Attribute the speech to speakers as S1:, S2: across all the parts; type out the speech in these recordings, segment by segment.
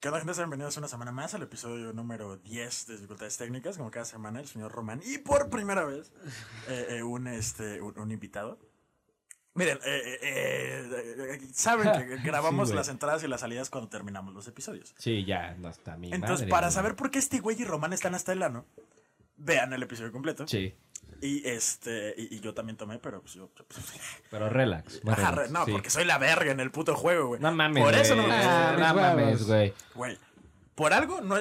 S1: Sean bienvenidos una semana más al episodio número 10 de Dificultades Técnicas. Como cada semana, el señor Román y por primera vez eh, eh, un, este, un, un invitado. Miren, eh, eh, eh, eh, saben que grabamos
S2: Sí, güey.
S1: las entradas y las salidas cuando terminamos los episodios.
S2: Sí, ya, no está mi
S1: Entonces,
S2: madre,
S1: para
S2: güey.
S1: saber por qué este güey y Román están hasta el ano, vean el episodio completo.
S2: Sí,
S1: Y este y, y yo también tomé, pero pues yo...
S2: pero relax. más
S1: Ajá,
S2: relax,
S1: re- no,
S2: sí.
S1: porque soy la verga en el puto juego, güey.
S2: No mames,
S1: Por eso no
S2: güey.
S1: me...
S2: Ah,
S3: Ah,
S2: No
S3: mis
S2: mames,
S3: huevos.
S2: güey.
S1: Güey, por algo no...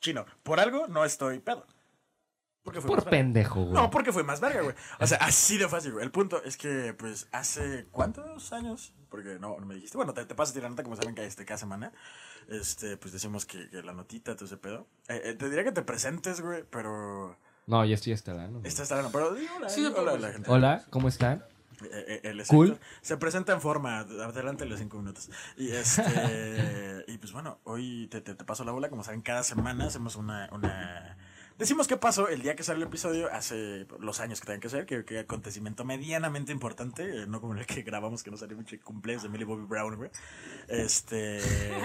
S1: Chino, por algo no estoy pedo. Porque fui
S2: Por
S1: más verga.
S2: pendejo, güey.
S1: No, porque fue más verga, güey. O sea, así de fácil, güey. El punto es que, pues, hace cuántos años, porque no, no me dijiste, bueno, te, te pasas tirar nota, como saben que este, cada semana, este, pues decimos que, que la notita, todo ese pedo. Eh, eh, te diría que te presentes, güey, pero...
S2: No, yo estoy hasta la. ¿no?
S1: Esta está no, pero di hola,
S3: Sí,
S1: di
S3: sí,
S1: hola a
S3: pues.
S1: la gente.
S2: Hola, ¿cómo están?
S1: Eh, eh, el
S2: Cool.
S1: sector. Se presenta en forma, adelante los cinco minutos. Y este y pues bueno, hoy te, te- te paso la bola, como saben, cada semana hacemos una, una decimos qué pasó el día que sale el episodio, hace los años que tengan que ser, que, que acontecimiento medianamente importante, eh, no como el que grabamos que no salió mucho cumpleaños de Millie Bobby Brown, güey. Este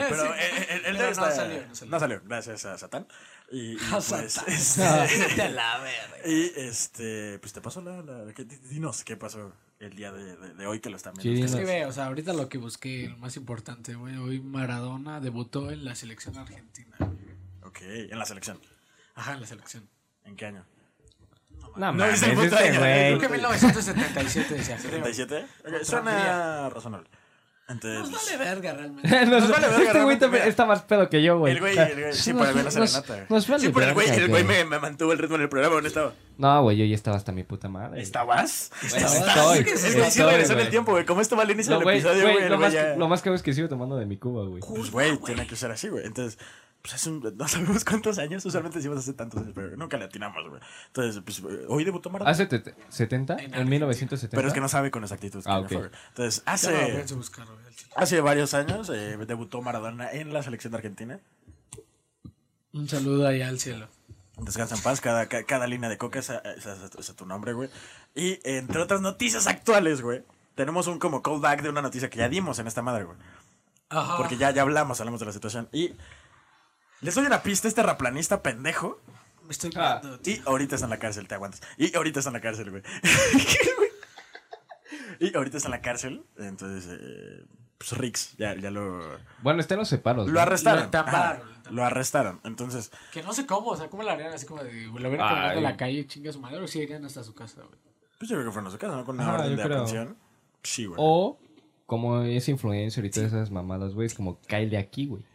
S1: pero
S3: Sí.
S1: eh, eh, el, el de
S3: Pero
S1: hoy
S3: no
S1: está-
S3: salió, no salió.
S1: no salió, gracias a Satán. Y, y,
S3: A
S1: pues,
S3: Satán.
S1: este,
S3: Vete a la verga.
S1: y este, pues te pasó la. la- la- que- di- dinos qué pasó el día de, de- de hoy que lo están
S2: Sí,
S1: viendo. Es que-
S2: dinos.
S3: Escribe, o sea, ahorita lo que busqué, lo más importante, güey. Hoy Maradona debutó en la selección argentina. güey.
S1: ok, en la selección.
S3: Ajá, en la selección.
S1: ¿En qué año?
S2: No,
S1: No, es
S2: mames,
S1: el puto
S2: este
S1: año,
S3: Creo
S2: güey.
S3: que 1977 decía. creo.
S1: ¿37? Ok,
S3: Contra
S1: suena razonable. Entonces.
S3: Nos Pues vale verga realmente.
S2: No,
S1: Nos vale verga,
S2: este güey
S1: realmente,
S2: también
S1: mira.
S2: está más pedo que yo, güey.
S1: pues,
S2: Ah,
S1: El güey, el güey, sí, por el güey, la
S2: Nos- nos-
S1: serenata.
S2: nos vale
S1: sí, por el güey,
S2: verga,
S1: el güey
S2: güey.
S1: me, me mantuvo el ritmo en el programa, ¿dónde estaba?
S2: No, güey, yo ya estaba hasta mi puta madre.
S1: ¿Estabas?
S2: Estaba-
S1: ¿Estabas?
S2: estoy,
S1: Es que sí,
S2: estoy,
S1: sí regresó en
S2: güey.
S1: el tiempo, güey. Como esto va al inicio
S2: No,
S1: del
S2: güey,
S1: episodio,
S2: güey,
S1: güey, el
S2: lo,
S1: güey
S2: más,
S1: ya...
S2: lo más cabrón es que sigo tomando de mi cuba, güey.
S1: Pues, güey, tiene que ser así, güey. Entonces, pues hace un- no sabemos cuántos años, usualmente decimos hace tantos años, pero nunca le atinamos, güey. Entonces, pues, eh, hoy debutó Maradona.
S2: ¿Hace tete- 70?
S3: En
S2: ¿En 1970?
S1: Pero es que no sabe con exactitud.
S2: Ah,
S1: quién fue,
S2: ok.
S1: güey. Entonces,
S3: Ya no lo
S1: hace,
S3: pienso buscar, güey, al chile.
S1: hace varios años eh, debutó Maradona en la selección de Argentina.
S3: Un saludo allá al cielo.
S1: Descansa en paz, cada, ca- cada línea de coca es, a- es a- es a tu nombre, güey. Y entre otras noticias actuales, güey, tenemos un como callback de una noticia que ya dimos en esta madre, güey.
S3: Ajá.
S1: Porque ya, ya hablamos, hablamos de la situación. Y les doy una pista a este raplanista pendejo.
S3: Me estoy
S2: Ah.
S3: viendo, tío.
S1: Y ahorita está en la cárcel, te aguantas. Y ahorita está en la cárcel, güey. y ahorita está en la cárcel. Entonces, eh, pues Rix, ya, ya lo.
S2: Bueno, está en los separos.
S1: Lo
S2: ¿no?
S1: arrestaron.
S3: Lo entamparon,
S1: Ajá,
S3: lo
S1: lo arrestaron. Entonces,
S3: Que no sé cómo, o sea, ¿cómo la harían así como de, güey, lo hubieran caminando
S2: Ay.
S3: en la calle, chinga su madre, o si irían hasta su casa, güey?
S1: pues yo creo que fueron a su casa, ¿no? Con una
S2: Ajá,
S1: orden
S2: yo
S1: de
S2: creo. Oh.
S1: aprehensión. Sí, güey.
S2: O, como es influencer y todas esas mamadas, güey, es como, cáele aquí, güey.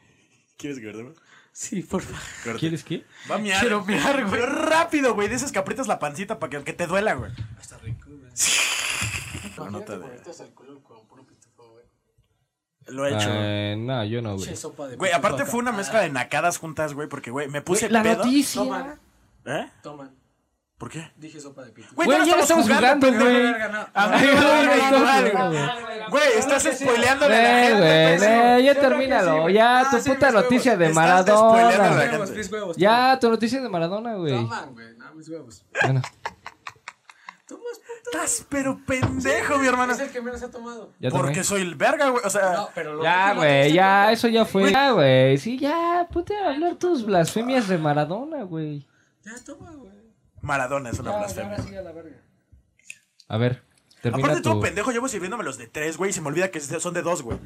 S1: ¿Quieres que cortemos?
S3: Sí, por favor.
S1: Corte.
S2: ¿Quieres qué?
S1: Va a miar.
S3: Quiero miar, güey.
S1: Pero rápido, güey. De esas que aprietas la pancita para que, que te duela, güey.
S3: Está rico, güey.
S1: Pero no te-
S3: Imagínate ponerte hasta el culo con puro pitufo, güey.
S1: Lo he hecho. güey.
S2: Eh, no, yo no, güey.
S3: Che, sopa de
S1: Güey,
S3: pitufo
S1: aparte
S3: acá.
S1: fue una mezcla de nacadas juntas, güey, porque, güey, me puse
S2: Güey, La
S1: pedo.
S2: noticia.
S3: Toman,
S1: ¿Eh?
S3: toman.
S1: ¿Por qué?
S3: Dije sopa de pitufo.
S1: Güey,
S2: Güey,
S1: no
S2: ya lo
S1: estamos
S2: estamos
S1: jugando,
S2: jugando,
S1: pendejo.
S2: güey.
S3: no.
S1: Ah,
S2: Ay,
S1: no,
S2: güey,
S1: no, no,
S2: estamos
S1: no,
S2: jugando,
S1: no,
S2: güey.
S1: Güey, estás spoileándole a la
S2: Eh,
S1: gente.
S2: güey,
S1: pendejo.
S2: eh, ya
S3: Claro que sí,
S2: termínalo.
S3: güey.
S2: Ya,
S3: Ah,
S2: tu
S3: sí,
S2: puta
S3: mis
S2: noticia de
S1: Estás despoileando a la
S2: Maradona.
S1: gente.
S3: Huevos, mis huevos. toman.
S2: Ya, tu noticia de Maradona, güey.
S3: Toman, güey. No, mis huevos.
S2: Bueno,
S3: Tomas, puto.
S1: Estás pero pendejo, mi hermano.
S3: Es el que menos ha tomado.
S2: ya tomé.
S1: Porque soy el verga, güey. O sea,
S3: No, pero lo
S2: Ya,
S3: lo que
S2: güey,
S3: se
S2: ya,
S3: cuenta-
S2: eso ya fue. Ya, güey, sí, ya, ponte a hablar tus blasfemias de Maradona, güey.
S3: Ya, toma, güey.
S1: Maradona es una
S3: Ya, ya,
S1: blasfemia.
S3: ahora sí a la verga.
S2: A ver, termina
S1: Aparte,
S2: tu...
S1: todo pendejo, llevo sirviéndome los de tres, güey, y se me olvida que son de dos, güey.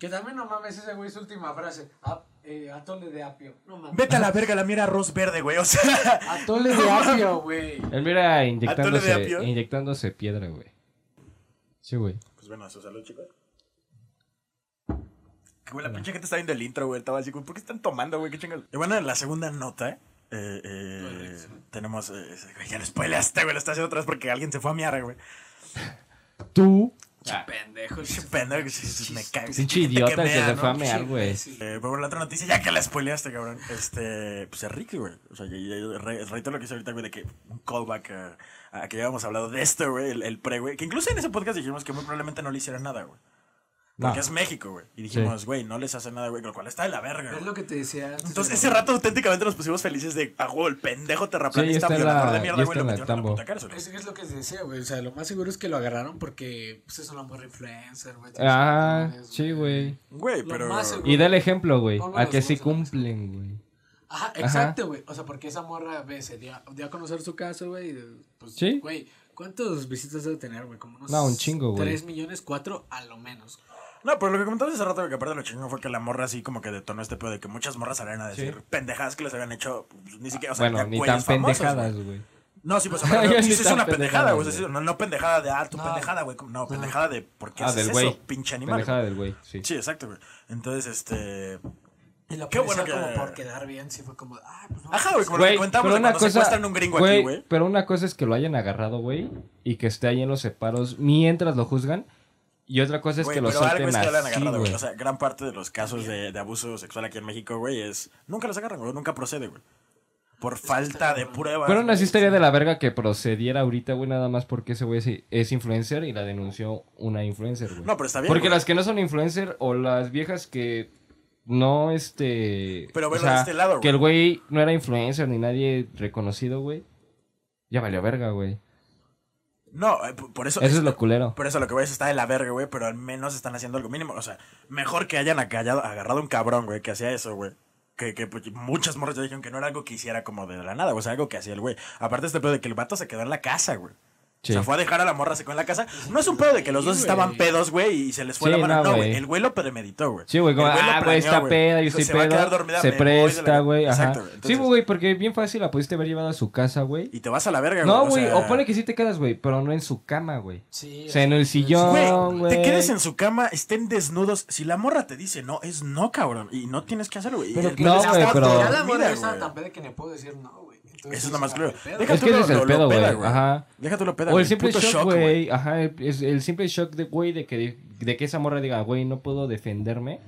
S3: Que también no mames ese güey, su última frase. A, eh, atole de apio. No mames.
S1: Vete a la verga, la mierda arroz verde, güey. O sea,
S3: Atole de apio, güey.
S2: Él Eh, mira
S1: Atole de apio.
S2: inyectándose, inyectándose piedra, güey. Sí, güey.
S1: Pues bueno, eso salud, chicos. Que, Güey, la pinche gente está viendo el intro, güey. Estaba así, güey, ¿por qué están tomando, güey? ¿Qué chingados? Y bueno, en la segunda nota, eh, eh, tenemos. eh, ese- güey, ya lo spoileaste, güey. Lo está haciendo otra vez porque alguien se fue a miar, güey.
S2: Tú,
S3: Pendejo.
S1: Pinche pendejo, que se- se- me cago.
S2: pinche
S1: Gente
S2: idiota que
S1: mea,
S2: se
S1: ¿no?
S2: fue a mear, güey.
S1: Eh, pero bueno, la otra noticia, ya que la spoileaste, cabrón. Este, pues es Rick, güey. O sea, ya- ya- re- reitero lo que hice ahorita, güey, de que un callback a, a que ya habíamos hablado de esto, güey, el, el pre, güey. Que incluso en ese podcast dijimos que muy probablemente no le hicieran nada, güey. Porque
S2: No.
S1: es México, güey. Y dijimos, güey, no les hace nada, güey. Lo cual está de la verga.
S3: Es
S1: güey.
S3: lo que te decía antes.
S1: Entonces,
S3: de-
S1: ese rato auténticamente nos pusimos felices de, ah, güey, el pendejo terraplanista
S2: Sí, ya está
S1: violador
S2: la-
S1: de
S2: ya
S1: mierda, güey,
S2: está
S1: lo
S2: la
S1: metieron en la
S2: tambo.
S1: puta cárcel. güey.
S3: Es, es lo que se decía, güey. O sea, lo más seguro es que lo agarraron porque pues, es una morra influencer, güey. tiene
S2: Ah,
S3: seguidores,
S2: sí, güey.
S1: Güey,
S3: Lo
S1: pero.
S3: más seguro-
S2: Y del ejemplo, güey.
S3: Ponlo
S2: A
S3: los
S2: que sí
S3: dos en la mesa.
S2: cumplen, güey.
S3: Ajá, exacto, güey. O sea, porque esa morra, ve, se dio, dio a conocer su caso, güey. y de- Pues,
S2: Sí.
S3: Güey, ¿cuántos visitas debe tener, güey? Como unos.
S2: No, un chingo, güey.
S3: 3 millones, 4 a lo menos.
S1: No, pero lo que comentabas hace rato, güey, que aparte lo chingón fue que la morra así como que detonó este pedo de que muchas morras salían a decir
S2: Sí. Ah,
S1: pendejadas que les habían hecho, pues, ni siquiera, o sea,
S2: Bueno,
S1: ya
S2: ni
S1: güeyes
S2: tan
S1: famosos, güey.
S2: pendejadas, güey.
S1: No, sí, pues
S2: Ya
S1: sí,
S2: ni
S1: sí es
S2: tan
S1: una pendejada,
S2: pendejada,
S1: güey. o sea, sí,
S2: güey.
S1: no, no pendejada de, ah, tu
S3: No.
S1: pendejada, güey. como- No, pendejada de, ¿por qué
S2: Ah,
S1: haces
S2: del
S1: eso,
S2: güey.
S1: pinche animal?
S2: Pendejada del güey, sí.
S1: Sí, exacto, güey. Entonces, este...
S3: Y la
S1: Qué bueno
S3: policía,
S1: que-
S3: como por quedar bien, sí fue como. Ay, pues no.
S1: Ajá, güey, como lo que
S2: Güey,
S1: comentábamos de cuando secuestran un gringo aquí, güey.
S2: Pero una cosa es que lo hayan agarrado, güey, y que esté ahí en los separos mientras lo juzgan. Y otra cosa es
S1: Güey,
S2: que lo
S1: pero algo
S2: suelten
S1: es que ya lo han
S2: así,
S1: agarrado, güey.
S2: güey.
S1: O sea, gran parte de los casos de, de abuso sexual aquí en México, güey, es... Nunca los agarran, güey. Nunca procede, güey. Por falta de pruebas.
S2: Pero una
S1: güey.
S2: sí estaría de la verga que procediera ahorita, güey, nada más porque ese güey es- es influencer y la denunció una influencer, güey.
S1: No, pero está bien,
S2: Porque
S1: güey.
S2: las que no son influencer o las viejas que no, este...
S1: Pero
S2: o
S1: velo de este lado, güey.
S2: Que el güey no era influencer ni nadie reconocido, güey. Ya valió verga, güey.
S1: No, eh, por por eso...
S2: Eso es lo culero.
S1: Por eso lo que voy a decir está de la verga, güey, pero al menos están haciendo algo mínimo. O sea, mejor que hayan acallado- agarrado un cabrón, güey, que hacía eso, güey. Que, que pues, muchas morras ya dijeron que no era algo que hiciera como de la nada, güey, o sea, algo que hacía el güey. Aparte este pedo de que el vato se quedó en la casa, güey. O
S2: Sí.
S1: sea, fue a dejar a la morra, se quedó en la casa. No es un pedo de que los dos
S3: Sí,
S1: estaban
S3: güey.
S1: pedos, güey, y se les fue
S2: Sí,
S1: la mano. No,
S2: no,
S1: güey.
S2: güey.
S1: el güey lo premeditó, güey.
S2: Sí, güey,
S1: El
S2: como,
S1: lo
S2: ah, güey,
S1: planeó,
S2: está peda, yo
S1: O sea,
S2: estoy
S1: se va a quedar
S2: pedo.
S1: dormida,
S2: se
S1: me voy de la-
S2: presta, güey, ajá.
S1: Exacto,
S2: sí,
S1: entonces-
S2: güey, porque bien fácil la pudiste haber llevado a su casa, güey.
S1: Y te vas a la verga,
S2: No,
S1: o
S2: güey,
S1: sea-
S2: o pone que sí te quedas, güey, pero no en su cama, güey.
S3: Sí.
S2: O sea, en el sillón.
S1: Güey, te
S2: güey.
S1: quedes en su cama, estén desnudos. Si la morra te dice no, es no, cabrón. Y no tienes que hacerlo, güey.
S3: Pero
S1: Y-
S3: que
S2: No,
S1: estaba
S2: güey, pero-
S1: dormida,
S3: Ya la morra
S1: güey.
S3: estaba tan peda que ni puedo decir no, güey. Entonces,
S1: Eso es lo más
S3: está mal
S1: claro.
S3: pedo.
S1: Deja
S2: Es
S1: tú
S2: que
S1: lo-
S2: ese es el
S1: lo- lo
S2: pedo,
S1: peda,
S2: güey, ajá.
S1: Deja tú lo peda,
S2: O
S1: güey.
S2: el simple
S1: Puto
S2: shock, güey. Ajá, el- es el simple shock de, güey, de que, de que esa morra diga, güey, no puedo defenderme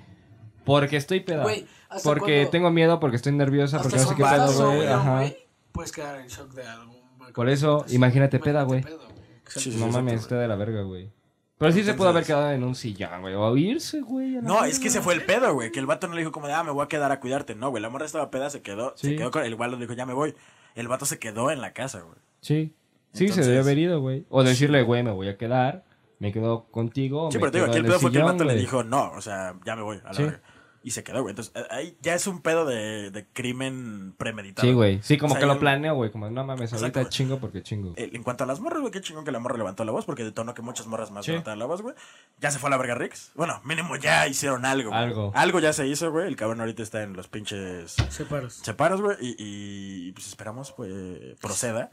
S2: porque estoy peda.
S3: Güey, ¿hasta
S2: porque
S3: cuándo-
S2: tengo miedo, porque estoy nerviosa,
S3: Hasta
S2: porque no sé
S3: con
S2: qué pedo,
S3: balazo,
S2: güey.
S3: güey,
S2: Ajá.
S3: güey, Puedes quedar en shock de algún. güey,
S2: Por eso, imagínate peda, güey.
S3: pedo, Exacto.
S1: Sí, sí,
S2: No
S1: exacto,
S2: mames,
S1: güey.
S2: está de la verga, güey. Pero sí se
S1: Entonces-
S2: pudo haber quedado en un sillón, güey. O irse, güey. a la
S1: No,
S2: verga.
S1: es que ese fue el pedo, güey. Que el vato no le dijo como de, ah, me voy a quedar a cuidarte. No, güey, la morra estaba peda, se quedó. Se
S2: Sí.
S1: quedó con el guardo, le dijo, ya me voy. El vato se quedó en la casa, güey.
S2: Sí. Sí,
S1: Entonces-
S2: se debió haber ido, güey. O decirle, güey, me voy a quedar. Me quedo contigo.
S1: Sí,
S2: me
S1: pero te digo,
S2: quedo
S1: aquí el
S2: en
S1: pedo fue que el
S2: sillón,
S1: vato le
S2: güey.
S1: dijo, no, o sea, ya me voy, a la
S2: Sí.
S1: verga. Y se quedó, güey. Entonces, eh, ahí ya es un pedo de, de crimen premeditado.
S2: Sí, güey. Sí, como
S1: O sea,
S2: que
S1: yo-
S2: lo planeó, güey. Como, no mames,
S1: Exacto,
S2: ahorita
S1: güey.
S2: chingo porque chingo.
S1: Eh, En cuanto a las morras, güey, qué chingón que la morra levantó la voz, porque detonó que muchas morras más
S2: Sí.
S1: levantaron la voz, güey. Ya se fue a la verga Rix. Bueno, mínimo ya hicieron algo. güey.
S2: Algo.
S1: Algo ya se hizo, güey. El cabrón ahorita está en los pinches
S3: Separos.
S1: separos, güey. Y, y, pues esperamos, pues, proceda.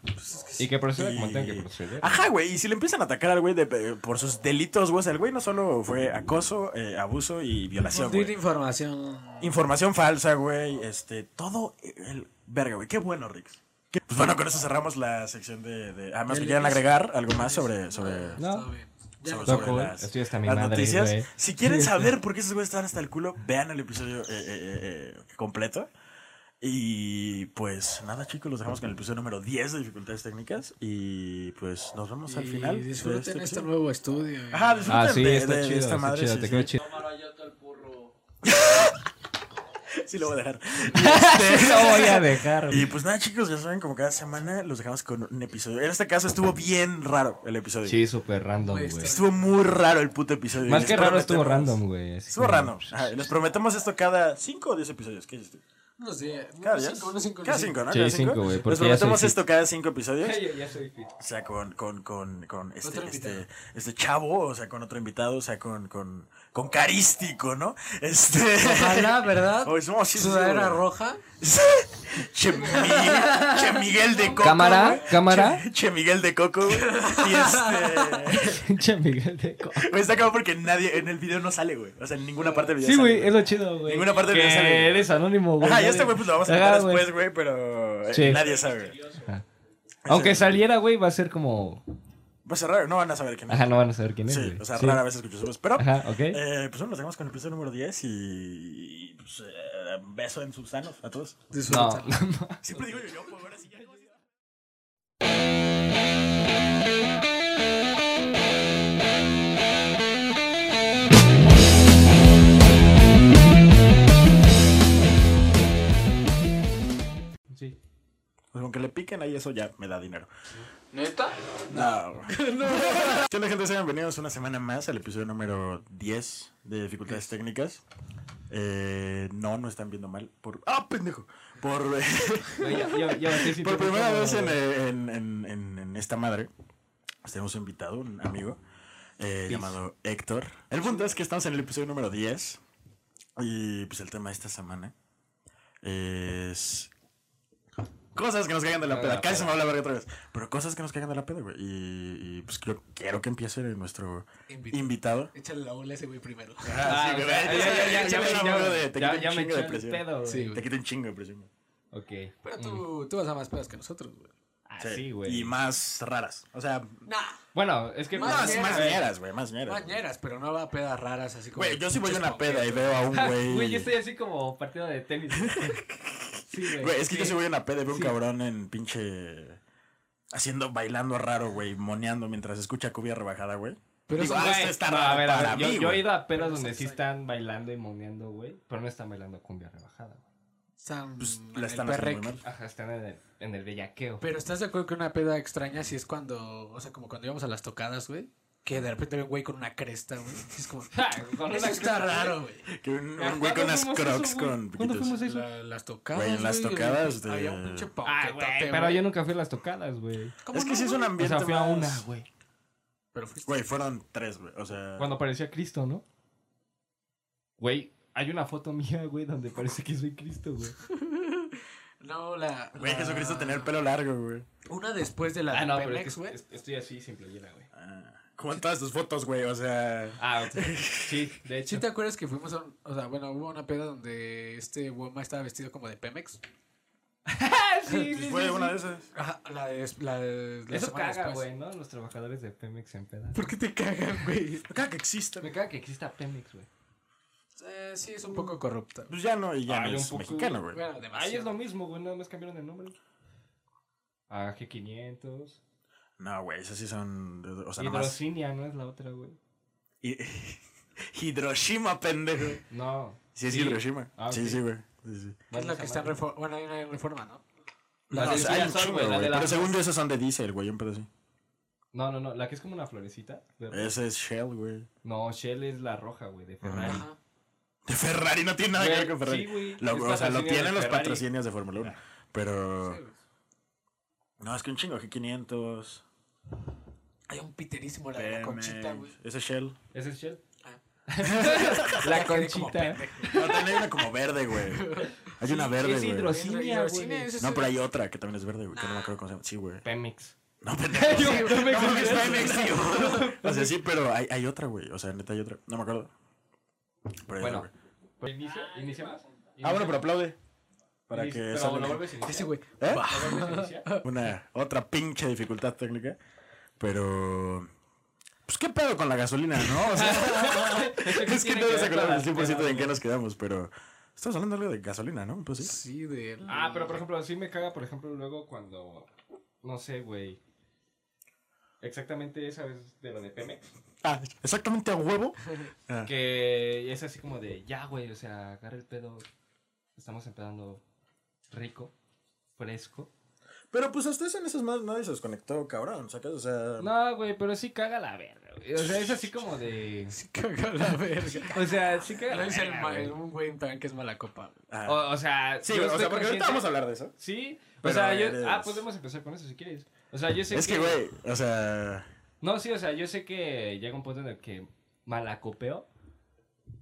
S2: Y que proceda como
S1: Y-
S2: tenga que proceder.
S1: Ajá, güey. Y si le empiezan a atacar al güey de- eh, por sus delitos, güey. o sea, el güey no solo fue acoso, eh, abuso y
S2: Pues,
S1: violación,
S3: Conducta
S1: güey.
S3: información.
S1: Información falsa, güey. Este, todo el verga, güey. Qué bueno, Rix. Qué- Pues bueno, con eso cerramos la sección de. de... ah, Además, me quieren agregar algo más sobre. sobre...
S2: No.
S3: Está bien. Ya,
S1: sobre,
S2: Está
S1: sobre
S2: cool.
S1: las,
S2: Estoy hasta mi
S1: las
S2: madre,
S1: noticias.
S2: güey.
S1: Si quieren saber por qué esos güeyes estaban hasta el culo, vean el episodio eh, eh, eh, completo. Y pues nada, chicos, los dejamos con el episodio número 10 de dificultades técnicas. Y pues nos vemos al
S3: y
S1: final. de
S3: Disfruten
S1: este
S3: este,
S1: episodio.
S3: nuevo estudio. güey.
S1: Ajá, disfruten
S2: Ah, sí,
S1: de,
S2: está
S1: de- de
S2: chido,
S1: esta
S2: está
S1: madre.
S2: chido,
S1: sí,
S2: te
S1: sí.
S2: quedó chido.
S1: Sí, lo voy a dejar.
S2: No voy a dejar,
S1: Y
S2: güey.
S1: pues nada, chicos, ya saben, como cada semana los dejamos con un episodio. En este caso estuvo bien raro el episodio.
S2: Sí, súper random,
S3: Güey,
S2: güey.
S3: está-
S1: Estuvo muy raro el puto episodio.
S2: Más
S1: Les
S2: que raro estuvo
S1: prometemos-
S2: random, güey. así
S1: Estuvo
S2: que-
S1: random. Ajá, les prometemos esto cada 5 o 10 episodios. ¿Qué dices tú?
S3: Unos diez,
S1: Cada
S3: unos
S1: 10.
S3: cinco, unos cinco,
S1: Cada
S3: unos
S1: 5, ¿no?
S2: Sí,
S1: Cada
S2: cinco, güey, porque
S1: Les
S2: ya
S1: prometemos
S2: soy fit.
S1: esto cada 5 episodios.
S2: ya soy fit.
S1: O sea, con, con, con, con este,
S3: Otro invitado.
S1: este, este chavo, o sea, con otro invitado, o sea, con, con, con carístico, ¿no? Este.
S3: Ojalá, ¿verdad?
S1: Oye, no, sí, sí,
S3: Sudadera
S1: güey.
S3: roja.
S1: Che Miguel, che Miguel de Coco.
S2: ¿Cámara?
S1: güey.
S2: ¿Cámara?
S1: Che, Che Miguel de Coco, güey. Y este.
S2: Pinche Miguel de Co-
S1: Güey, está acabado porque nadie en el video no sale, güey. O sea, en ninguna parte del video.
S2: Sí,
S1: sale,
S2: güey, es lo chido, güey.
S1: Ninguna parte del
S2: que
S1: video sale.
S2: eres anónimo, güey.
S1: Ajá,
S2: ya
S1: ya este güey pues lo vamos a
S2: Ajá,
S1: contar
S2: güey.
S1: después, güey, pero eh,
S2: Sí.
S1: nadie sabe.
S2: Aunque
S1: Ese-
S2: saliera, güey, va a ser como...
S1: Va a ser raro, no van a saber quién es.
S2: Ajá, no van a saber quién es,
S1: sí,
S2: güey.
S1: o sea, rara vez escucho su voz, pero...
S2: Ajá, ok.
S1: eh, pues bueno, nos dejamos con el episodio número 10 y... y, pues, eh, beso en sus sanos a todos.
S2: No,
S3: Disfruten.
S2: no, no.
S1: Siempre digo yo, yo, pues ahora sí ya...
S2: Sí.
S1: Pues aunque le piquen ahí, eso ya me da dinero.
S4: ¿Neta?
S1: No. ¿Qué onda, gente? Sean bienvenidos una semana más al episodio número 10 de Dificultades Técnicas. Eh, no, no están viendo mal. Por... ¡Ah, pendejo! Por,
S2: No, yo- yo- yo me estoy
S1: por
S2: sintiendo
S1: primera
S2: como-
S1: vez en, eh, en- en- en- en esta madre, pues tenemos un invitado, un amigo, eh, llamado Héctor. El punto es que estamos en el episodio número 10. Y pues el tema de esta semana es. Cosas que nos caigan de la
S2: De
S1: peda.
S2: la
S1: Casi se me
S2: peda.
S1: va la verga otra vez. Pero cosas que nos caigan de la peda, güey. Y, y, pues yo quiero que empiece nuestro
S3: Invitado.
S1: invitado.
S3: Échale la bola a ese güey primero.
S2: Ah,
S1: Sí,
S2: o
S1: güey,
S2: sea,
S1: ya- ya- ya- ya me
S2: ya-
S1: enamoro de- te
S2: ya-
S1: quito un
S2: ya
S1: chingo
S2: me
S1: de
S2: echó el
S1: presión.
S2: pedo, güey.
S3: Sí,
S1: Te quito un chingo de presión.
S2: Ok.
S3: Pero tú, tú vas a más pedas que nosotros, güey.
S2: Ah,
S1: Sí.
S2: sí, güey.
S1: Y más raras. O sea,
S3: Nah,
S2: Bueno, es que.
S1: más,
S3: ñeras,
S1: más
S3: güey.
S1: ñeras, güey. Más ñeras. güey.
S3: mañeras, pero no va a pedas raras así como.
S1: Güey, yo sí voy a una
S3: Chisco,
S1: peda y veo a un
S2: Ah,
S1: güey.
S2: Güey, yo estoy así como partido de tenis. Sí,
S1: Güey, es que yo sí voy a una peda y veo un
S2: Sí.
S1: cabrón en pinche. Haciendo, bailando raro, güey, moneando mientras escucha cubia rebajada, güey.
S3: Pero
S1: Digo,
S3: eso,
S1: ah,
S3: güey,
S1: esto está
S2: No,
S1: raro
S2: a ver, a
S1: para
S2: ver, yo,
S1: mí,
S2: yo he
S1: güey.
S2: ido a pedas donde sí están bailando y moneando, güey, pero no están bailando cumbia rebajada, güey.
S3: Están
S1: Pues,
S3: en
S1: la
S3: el
S1: están haciendo
S3: perrec.
S1: muy mal.
S2: Ajá, están en el, en el bellaqueo.
S3: Pero estás de acuerdo que una peda extraña si es cuando, o sea, como cuando íbamos a las tocadas, güey, que de repente ve un güey con una cresta, güey. y Es como,
S2: Ja, Ah, con una
S3: eso está
S2: cresta,
S3: raro, güey.
S1: Que un,
S2: ¿Cuándo
S1: un güey con unas
S2: fuimos eso,
S1: crocs
S2: güey?
S1: con
S2: ¿Cuándo
S1: piquitos.
S2: fuimos a eso?
S3: La- las tocadas.
S1: Güey, en las
S3: güey,
S1: tocadas de-
S3: Había un pinche
S2: Ah, güey,
S3: paquetote,
S2: pero
S3: güey.
S2: yo nunca fui a las tocadas, güey.
S3: ¿Cómo
S1: Es que
S3: no,
S1: sí es un
S3: güey?
S2: O
S1: ambiente.
S2: sea, fui a
S1: más-
S2: una, güey.
S3: Pero fuiste.
S1: Güey, fueron tres, güey. O sea.
S2: Cuando parecía Cristo, ¿no? Güey, hay una foto mía, güey, donde parece que soy Cristo, güey.
S3: No, la.
S1: Güey,
S3: la-
S1: Jesucristo tenía el pelo largo, güey.
S3: Una después de la
S2: Ah,
S3: de
S2: no, pero es
S3: Pemex,
S2: que
S3: güey.
S2: es- estoy así sin playera, güey.
S1: Ah, Como en todas tus fotos, güey. O sea.
S2: Ah, ok. Sí, de
S3: ¿Sí
S2: hecho.
S3: te acuerdas que fuimos a un, o sea, bueno, hubo una peda donde este Woma estaba vestido como de Pemex?
S2: Ah, sí, sí, sí,
S1: Fue
S2: sí.
S1: una de esas.
S3: Ajá, la de la, de, la
S2: Eso
S3: semana
S2: caga,
S3: después.
S2: güey, ¿no? Los trabajadores de Pemex en pedas.
S3: ¿Por qué te cagan, güey?
S1: Acá que existe.
S2: Me caga que exista Pemex, güey.
S3: Eh, sí, es un poco corrupta.
S1: Pues ya no, y ya
S2: Ay,
S1: no
S2: un
S1: es
S2: poco-
S1: mexicano, güey.
S3: Bueno,
S2: Ahí es
S3: demasiado.
S2: lo mismo, güey, nada más cambiaron el nombre. A G500.
S1: No, güey, esas sí son. O sea, nomás.
S2: Hidrosinia, no es la otra, güey.
S1: Hi- Hiroshima, pendejo.
S2: No.
S1: Sí, es Hiroshima.
S2: Ah,
S1: Sí,
S2: ok.
S1: sí, güey. Sí, sí.
S3: Es la que está en
S2: reforma.
S3: reforma. Bueno, hay una en reforma, ¿no?
S2: La
S1: No,
S2: de
S1: o sea, hay un
S2: Sol,
S1: chingo,
S2: güey, la
S1: güey.
S2: de la-
S1: Pero según yo, esas son de diésel, güey. Un pedo así.
S2: No, no, no, la que es como una florecita. verde.
S1: Ese es Shell, güey.
S2: No, Shell es la roja, güey, de Ferrari.
S3: Ajá.
S1: De Ferrari no tiene nada que ver
S2: Güey,
S1: con Ferrari.
S2: sí, güey.
S1: Lo-
S2: Es
S1: o sea, lo
S2: patrocinio
S1: tienen
S2: de
S1: los
S2: Ferrari. Ah.
S1: patrocinios de Fórmula 1. Pero.
S3: Sí, güey.
S1: No, es que un chingo, G500.
S3: Hay un piterísimo la de la conchita, güey.
S1: Pemex, Ese Shell.
S2: ¿Esa es Shell?
S3: Ah.
S2: la
S3: quedé como
S2: conchita.
S1: No, también hay una como verde, güey. Hay una verde,
S2: es
S1: güey.
S2: hidros-
S3: Sí,
S2: Hidrosinia,
S3: güey, hidrosinia,
S2: güey.
S3: ese es
S1: No,
S3: el-
S1: pero hay otra que también es verde, güey. Que no me acuerdo cómo se llama. Sí, güey.
S2: Pemex.
S1: No, pendejo.
S2: Yo- yo me
S1: No mames,
S2: confundí.
S1: Pemex, tío. O sea, sí, pero hay, hay otra, güey. O sea, neta, hay otra. No me acuerdo. Pero hay
S2: Bueno.
S1: otra, güey.
S2: ¿Por inicio? ¿Iniciamos?
S1: Ah, bueno, pero aplaude. Para
S2: Inici-
S1: que
S2: Pero
S1: salga
S2: lo
S1: bien.
S2: vuelves a iniciar.
S3: Ese güey.
S1: ¿Eh?
S2: ¿Lo vuelves a iniciar?
S1: Una otra pinche dificultad técnica. Pero. Pues qué pedo con la gasolina, ¿no? O sea, es que
S2: tiene
S1: no
S2: que
S1: nos
S2: ver con
S1: acordamos
S2: las
S1: del 100% de en qué
S2: pedas, güey?
S1: nos quedamos, pero. Estamos hablando algo de gasolina, ¿no? Pues sí.
S3: Sí, de.
S2: Ah, pero por ejemplo, sí me caga, por ejemplo, luego cuando. No sé, güey. Exactamente esa vez de lo de Pemex.
S1: Ah, exactamente a huevo. Ah.
S2: Que es así como de, ya, güey, o sea, agarra el pedo. Estamos empezando rico, fresco.
S1: Pero pues hasta eso en esas más nadie se desconectó, cabrón, ¿sacas? O sea.
S2: No, güey, pero sí caga la verga, güey. O sea, es así como de.
S3: Sí, caga la verga.
S2: O sea, sí caga
S3: No
S2: la
S3: es el
S2: verga.
S3: ma-
S2: güey.
S3: un güey también que es mala copa. güey.
S1: Ah.
S2: O, o sea,
S1: sí,
S2: yo
S1: o
S2: estoy
S1: sea, porque ahorita
S2: consciente-
S1: vamos a hablar de eso.
S2: Sí, o
S1: Pero
S2: sea, yo.
S1: eres-
S2: Ah, podemos empezar con eso si quieres. O sea, yo sé
S1: Es que, güey, o sea.
S2: No, sí, o sea, yo sé que llega un punto en el que malacopeo,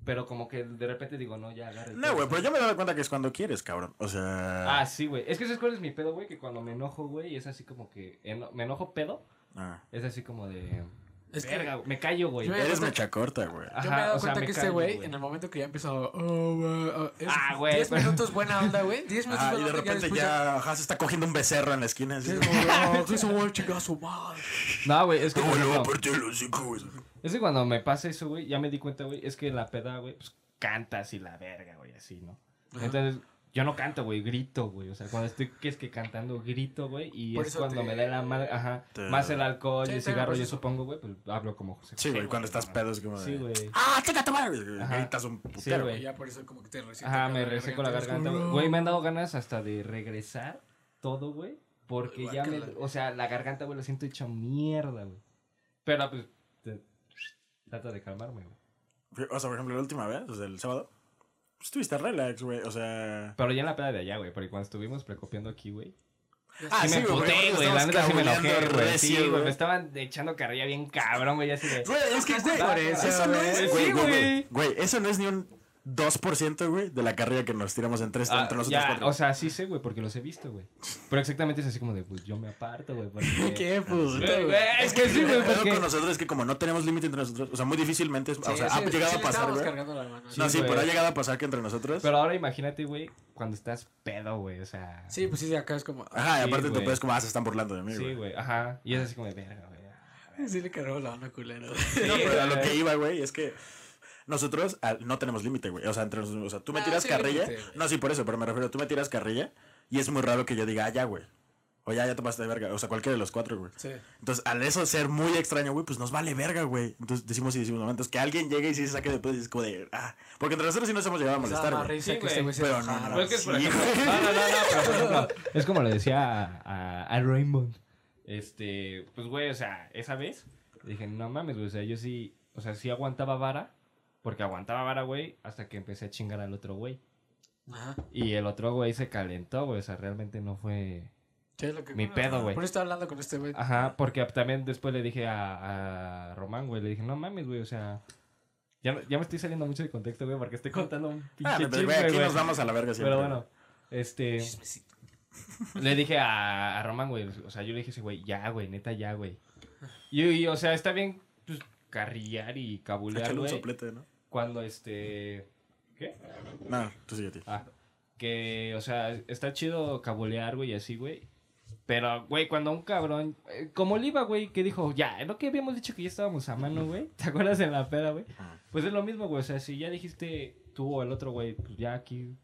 S2: pero como que de repente digo, no, ya agarra el
S1: No,
S2: pedo.
S1: güey, pero yo me he dado cuenta que es cuando quieres, cabrón. O sea.
S2: Ah, sí, güey. Es que ¿sabes cuál es mi pedo, güey? Que cuando me enojo, güey, es así como que... eno- Me enojo pedo,
S1: ah.
S2: es así como de...
S3: Es que-
S2: Verga, güey, me callo, güey.
S3: Yo-
S1: Eres mecha corta, güey.
S2: Ah,
S3: Yo me he dado
S2: o sea,
S3: cuenta
S2: me
S3: que este
S2: callo,
S3: güey,
S2: güey.
S3: en el momento que ya empezó. Oh, güey, oh, es
S2: Ah, güey,
S3: 10
S2: pero-
S3: minutos buena onda, güey. 10 minutos
S1: Ah, y
S3: buena
S1: de
S3: onda.
S1: repente
S3: después
S1: ya, ajá, se está cogiendo un becerro en la esquina.
S3: Sí,
S1: Así,
S3: es como, "Oh, que ese güey chinga a su madre".
S2: No, güey, es que...
S1: ¿Cómo
S2: por
S1: le voy a
S2: ejemplo,
S1: partir el hocico, güey?
S2: es que cuando me pasa eso, güey, ya me di cuenta, güey, es que la peda, güey, pues cantas y la verga, güey, así, ¿no? Entonces... Yo no canto, güey, grito, güey. O sea, cuando estoy que es que cantando, grito, güey. Y
S3: Por
S2: es
S3: eso
S2: cuando
S3: te-
S2: me da la madre, ajá.
S1: te-
S2: Más el alcohol
S3: Sí,
S2: y el
S3: sí, me
S2: cigarro,
S3: parece
S2: yo
S3: eso.
S2: supongo, güey, pues hablo como José.
S1: Sí,
S2: José,
S1: güey, cuando estás pedo es como de...
S2: Sí, güey.
S1: ¡Ah, chica, tu madre!
S2: Ajá.
S1: Gritas un
S2: Sí,
S1: putero,
S2: güey.
S1: güey.
S3: Ya por eso como que te reseco
S2: Ajá, me reseco la garganta, güey. Güey, me han dado ganas hasta de regresar todo, güey. Porque ya me.
S3: guácala.
S2: O sea, la garganta, güey, la siento hecha mierda, güey. Pero, pues. te- trata de calmarme, güey.
S1: O sea, por ejemplo, la última vez, o sea, el sábado, pues estuviste relax, güey. O sea.
S2: Pero ya en la peda de allá, güey. Porque cuando estuvimos precopiando aquí, güey.
S1: Ah,
S2: sí,
S1: sí,
S2: me
S1: güey, porque
S2: puté,
S1: nos
S2: güey. La
S1: estamos
S2: neta sí me
S1: cabuleando
S2: enojé, güey.
S1: recio,
S2: Sí, güey.
S1: güey.
S2: Me estaban echando carrilla bien cabrón, güey. Así de.
S1: Güey, es que, güey,
S2: por eso,
S1: eso no es,
S2: güey.
S1: güey,
S2: Sí,
S1: güey, güey.
S2: güey.
S1: Güey, eso no es ni un 2%, güey, de la carrera que nos tiramos entre,
S2: Ah,
S1: entre nosotros
S2: ya,
S1: cuatro.
S2: o sea, sí sé, güey, porque los he visto, güey. Pero exactamente es así como de, pues yo me aparto, güey. Porque...
S3: Qué puto,
S2: Güey,
S3: güey.
S2: güey, Es que sí, güey,
S1: El pedo
S2: porque...
S1: con nosotros es que como no tenemos límite entre nosotros, o sea, muy difícilmente, es- o sea,
S3: Sí,
S1: ha
S3: sí,
S1: llegado
S3: sí,
S1: a
S3: le
S1: pasar,
S3: estábamos
S1: güey.
S3: cargando la mano.
S1: no, sí,
S2: güey.
S1: pero ha llegado a pasar que entre nosotros.
S2: Pero ahora imagínate, güey, cuando estás pedo, güey, o sea...
S3: Sí, pues sí, sí, acá es como.
S1: Ajá, y
S2: Sí,
S1: aparte te
S2: güey.
S1: puedes como, ah, se están burlando de mí,
S2: Sí,
S1: güey.
S2: güey, ajá. Y es así como de verga, güey.
S3: Sí, le cargó la mano culero.
S1: No,
S2: Sí,
S1: pero a lo
S2: güey.
S1: que iba, güey, es que nosotros ah, no tenemos límite, güey. O sea, entre nosotros, o sea, tú me
S3: Ah,
S1: tiras
S3: sí,
S1: carrilla.
S3: límite, güey.
S1: no, sí, por eso, pero me refiero, tú me tiras carrilla y es muy raro que yo diga, ah, ya, güey. O ya, ya te pasaste de verga. O sea, cualquiera de los cuatro, güey.
S3: Sí.
S1: Entonces, al eso ser muy extraño, güey, pues nos vale verga, güey. Entonces decimos y decimos, no, entonces que alguien llegue y sí se saque después y es como de, ah. Porque entre nosotros sí nos hemos llegado a
S3: O sea,
S1: molestar,
S3: más
S1: güey.
S3: risa
S2: Sí,
S3: que este
S2: güey.
S3: güey se
S1: Pero no,
S3: enojara.
S1: no, no.
S2: que Pues es por
S1: Sí,
S2: ejemplo-
S1: güey.
S2: ah, No, no, no, no, pero por ejemplo, es como le decía a, a- a Raymond. Este, pues, güey, o sea, esa vez dije, no mames, güey, o sea, yo sí, o sea, sí aguantaba vara, porque aguantaba vara, güey, hasta que empecé a chingar al otro güey.
S3: Ajá.
S2: Y el otro güey se calentó, güey, o sea, realmente no fue...
S3: Sí, es lo que-
S2: Mi pedo, güey. Ah,
S3: Por eso estaba hablando con este güey.
S2: Ajá, porque también después le dije a, a Román, güey, le dije, no mames, güey, o sea... Ya, ya me estoy saliendo mucho de contexto, güey, porque estoy contando un pinche
S1: Ah, pero,
S2: chisme,
S1: güey, aquí
S2: güey.
S1: nos vamos a la verga siempre.
S2: Pero bueno, este... Le dije a, a Román, güey, o sea, yo le dije, ese güey, ya, güey, neta, ya, güey. Y, y, o sea, está bien, pues, carrillar y cabulear,
S1: Échale un
S2: güey,
S1: soplete, ¿no?
S2: cuando, este... ¿Qué?
S1: No, tú sigue, tío.
S2: Ah, que, o sea, está chido cabulear, güey, y así, güey. Pero, güey, cuando un cabrón, eh, como Oliva, güey, que dijo, ya, ¿no que habíamos dicho que ya estábamos a mano, güey? ¿Te acuerdas en la peda, güey? Pues es lo mismo, güey, o sea, si ya dijiste tú o el otro, güey, pues ya aquí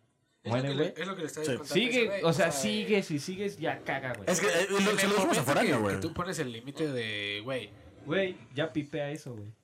S3: Es lo
S2: muere,
S3: que le-
S2: güey.
S3: Es lo que le estaba
S1: Sí.
S3: contando. a ese
S2: Sigue,
S3: güey, eh.
S2: o sea, sigue, si sigues, ya caga, güey.
S1: Es que eh,
S3: en
S1: lo-
S3: el
S1: se lo dijimos
S3: momento
S1: a Foráneo,
S3: que-
S1: güey.
S3: Que tú pones el límite de, güey.
S2: Güey, ya pipea eso, güey.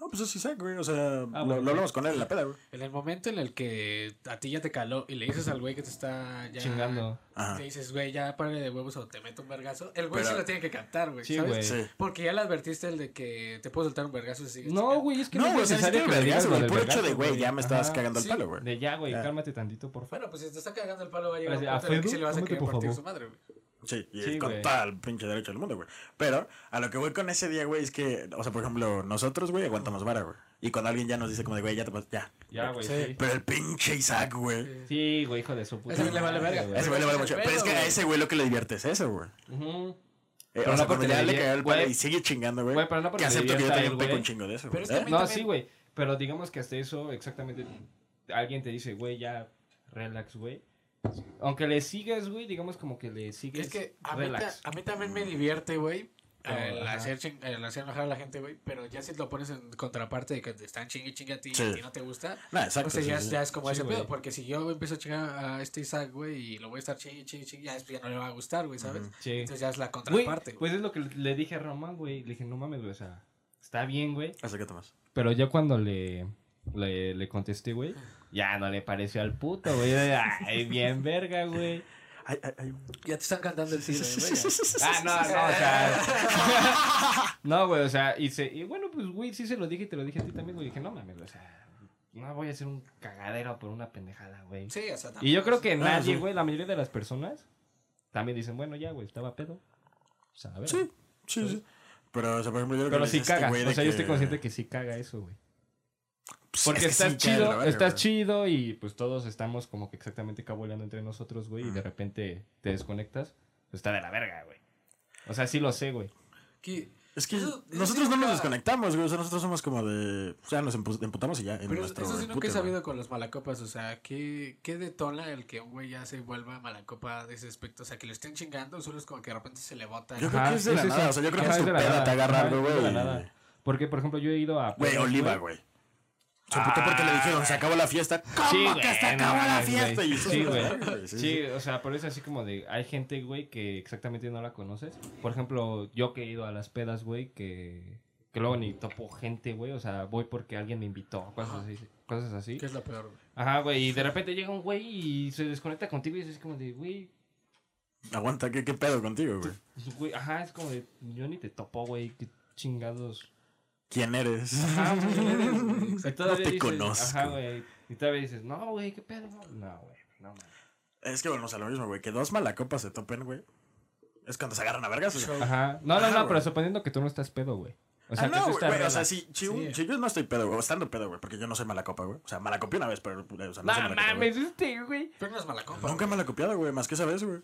S1: No, pues es Isaac, güey. O sea, lo,
S2: Ah, bueno.
S1: lo hablamos con él en la peda, güey.
S3: En el momento en el que a ti ya te caló y le dices al güey que te está ya.
S2: Chingando.
S1: Ajá.
S3: Te dices, güey, ya pare de huevos o te meto un vergazo. El güey
S1: Pero-
S3: sí lo tiene que captar, güey.
S2: Sí,
S3: ¿sabes?
S2: güey.
S1: Sí.
S3: Porque ya le advertiste el de que te puedo soltar un vergazo si sigues
S2: No,
S3: chingando.
S2: güey, es que
S1: No,
S2: no,
S1: güey, o
S2: es
S1: sea, ni
S2: necesario
S1: siquiera
S2: que le digas
S1: vergazo,
S2: lo
S1: güey.
S2: del
S1: Por hecho
S2: vergazo,
S1: de, güey, ya me estabas
S2: Ajá.
S1: cagando el
S3: Sí.
S1: palo, güey.
S2: De ya, güey,
S1: Ya.
S2: cálmate tantito, por favor.
S3: Bueno, pues si te está cagando el palo, va a llegar
S2: Así,
S3: un punto en el que
S2: ¿a
S3: sí le vas a
S2: Fredo?
S3: querer
S2: Cómete, por
S3: partir
S2: favor.
S3: su madre, güey.
S1: Sí, y
S2: Sí,
S1: con
S2: güey.
S1: todo el pinche derecho del mundo, güey. Pero a lo que voy con ese día, güey, es que, o sea, por ejemplo, nosotros, güey, aguantamos vara, güey. Y cuando alguien ya nos dice como de, güey, ya te pasas, ya.
S2: Ya, güey.
S3: Sí.
S2: Sí.
S1: Pero el pinche Isaac, güey.
S2: Sí, güey, hijo de su puta.
S3: Ese güey le vale
S2: madre,
S3: verga.
S2: güey.
S1: Ese güey le vale
S3: Ese
S1: mucho.
S3: pedo,
S1: Pero es que a
S3: güey.
S1: ese güey lo que le divierte es eso, güey.
S2: Ujú.
S1: Eh,
S2: Pero
S1: o sea,
S2: no
S1: cuando
S2: porque
S1: ya
S2: le
S1: le
S2: divi-
S1: cagó el palo
S2: güey.
S1: y sigue chingando, güey.
S2: Güey, pero no
S1: que
S2: porque le
S1: acepto que yo
S2: divierta a él,
S1: también peco
S2: güey.
S1: un chingo de eso, güey.
S3: Pero es que a
S1: ¿eh?
S3: mí
S2: No,
S3: también-
S2: sí, güey. Pero digamos que hasta eso, exactamente, alguien te dice, güey, ya, relax, güey. Aunque le sigas, güey, digamos como que le sigues.
S3: Es que a mí, ta-
S2: relax.
S3: a mí también me divierte, güey. El
S2: Ajá.
S3: hacer, ching- el hacer enojar a la gente, güey. Pero ya si lo pones en contraparte de que te están chingue chingue a ti
S1: Sí.
S3: y a ti no te gusta.
S1: No, exacto,
S3: O sea,
S1: sí,
S3: ya,
S1: sí,
S3: es-
S1: sí.
S3: ya es como
S2: Sí,
S3: ese
S2: güey.
S3: pedo. Porque si yo empiezo a chingar a este Isaac, güey, y lo voy a estar chingue chingue chingue, ya después ya no le va a gustar, güey, ¿sabes?
S2: Sí.
S3: Entonces ya es la
S2: Güey,
S3: contraparte, güey.
S2: pues es lo que le dije a Román, güey. Le dije, no mames, güey, o sea, está bien, güey.
S1: Acércate más.
S2: Pero ya cuando le, le, le contesté, güey, ya no le pareció al puto, güey. Ay, bien verga, güey.
S1: Ay, ay, ay.
S3: Ya te están cantando el cine, güey. ya.
S2: Ah, no, no, o sea. no, güey, o sea, y, se, y bueno, pues, güey, sí se lo dije, te lo dije a ti también, güey. Dije, no mames, o sea, no voy a hacer un cagadero por una pendejada, güey.
S3: Sí, o sea, tampoco
S2: Y yo creo
S3: es-
S2: que
S1: sí.
S2: nadie, güey, la mayoría de las personas también dicen, bueno, ya, güey, estaba pedo. O sea, a ver.
S1: Sí, sí, sí. Pero, o sea, por ejemplo, yo creo
S2: Pero
S1: que
S2: sí
S1: este
S2: caga.
S1: güey
S2: o
S1: de
S2: sea, yo estoy consciente que sí caga eso, güey.
S1: Pues,
S2: Porque
S1: es que
S2: estás
S1: sí cae de la
S2: chido,
S1: verga,
S2: estás
S1: güey.
S2: chido y pues todos estamos como que exactamente caboleando entre nosotros, güey, y de repente te desconectas, pues, está de la verga, güey. O sea, sí lo sé, güey.
S3: que-
S1: Es que
S3: eso- eso
S1: nosotros no nos
S3: nunca-
S1: desconectamos, güey. O sea, nosotros somos como de. O sea, nos empu- emputamos y ya. En
S3: Pero
S1: nuestro
S3: eso sí nunca
S1: empute,
S3: he
S1: güey.
S3: sabido con los malacopas, o sea, ¿qué, ¿qué detona el que un güey ya se vuelva malacopa de ese aspecto? O sea, que lo estén chingando, solo es como que de repente se levanta.
S1: Yo
S3: ¿no?
S1: creo que es de la
S2: sí, sí,
S1: nada.
S2: sí.
S1: O sea, yo creo
S2: Ajá,
S1: que es
S2: es
S1: tu
S2: de la
S1: peda
S2: nada.
S1: te agarra
S2: Ajá,
S1: algo,
S2: es de la
S1: güey.
S2: nada. Porque, por ejemplo, yo he ido a...
S1: Güey,
S2: pedas,
S1: Oliva, güey. Se emputó porque le dijeron, se acabó la fiesta. ¿Cómo
S2: Ah, Sí, güey,
S1: que se
S2: no
S1: acabó la
S2: mames,
S1: fiesta?
S2: güey.
S1: Y "Ah,
S2: Sí, güey.
S1: Sí,
S2: Sí, o sea, por eso así como de... Hay gente, güey, que exactamente no la conoces. Por ejemplo, yo que he ido a las pedas, güey, que... Que luego ni topo gente, güey. O sea, voy porque alguien me invitó. Cosas así. Cosas así.
S3: ¿Qué es lo peor, güey?
S2: Ajá, güey, y de repente llega un güey y se desconecta contigo y es así como de, güey,
S1: Aguanta, ¿qué, qué pedo contigo, güey?
S2: Güey, ajá, es como de, yo ni te topo, güey, qué chingados.
S1: ¿Quién eres?
S2: Ajá, güey.
S3: Exacto.
S2: Y todavía
S1: te
S2: dices,
S1: conozco.
S2: Ajá, güey. Y todavía dices, no, güey, qué pedo. No, güey, no, mames.
S1: Es que volvemos a lo mismo, güey. Que dos malacopas se topen, güey. Es cuando se agarran a vergas, güey.
S2: Ajá. No, no,
S1: Ajá,
S2: no, pero
S1: güey.
S2: suponiendo que tú no estás pedo, güey. O
S1: Ah,
S2: sea, que
S1: no,
S2: tú
S1: güey,
S2: estás.
S1: güey, O sea,
S2: relax.
S1: si, si un-
S3: Sí.
S1: si yo no estoy pedo, güey, o estando pedo, güey, porque yo no soy malacopa, güey. O sea, malacopié una vez, pero. eh, O sea, no, soy
S2: No
S1: malacopa, güey.
S2: mames, este, güey.
S3: Pero no es mala compa.
S1: Pues Nunca he
S3: güey.
S1: malacopiado, güey, más que esa vez, güey.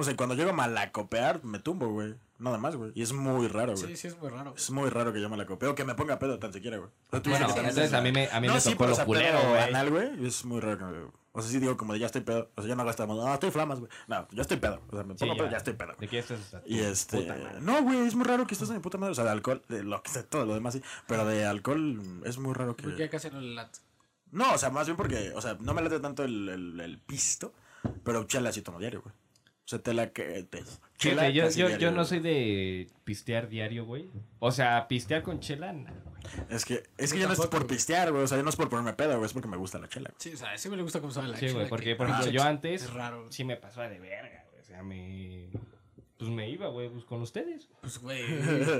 S1: O sea, cuando llego a malacopear, me tumbo, güey. Nada más, güey. Y es muy raro, güey.
S3: Sí, sí, es muy raro. güey.
S1: Es muy raro que yo malacopee o que me ponga pedo tan siquiera, güey. O sea, tú
S2: Bueno,
S1: dices que también
S2: entonces
S1: es-
S2: a mí me- a mí me tocó
S1: pero,
S2: lo
S1: o sea,
S2: culero,
S1: pedo
S2: güey.
S1: anal, güey, es muy raro que me- O sea, sí digo como de ya estoy pedo. O sea, yo no hago esta moda. Ah, estoy flamas, güey. No, yo estoy pedo. O sea, me
S2: Sí,
S1: pongo pedo, ya estoy pedo.
S2: ¿De qué estás? hasta
S1: Y
S2: tu
S1: este.
S2: puta madre?
S1: No, güey, es muy raro que estés en mi puta madre. O sea, de alcohol, de lo que sea, todo lo demás sí. Pero de alcohol mm, es muy raro
S3: Porque ya
S1: que.
S3: casi no le late.
S1: No, o sea, más bien porque. O sea, no me late tanto el, el, el pisto. Pero chela sí tomo diario, güey. O sea, te la que. eh, Te, chela
S2: Fíjate, yo,
S1: casi
S2: yo,
S1: diario,
S2: yo no
S1: güey.
S2: soy de pistear diario, güey. O sea, pistear con chela, nah, güey.
S1: Es que, es que
S3: Yo
S1: yo no es
S3: tampoco,
S1: por
S3: güey.
S1: pistear, güey. O sea, yo no es por ponerme pedo, güey. Es porque me gusta la chela, güey.
S3: Sí, o sea, sí me le gusta cómo sabe la
S2: Sí, güey,
S3: chela,
S2: porque,
S3: que-
S2: por
S3: Ah,
S2: ejemplo, yo antes
S3: Es raro. güey.
S2: sí me pasaba de verga, güey. O sea, me. Pues me iba, güey, pues con ustedes.
S3: Pues, güey,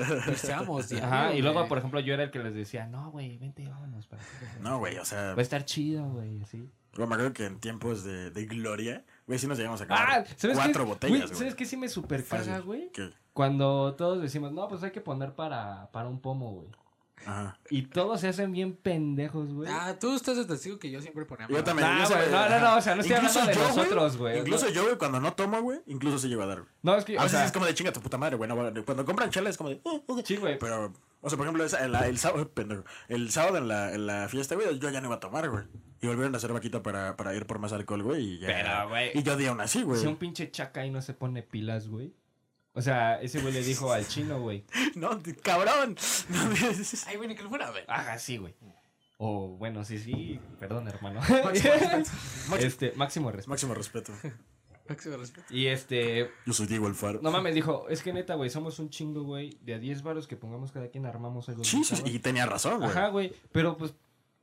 S3: pisteamos. diario,
S2: Ajá, y luego,
S3: güey.
S2: por ejemplo, yo era el que les decía, no, güey, vente, vámonos. Para acá.
S1: No, güey, o sea,
S2: Va a estar chido, güey, así.
S1: güey, me acuerdo que en tiempos de, de gloria, güey, sí nos llegamos a
S2: Ah,
S1: acabar
S2: ¿sabes
S1: cuatro
S2: qué?
S1: botellas, güey.
S2: ¿Sabes qué? Sí me super
S1: Fácil.
S2: güey.
S1: Que-
S2: Cuando todos decimos, no, pues hay que poner para, para un pomo, güey.
S1: Ajá.
S2: Y todos se hacen bien pendejos, güey.
S3: Ah, tú estás de testigo que yo siempre ponía.
S1: Yo también.
S2: Nah,
S1: yo sí,
S2: Ah, güey,
S1: güey,
S2: no,
S1: ajá.
S2: no, no, o sea, no estoy
S1: Incluso
S2: hablando de
S1: yo,
S2: nosotros, güey,
S1: Incluso
S2: no.
S1: yo, güey, cuando no tomo, güey, incluso se llego a dar, güey.
S2: No, es que,
S1: A
S2: o
S1: veces
S2: sea,
S1: es como de chinga tu puta madre, güey. no, güey, cuando compran chela es como de. "Uh, uh".
S2: sí, güey.
S1: Pero, o sea, por ejemplo, esa- el, el sábado, pendejo, el sábado en la, en la fiesta, güey, yo ya no iba a tomar, güey. Y volvieron a hacer vaquita para, para ir por más alcohol, güey. Y ya.
S2: Pero, güey.
S1: Y yo di aún así, güey.
S2: Si un pinche chaca ahí no se pone pilas, güey. O sea, ese güey le dijo al chino, güey.
S1: No, cabrón. No, dices-
S3: Ay, güey, ni que lo fuera a ver.
S2: Ajá, sí, güey. O bueno, sí, sí, perdón, hermano.
S3: Máximo respeto.
S2: este, máximo respeto.
S1: Máximo respeto.
S3: Máximo respeto.
S2: Y este,
S1: Yo soy Diego Alfaro.
S2: no mames, dijo, es que neta, güey, somos un chingo, güey. De a 10 varos que pongamos cada quien armamos algo. bien
S1: Sí, sí, sí,
S2: cabrón".
S1: y tenía razón, güey.
S2: Ajá, güey. Pero pues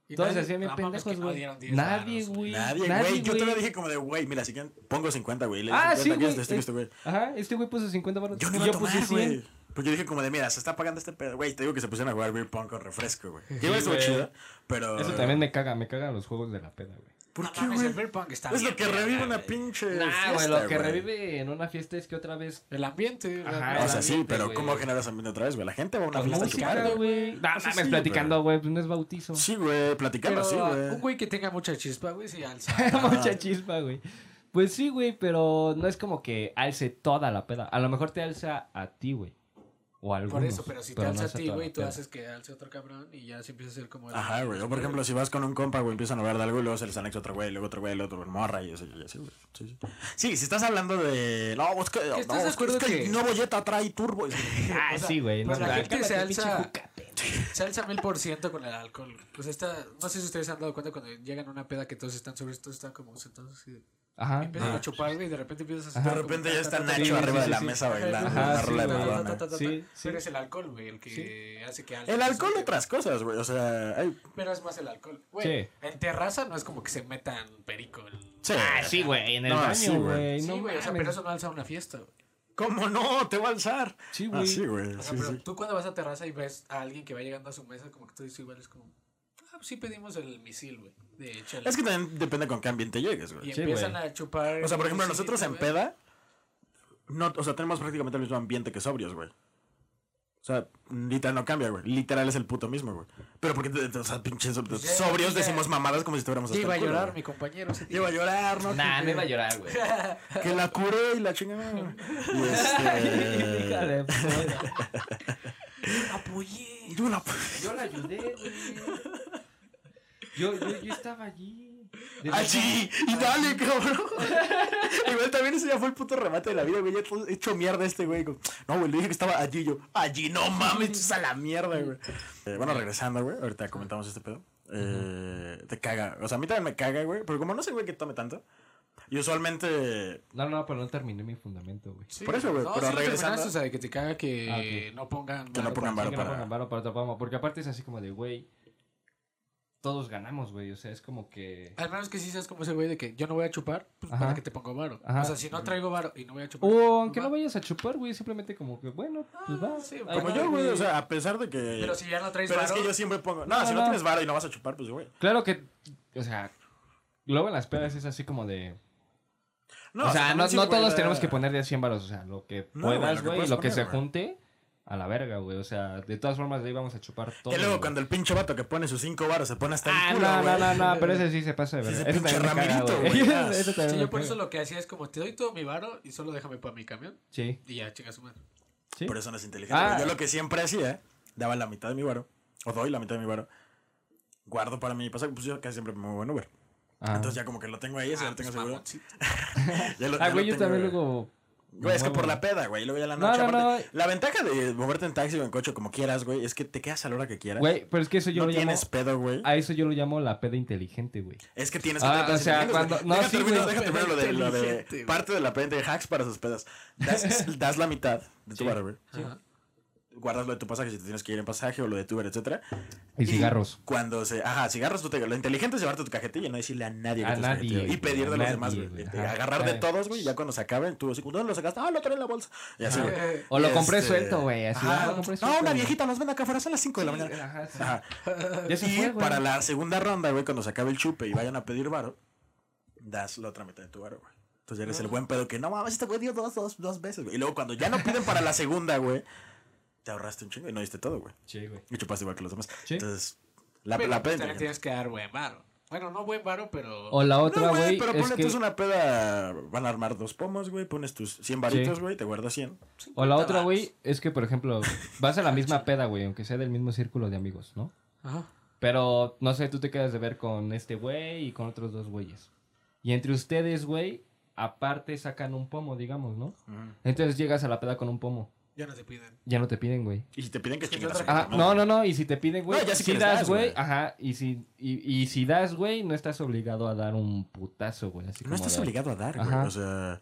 S3: Y
S2: todos se
S3: nadie-
S2: hacían bien
S3: no mames, que
S2: pendejos,
S3: no
S2: güey.
S3: dieron 10
S2: Nadie,
S3: varos,
S2: güey.
S1: Nadie, güey. Yo te lo dije como de, güey, mira, si quieren, pongo 50, güey. Le di
S2: Ah,
S1: 50,
S2: sí,
S1: que
S2: güey.
S1: es de este,
S2: eh,
S1: este, güey.
S2: Ajá, este güey puso 50 baros.
S1: Yo no iba a tomar, güey. Pues yo dije como de, mira, se está pagando este pedo. Güey, te digo que se pusieron a jugar beer pong con refresco, güey. Que igual estuvo
S2: güey.
S1: chido, pero...
S2: Eso también me caga, me cagan los juegos de la peda, güey.
S1: ¿Por
S3: No
S1: qué,
S3: mames,
S1: güey?
S3: el beer pong está
S1: Es lo
S3: bien,
S1: que
S3: güey,
S1: revive
S3: güey.
S1: una pinche
S2: Nah, güey,
S1: fiesta,
S2: lo que revive en una fiesta es que otra vez.
S3: El ambiente.
S2: Ajá,
S3: la-
S1: O sea, sí,
S2: ambiente,
S1: pero
S2: güey.
S1: ¿cómo generas ambiente otra vez, güey? La gente va a una
S2: Con
S1: fiesta a chupar,
S2: música,
S1: güey.
S2: güey. No
S1: O sea,
S2: mames,
S1: sí,
S2: platicando, güey, pues no es bautizo.
S1: Sí, güey, platicando,
S3: pero
S1: sí,
S2: ¿eh?
S3: un
S1: güey.
S3: güey que tenga mucha chispa, güey, sí alza.
S2: Mucha chispa, güey. Pues sí, güey, pero no es como que alce toda la peda. A lo mejor te alza a ti, güey. O a algunos.
S3: Por eso, pero si te
S2: no
S3: alza a ti,
S2: toda la
S3: güey, tú
S2: peda.
S3: haces que alce otro cabrón y ya se empieza a hacer como... el-
S1: Ajá, güey. O por ejemplo, si vas con un compa, güey, empiezan a hablar de algo y luego se les anexa otro güey, luego otro güey, luego otro güey, morra y eso, y así, güey. Sí, sí. Sí, si estás hablando de. No, es que, no,
S3: estás de
S1: es que, es
S3: acuerdo
S1: que
S3: que-
S1: el nuevo Jetta trae turbo.
S2: Ah,
S3: O sea,
S2: sí, güey.
S3: pues
S2: no,
S3: la
S2: mames.
S3: gente se
S2: Cálmate,
S3: alza-
S2: pinche juca, pendejo.
S3: Se alza mil por ciento con el alcohol. güey. O sea, está... No sé si ustedes se han dado cuenta cuando llegan a una peda que todos están sobre todos están como sentados así.
S2: Ajá.
S3: Empiezan
S1: Ah,
S2: no.
S3: a chupar, güey, y de repente empiezas a...
S2: Ah, Ajá.
S1: De
S3: sentar
S1: repente
S3: como-
S1: ya está
S3: ta, ta, ta,
S2: Sí,
S1: Nacho
S2: sí,
S1: arriba de
S2: sí,
S1: la
S2: sí.
S1: mesa bailando
S2: Ajá,
S1: una
S2: sí,
S1: rola de
S2: güey.
S1: Madonna.
S3: ta, ta, ta, ta,
S2: Sí,
S3: ta.
S2: sí.
S3: Pero es el alcohol, güey, el que hace que alce.
S1: El alcohol otras cosas, güey. O sea, hay.
S3: Pero es más el alcohol. Güey,
S2: Sí.
S3: en terraza no es como que se metan perico. el-
S1: Sí.
S2: Ah, sí, güey, en el
S1: No, sí,
S2: baño,
S1: güey.
S2: güey.
S3: Sí,
S2: no
S3: güey, o sea,
S2: mames.
S3: pero eso no alza una fiesta, güey.
S1: ¿Cómo no? Te va a alzar.
S2: Sí,
S1: Ah,
S2: güey.
S1: sí, güey.
S3: O sea,
S1: Sí,
S3: pero
S1: sí.
S3: tú cuando vas a terraza y ves a alguien que va llegando a su mesa, como que tú dices igual, es como, ah, sí pedimos el misil, güey, de chela.
S1: Es que también depende con qué ambiente llegues,
S3: Y
S1: güey.
S2: Sí,
S3: empiezan
S2: güey.
S3: a chupar.
S1: O sea, por ejemplo,
S3: misil,
S1: nosotros en
S3: güey.
S1: peda. No, o sea, tenemos prácticamente el mismo ambiente que sobrios, güey. O sea, literal no cambia, güey. Literal es el puto mismo, güey. Pero porque, o sea, pinches
S3: Pues ya,
S1: sobrios
S3: ya.
S1: decimos mamadas como si estuviéramos
S3: Sí,
S1: hasta
S3: iba a
S1: el culo,
S3: llorar
S1: güey.
S3: mi compañero. ese día.
S1: Iba a llorar, ¿no?
S2: Nah,
S1: Que-
S2: no iba a llorar, güey.
S1: Que la curé y la chingada. Y
S3: Eh.
S2: Hija
S1: este...
S2: de puta.
S3: Apoyé.
S1: Yo la...
S2: Yo la ayudé, güey. Yo, yo, yo estaba allí. De
S1: ¡Ah,
S2: verdad.
S1: sí! ¡Y dale, cabrón! Igual también ese ya fue el puto remate de la vida, güey. Ya todo hecho mierda este, güey. Como, No, güey, le dije que estaba allí yo. Allí, no mames, estás a la mierda, güey. Eh, bueno, regresando, güey. Ahorita comentamos este pedo. Eh, te caga. O sea, a mí también me caga, güey. Pero como no sé, güey, que tome tanto. Y usualmente...
S2: No, no, pero no terminé mi fundamento, güey.
S3: Sí,
S1: Por eso, güey, pero
S3: sí lo
S1: regresando-
S3: terminaste, O sea, de que te caga que
S2: Ah, ok.
S3: no pongan.
S1: Que no
S3: varo
S1: pongan varo
S3: para-
S2: Sí, que
S1: para-
S2: no pongan varo para tapar, Porque aparte es así como de, güey. todos ganamos, güey. O sea, es como que.
S3: Al menos que sí seas como ese güey de que yo no voy a chupar, pues
S2: Ajá.
S3: para que te pongo varo.
S2: Ajá.
S3: O sea, si no traigo varo y no voy a
S1: Uh,
S3: chupar. pues,
S2: O aunque no
S3: va.
S2: vayas a chupar, güey, simplemente como que, bueno, pues va.
S3: sí,
S2: ahí
S1: Como
S2: va.
S1: yo, güey, o sea, a pesar de que. Pero,
S3: Pero si ya no traes
S1: es
S3: varo.
S1: que yo siempre pongo. No,
S2: No,
S1: si no,
S2: no.
S1: tienes vara y no vas a chupar, pues, güey.
S2: Claro que, o sea, luego en las pedas es así como de.
S1: No,
S2: o sea, no,
S1: también sí
S2: no todos
S1: puede-
S2: tenemos que poner de 100 varos. O sea, lo que
S1: No, güey, lo
S2: puedas,
S1: que
S2: güey, y
S1: puedas
S2: lo que
S1: poner,
S2: se
S1: güey.
S2: junte, a la verga, güey. O sea, de todas formas, de ahí vamos a chupar todo.
S1: Que luego
S2: güey.
S1: cuando el pinche vato que pone sus cinco varos se pone hasta el
S2: Ah,
S1: culo,
S2: no, no,
S1: güey.
S2: no, no, pero ese sí se pasa de
S1: Sí,
S2: verdad.
S1: ese pinche Ramirito, güey. Ah,
S2: Eso también
S3: Sí,
S2: me
S3: yo por
S2: caga.
S3: eso lo que hacía es como te doy todo mi varo y solo déjame para mi camión.
S2: Sí,
S3: Y ya, chinga su madre.
S2: sí.
S1: Por eso no es inteligente.
S2: Ah.
S1: güey. Yo lo que siempre hacía, daba la mitad de mi varo, o doy la mitad de mi varo, guardo para mi pasaje, pues yo casi siempre me muevo en Uber.
S2: Ah.
S1: Entonces ya como que lo tengo ahí, eso
S3: Ah,
S1: lo tengo
S3: pues,
S1: seguro.
S3: mamoncito.
S1: Ya lo-
S2: Ah,
S1: ya
S2: güey,
S1: lo
S2: yo
S1: tengo,
S2: también
S1: güey.
S2: luego.
S1: Güey, es que
S2: me
S1: por
S2: muevo.
S1: la peda, güey, y luego ya la
S2: No,
S1: noche.
S2: no, no.
S1: aparte, La ventaja de moverte en taxi o en coche o como quieras, güey, es que te quedas a la hora que quieras.
S2: Güey, pero es que eso yo
S1: no
S2: lo llamo.
S1: tienes pedo, güey.
S2: A eso yo lo llamo la peda inteligente, güey.
S1: Es que tienes
S2: Ah,
S1: que
S2: o sea, cuando- no, sí, güey.
S1: Déjate ver lo de, lo de-
S3: Inteligente, güey.
S1: parte de la peda de hacks para sus pedas. Das, das la mitad de tu
S2: Sí.
S1: varo, güey.
S3: Ajá.
S1: Guardas lo de tu pasaje si te tienes que ir en pasaje o lo de tu Uber, etcétera.
S2: Y cigarros.
S1: Cuando se. Ajá, cigarros tú te. Lo inteligente es llevarte tu cajetilla y no decirle a nadie que
S2: A
S1: te
S2: nadie,
S1: Y
S2: güey,
S1: pedir de
S2: a
S1: los
S2: nadie,
S1: demás, güey.
S2: güey,
S1: De-
S2: ajá. Eh.
S1: Agarrar de
S2: Ajá.
S1: todos, güey. y Ya cuando se acaben, tú así, ¿dónde lo sacaste? Ah, lo trae en la bolsa. Y así,
S2: Ajá.
S1: güey.
S3: Eh,
S2: O lo
S1: Y
S2: compré
S1: este-
S2: suelto, güey. Así,
S1: Ajá.
S2: ah, lo compré
S1: No,
S2: suelto,
S1: una
S2: güey.
S1: viejita nos ven acá afuera, son las 5 de la mañana.
S2: Ajá, sí.
S1: Ajá.
S2: Ya se
S1: Y
S2: fue, güey.
S1: para la segunda ronda, güey, cuando se acabe el chupe y vayan a pedir varo, das la otra mitad de tu varo, güey. Entonces ya eres
S2: Ah.
S1: el buen pedo que no mames, este güey dio dos, dos, dos veces, güey. Y luego cuando ya no piden para la segunda, güey, te ahorraste un chingo y no diste todo, güey.
S2: Sí, güey.
S1: Y chupaste igual que los demás.
S2: Sí.
S1: Entonces, la, la peda.
S3: pero pues, también
S1: inteligente.
S3: tienes que dar buen varo. Bueno, no buen varo, pero.
S2: O la
S1: No,
S2: otra,
S1: güey,
S2: güey.
S1: pero
S2: es
S1: ponle tú
S2: que...
S1: es una peda. Van a armar dos pomos, güey. Pones tus 100 varitos, güey. Te guardas 100.
S2: O la otra,
S3: varos.
S2: güey, es que, por ejemplo, vas a la misma peda, güey, aunque sea del mismo círculo de amigos, ¿no?
S3: Ajá.
S2: Pero, no sé, tú te quedas de ver con este güey y con otros dos güeyes. Y entre ustedes, güey, aparte sacan un pomo, digamos, ¿no? Entonces llegas a la peda con un pomo.
S3: Ya no te piden.
S2: Ya no te piden, güey.
S1: Y si te piden que
S3: Es que
S1: chingas
S3: yo
S1: a su
S2: Ajá,
S1: madre.
S2: Ah, no, no, no, y si te piden, güey,
S1: No, ya sí
S2: si
S1: que les das,
S2: das, güey,
S1: güey.
S2: ajá, y si, y, y si das, güey, no estás obligado a dar un putazo, güey, así
S1: No
S2: como
S1: estás
S2: de-
S1: obligado a dar, güey.
S2: Ajá.
S1: O sea.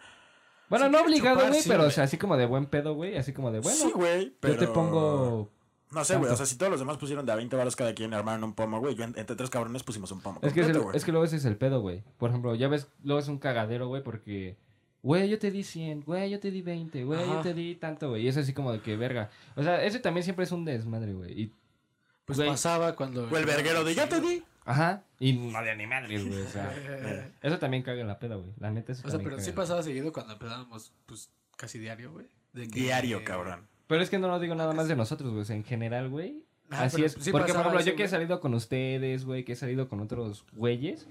S2: Bueno,
S1: Si
S2: no
S1: quieres
S2: obligado,
S1: chupar,
S2: güey,
S1: sí,
S2: pero, o
S1: güey.
S2: sea, así como de buen pedo, güey, así como de, bueno,
S1: sí, güey. Pero...
S2: yo te pongo
S1: No sé, güey. O
S2: Tanto.
S1: sea, si todos los demás pusieron de a 20 varos cada quien y armaron un pomo, güey. yo en- Entre tres cabrones pusimos un pomo.
S2: Es que, es,
S1: completo,
S2: el-
S1: güey.
S2: es que luego ese es el pedo, güey. Por ejemplo, ya ves, luego es un cagadero, güey, porque, güey, yo te di 100, güey, yo te di 20, güey, yo
S3: Ajá.
S2: te di tanto, güey. Y es así como de que, verga. O sea, ese también siempre es un desmadre, güey. Y,
S3: Pues
S2: Güey.
S3: pasaba cuando.
S1: O el verguero de ya te di.
S2: ajá, y no de ni madres, güey. O sea,
S3: Eh,
S2: eso también caga en la peda, güey. La neta, eso
S3: O sea,
S2: también
S3: pero sí
S2: caga.
S3: pasaba seguido cuando empezábamos, pues casi diario, güey. De que-
S1: Diario, cabrón.
S2: Pero es que no lo digo nada más de nosotros, güey. o sea, en general, güey.
S3: Ah,
S2: así
S3: pero
S2: es.
S3: sí
S2: Porque, por
S3: pasaba
S2: ejemplo,
S3: eso,
S2: yo que he
S3: güey.
S2: salido con ustedes, güey, que he salido con otros güeyes.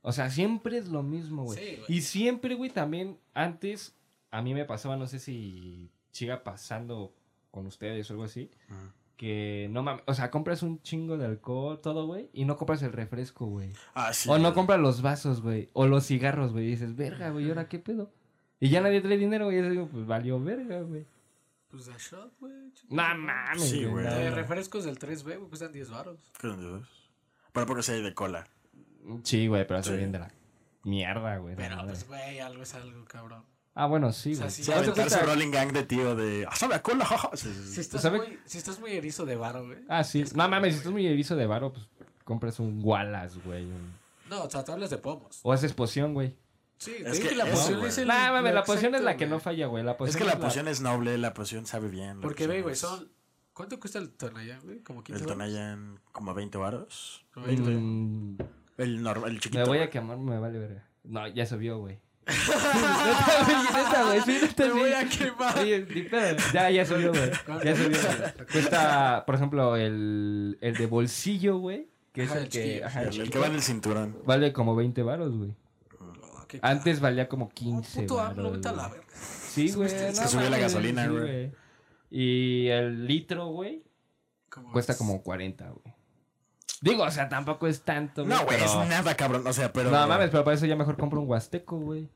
S2: O sea, siempre es lo mismo, güey.
S3: Sí, güey.
S2: y siempre, güey, también antes a mí me pasaba, no sé si siga pasando con ustedes o algo así,
S1: Ajá.
S2: que no mames. O sea, compras un chingo de alcohol, todo, güey, y no compras el refresco, güey.
S1: Ah, sí.
S2: O no
S1: güey.
S2: compras los vasos, güey. O los cigarros, güey. Y dices, verga, güey, ¿y ahora qué pedo? Y ya nadie trae dinero, güey. Y yo digo, pues valió verga, güey.
S3: Pues a shot, güey. chico.
S2: No mames.
S1: Sí, güey.
S2: no,
S3: De
S2: no.
S3: refrescos del 3B, güey, cuestan 10 baros.
S1: ¿Qué son esos? Pero porque se hay de cola.
S2: Sí, güey, pero eso
S1: Sí.
S2: viene de la mierda, güey. la
S3: Pero,
S2: madre.
S3: pues, güey, algo es algo, cabrón.
S2: Ah, bueno, sí,
S3: O sea,
S2: güey.
S3: sí,
S1: Sí,
S3: Hazte
S1: aventar su
S2: cuenta-
S1: rolling gang de tío de. ¡Ah, sabe a cola! jaja". Sí, sí, sí.
S3: Si estás,
S2: Pues, ¿Sabe-
S3: muy, si estás muy erizo de varo, güey.
S2: Ah, sí.
S3: Es
S2: No
S3: como,
S2: mames, si estás
S3: güey.
S2: muy erizo de varo, pues compras un Wallace, güey. un-
S3: No, o sea, tú hablas de pomos.
S2: O haces poción, güey.
S3: Sí,
S1: Es
S3: te digo
S1: que
S3: que la
S1: eso,
S3: poción
S1: güey.
S3: es
S2: No,
S3: el.
S2: mames,
S3: lo
S2: la poción es la
S3: exacto,
S2: que no
S3: güey.
S2: falla, güey.
S3: Pues
S2: La poción
S1: es que la poción es noble, la poción sabe bien. la
S3: Porque, ve,
S1: poción
S3: güey,
S1: es-
S3: son. ¿Cuánto cuesta el Tonayán, güey? Como 15
S1: El
S3: baros?
S1: Tonayan, como 20 varos.
S2: Mm,
S1: El normal, el chiquito.
S2: me voy a quemar, me vale verga. No, ya subió, güey. Neta, güey, neta, güey, sí, neta,
S3: Te voy
S2: sí.
S3: a quemar.
S2: Oye, ni pedo. Ya, ya subió, güey. Ya subió, güey. Cuesta, por ejemplo, el, el de bolsillo, güey. Que es
S3: Ajá,
S2: el
S3: el
S2: que.
S3: chiquillo.
S2: Ajá,
S1: El,
S2: el
S1: el que
S2: chiquito.
S1: va en el cinturón.
S2: Vale como 20 varos, güey.
S3: Oh, qué
S2: Antes valía como
S1: Oh,
S2: 15
S3: puto
S1: ah,
S3: AMLO,
S2: varos,
S3: vete a la
S2: güey.
S3: verga.
S2: Sí, güey.
S3: Se
S2: no
S1: subió la
S2: mames,
S1: gasolina,
S2: sí,
S1: güey.
S2: Y el litro, güey,
S3: Como-
S2: cuesta como 40, güey. Digo, o sea, tampoco es tanto, güey.
S1: No, güey,
S2: pero-
S1: es nada, cabrón. O sea, pero.
S2: No mames, pero para eso ya mejor compro un huasteco, güey.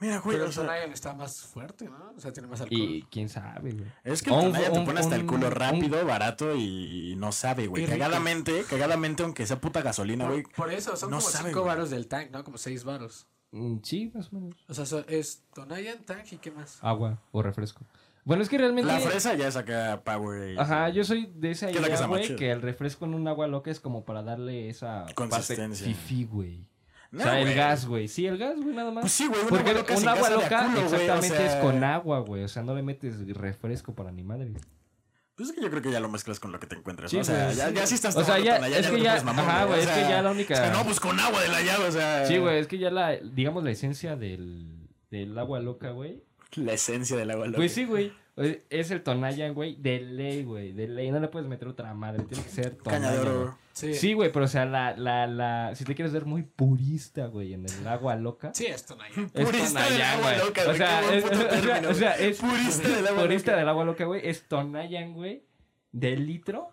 S1: Mira, güey,
S3: Pero
S1: o
S3: el
S1: sea.
S3: Tonayán está más fuerte, ¿no? O sea, tiene más alcohol.
S2: Y quién sabe, güey.
S1: Es que el
S2: O un-
S1: Tonayan te
S2: un-
S1: pone hasta el
S2: un-
S1: culo
S2: un-
S1: rápido, barato y, y no sabe, güey.
S3: Y rico.
S1: Cagadamente, cagadamente, aunque sea puta gasolina, güey.
S3: Por, por eso, son
S1: no
S3: como
S1: sabe,
S3: 5
S1: güey.
S3: varos del tank, ¿no? Como 6 varos.
S2: Mm, Sí, más o menos.
S3: O sea, so- es Tonayan, tank y qué más.
S2: Agua o refresco. Bueno, es que realmente.
S1: La fresa ya saca Power.
S2: Ajá, yo soy de esa
S1: Que es la que
S2: idea,
S1: está más
S2: güey,
S1: chida.
S2: que el refresco en un agua loca es como para darle esa
S1: Consistencia.
S2: parte fifí, güey.
S1: No,
S2: o sea, el
S1: güey.
S2: gas, güey. Sí, el gas, güey, nada más.
S1: Pues sí, güey, una
S2: Porque
S1: agua loca
S2: un
S1: sin
S2: agua
S1: gas sabe a
S2: loca
S1: culo, güey, o
S2: exactamente
S1: sea-
S2: es con agua, güey. O sea, no le metes refresco para ni madre.
S1: Pues es que yo creo que ya lo mezclas con lo que te encuentres,
S2: Sí,
S1: ¿no? O sea,
S2: güey,
S1: ya,
S2: sí.
S1: ya sí estás
S2: O sea,
S1: tomando
S2: ya-
S1: tan allá,
S2: es que
S1: no te
S2: ya-
S1: pones mamón,
S2: ajá, güey,
S1: O
S2: es que
S1: sea,
S2: ya la única-
S1: o sea, no, pues con agua de la llave, o sea.
S2: Sí, güey, es que ya la, digamos, la esencia del, del agua loca, güey.
S1: La esencia del agua loca.
S2: Güey, Pues sí, güey. O- Es el Tonayan, güey, de ley, güey, de ley. No le puedes meter otra madre, tiene que ser Tonayan.
S1: Caña de oro.
S3: Sí,
S2: Sí, güey, pero o sea, la, la, la, si te quieres ver muy purista, güey, en el agua loca.
S3: Sí, es Tonayán.
S2: es
S1: Purista del
S2: Tonayan,
S1: agua
S2: güey.
S1: loca,
S2: O
S1: güey,
S2: sea,
S1: qué buen
S2: es,
S1: puto
S2: o sea,
S1: término,
S2: o sea,
S1: güey.
S2: es
S1: Purista del agua
S2: purista
S1: loca.
S2: del agua loca, güey. Es Tonayan, güey, de litro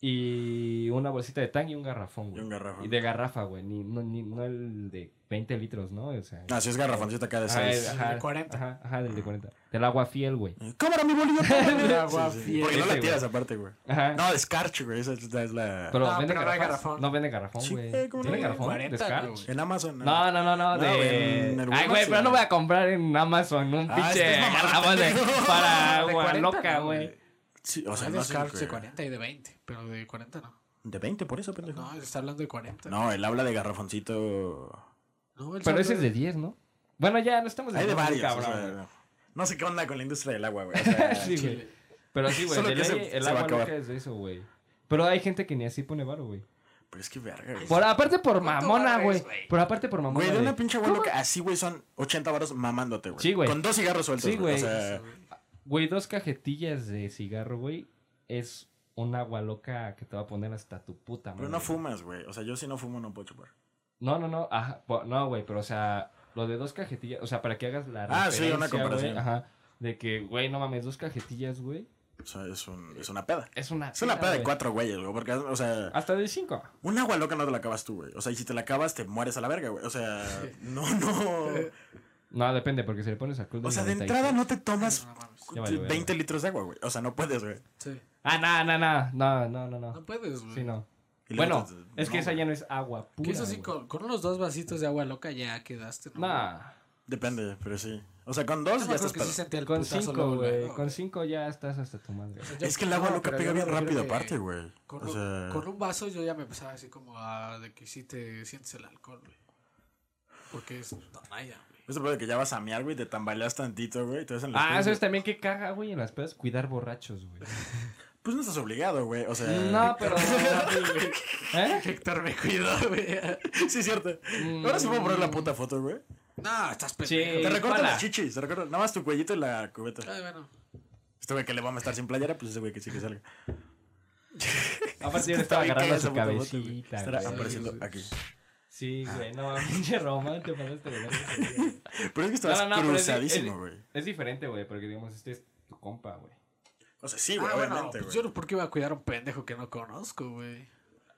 S2: y una bolsita de tang y un garrafón,
S1: Y
S2: güey.
S1: un garrafón.
S2: Y de garrafa, güey, ni, no, ni, no el de 20 litros, ¿no? O sea,
S1: No, si es garrafoncito acá Ah, de
S2: ajá,
S1: seis. Ah.
S2: ajá,
S3: El de 40.
S2: Ajá, ajá, del de 40. Del agua fiel, güey.
S1: Cámara, mi bolillo.
S3: El
S1: cámara.
S3: agua
S1: Sí, sí.
S3: fiel.
S1: Porque no
S2: Ese,
S1: la
S2: güey.
S1: tiras aparte, güey.
S2: Ajá.
S1: No, descarche, güey. Esa es la- es la.
S2: pero
S3: No,
S2: vende
S3: pero no
S2: garrafas.
S3: hay garrafón.
S2: No vende garrafón,
S1: Sí,
S2: güey.
S1: eh, ¿cómo no?
S2: ¿Tiene
S1: Sí,
S2: garrafón?
S3: 40,
S2: Descarga.
S3: güey.
S1: En Amazon.
S2: No, no, no, no,
S1: No,
S2: de...
S1: en el
S2: Ay,
S1: Walmart
S2: güey,
S1: sí,
S2: pero no voy
S1: güey.
S2: a comprar en Amazon un
S1: Ah,
S2: pinche
S1: estás mamada,
S2: garrafón de...
S1: pendejo.
S2: para
S3: De
S2: agua
S3: 40
S2: loca,
S3: no,
S2: güey.
S1: Sí, o
S2: Ah,
S3: O sea,
S1: sea,
S3: de
S1: no sé,
S3: Scarps de
S1: güey.
S3: 40 y de 20, pero de 40 no.
S1: De 20, por eso, pendejo.
S3: No, él está hablando de 40.
S1: No, él habla de garrafoncito.
S3: No, él está
S2: Pero ese es de
S3: hablando
S2: 10, ¿no? Bueno, ya, no estamos...
S1: Hay de
S2: hablando,
S1: varios.
S2: cabrón,
S1: o sea,
S2: güey.
S1: no sé qué onda con la industria del agua, güey. O sea,
S2: Sí, güey.
S3: Chile.
S2: Pero sí, güey,
S1: Solo
S2: de
S1: que se-
S2: ley, el
S1: se va a
S2: agua
S1: acabar.
S2: loca es de eso, güey. Pero hay gente que ni así pone varo, güey.
S1: Pero es que pues verga, güey.
S2: Por, aparte por
S3: ¿Cuánto
S2: mamona,
S3: varo
S2: güey.
S3: es, güey?
S2: Por aparte por mamona.
S1: Güey, de
S2: de-
S1: una pinche agua loca, así, güey, son 80 varos mamándote, güey.
S2: Sí, güey.
S1: Con dos cigarros sueltos,
S2: Sí,
S1: güey.
S2: güey.
S1: O sea,
S2: Güey, dos cajetillas de cigarro, güey, es un agua loca que te va a poner hasta tu puta madre.
S1: pero no
S2: güey.
S1: fumas, güey. O sea, yo si no fumo no puedo chupar.
S2: No, no, no. Ajá, po- no, güey, pero o sea, lo de dos cajetillas, o sea, para que hagas la
S1: Ah, sí, una
S2: referencia,
S1: comparación.
S2: güey, ajá, de que, güey, no mames, dos cajetillas, güey,
S1: O sea, es, un, es una peda.
S2: es una
S1: Es una peda de
S2: güey.
S1: cuatro güeyes, güey. Porque, o sea,
S2: Hasta de cinco.
S1: un agua loca no te la acabas tú, güey. O sea, y si te la acabas, te mueres a la verga, güey. O sea, no, no.
S2: No, depende, porque si le pones a Cruz
S1: O sea, de entrada no te tomas
S3: No, no mames.
S2: Ya valió,
S1: 20 litros de agua, güey. O sea, no puedes, güey.
S3: Sí.
S2: Ah, no, no, no, no, no, no,
S3: No
S2: no.
S3: puedes, güey.
S2: Sí, no.
S1: Y luego
S2: Bueno,
S1: te-
S2: es que
S1: no,
S2: esa
S1: güey.
S2: ya no es agua pura,
S3: Que eso sí,
S2: güey.
S3: con, con unos dos vasitos de agua loca ya quedaste, ¿no?
S2: Nah.
S1: Depende, pero sí. O sea, con
S2: Pues
S3: Yo
S1: dos ya
S3: me acuerdo
S1: estás
S3: que sí
S1: pedo.
S3: sentí el
S2: Con
S3: putazo
S2: cinco,
S3: luego,
S2: güey.
S3: luego.
S2: Con cinco ya estás hasta tu madre.
S3: O sea, yo-
S1: Es que el agua
S3: no,
S1: loca
S3: pero
S1: pega
S3: yo
S1: bien
S3: me refiero
S1: rápido,
S3: que
S1: aparte, güey.
S3: Con,
S1: O
S3: un-
S1: sea,
S3: con un vaso yo ya me empezaba así como a de que sí te sientes el alcohol, güey. Porque es tonaya, güey.
S1: Eso puede que ya vas a mear, güey, te tambaleas tantito, güey. y te vas en la
S2: Ah,
S1: espalda.
S2: eso es también que caga, güey, en las pedas cuidar borrachos, güey.
S1: Pues no estás obligado, güey. O sea.
S2: No, pero... ¿Eh?
S3: Héctor me cuidó, güey.
S1: Sí, es cierto.
S2: Mm.
S1: Ahora sí puedo poner la puta foto, güey.
S3: No, estás
S2: Sí.
S1: Te
S3: pendejo.
S1: recortan
S2: pala.
S1: las chichis, te recortan. Nada más tu cuellito y la cubeta.
S3: Ay, bueno. Ah,
S1: Este güey que le vamos a estar sin playera, pues ese güey que sí que salga.
S2: Aparte yo
S1: Está
S2: Ah, pues le estaba
S1: bien
S2: agarrando
S1: cagada esa
S2: su
S1: puta foto, güey.
S2: cabecita,
S1: Estará
S2: güey.
S1: apareciendo aquí.
S2: Sí,
S1: Ah.
S2: güey, no, pinche Román, te pasaste de verga.
S1: Pero es que estabas
S2: No, no, no, pero es-
S1: cruzadísimo,
S2: es-
S1: güey.
S2: Es diferente, güey, porque digamos, este es tu compa, güey.
S1: O sea, sí,
S3: Ah,
S1: güey,
S3: bueno,
S1: obviamente,
S3: pues
S1: güey.
S3: yo no, ¿por qué iba a cuidar a un pendejo que no conozco, güey?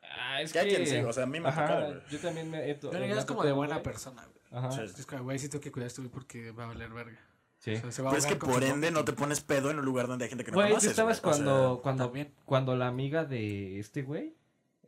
S2: Ah, es
S1: Ya
S2: que...
S1: quien sí, o sea, a mí me ha
S2: Ajá,
S1: tocado, güey.
S2: Yo también me he... to-
S3: Pero
S2: me
S3: ya
S2: ha
S3: es como de
S2: tocado,
S3: buena
S2: güey.
S3: persona, güey.
S2: Ajá,
S1: Sí.
S3: Es como, güey, sí tengo que cuidar a este güey porque va a valer verga.
S2: sí.
S3: O sea, se va a
S1: Pero es que
S3: ahogar con
S1: por
S3: su
S1: ende no
S3: vómito.
S1: te pones pedo en un lugar donde hay gente que no
S2: Güey, tú
S1: conoces.
S2: estabas
S1: güey. O sea,
S2: cuando, cuando,
S3: también.
S2: cuando la amiga de este güey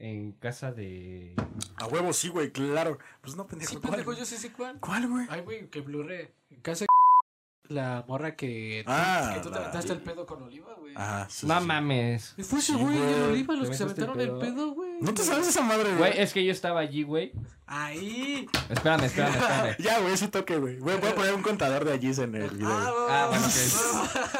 S2: en casa de...
S1: A huevo sí, güey, claro. Pues no, pendejo.
S3: Sí,
S1: ¿cuál,
S3: pendejo,
S1: güey?
S3: yo sí sé cuál.
S1: ¿Cuál, güey?
S3: Ay, güey, que Blu-ray. En casa de la morra que,
S1: Ah,
S3: que tú te
S1: la-
S3: aventaste el pedo con Oliva, güey.
S1: Ajá, Ah, sí,
S2: no
S1: sí.
S2: mames.
S3: Y Fue ese
S1: Sí,
S3: güey y el
S1: güey.
S3: Oliva los
S2: Te
S3: que se
S2: aventaste el
S3: aventaron el
S2: pedo.
S3: pedo, güey.
S1: No te sabes esa madre,
S2: Güey,
S1: güey.
S2: es que yo estaba allí, güey.
S3: Ahí.
S2: Espérame, espérame, espérame.
S1: Ya, güey, ese toque, güey. Güey, voy a poner un contador de allí en el video. güey.
S2: Ah, bueno,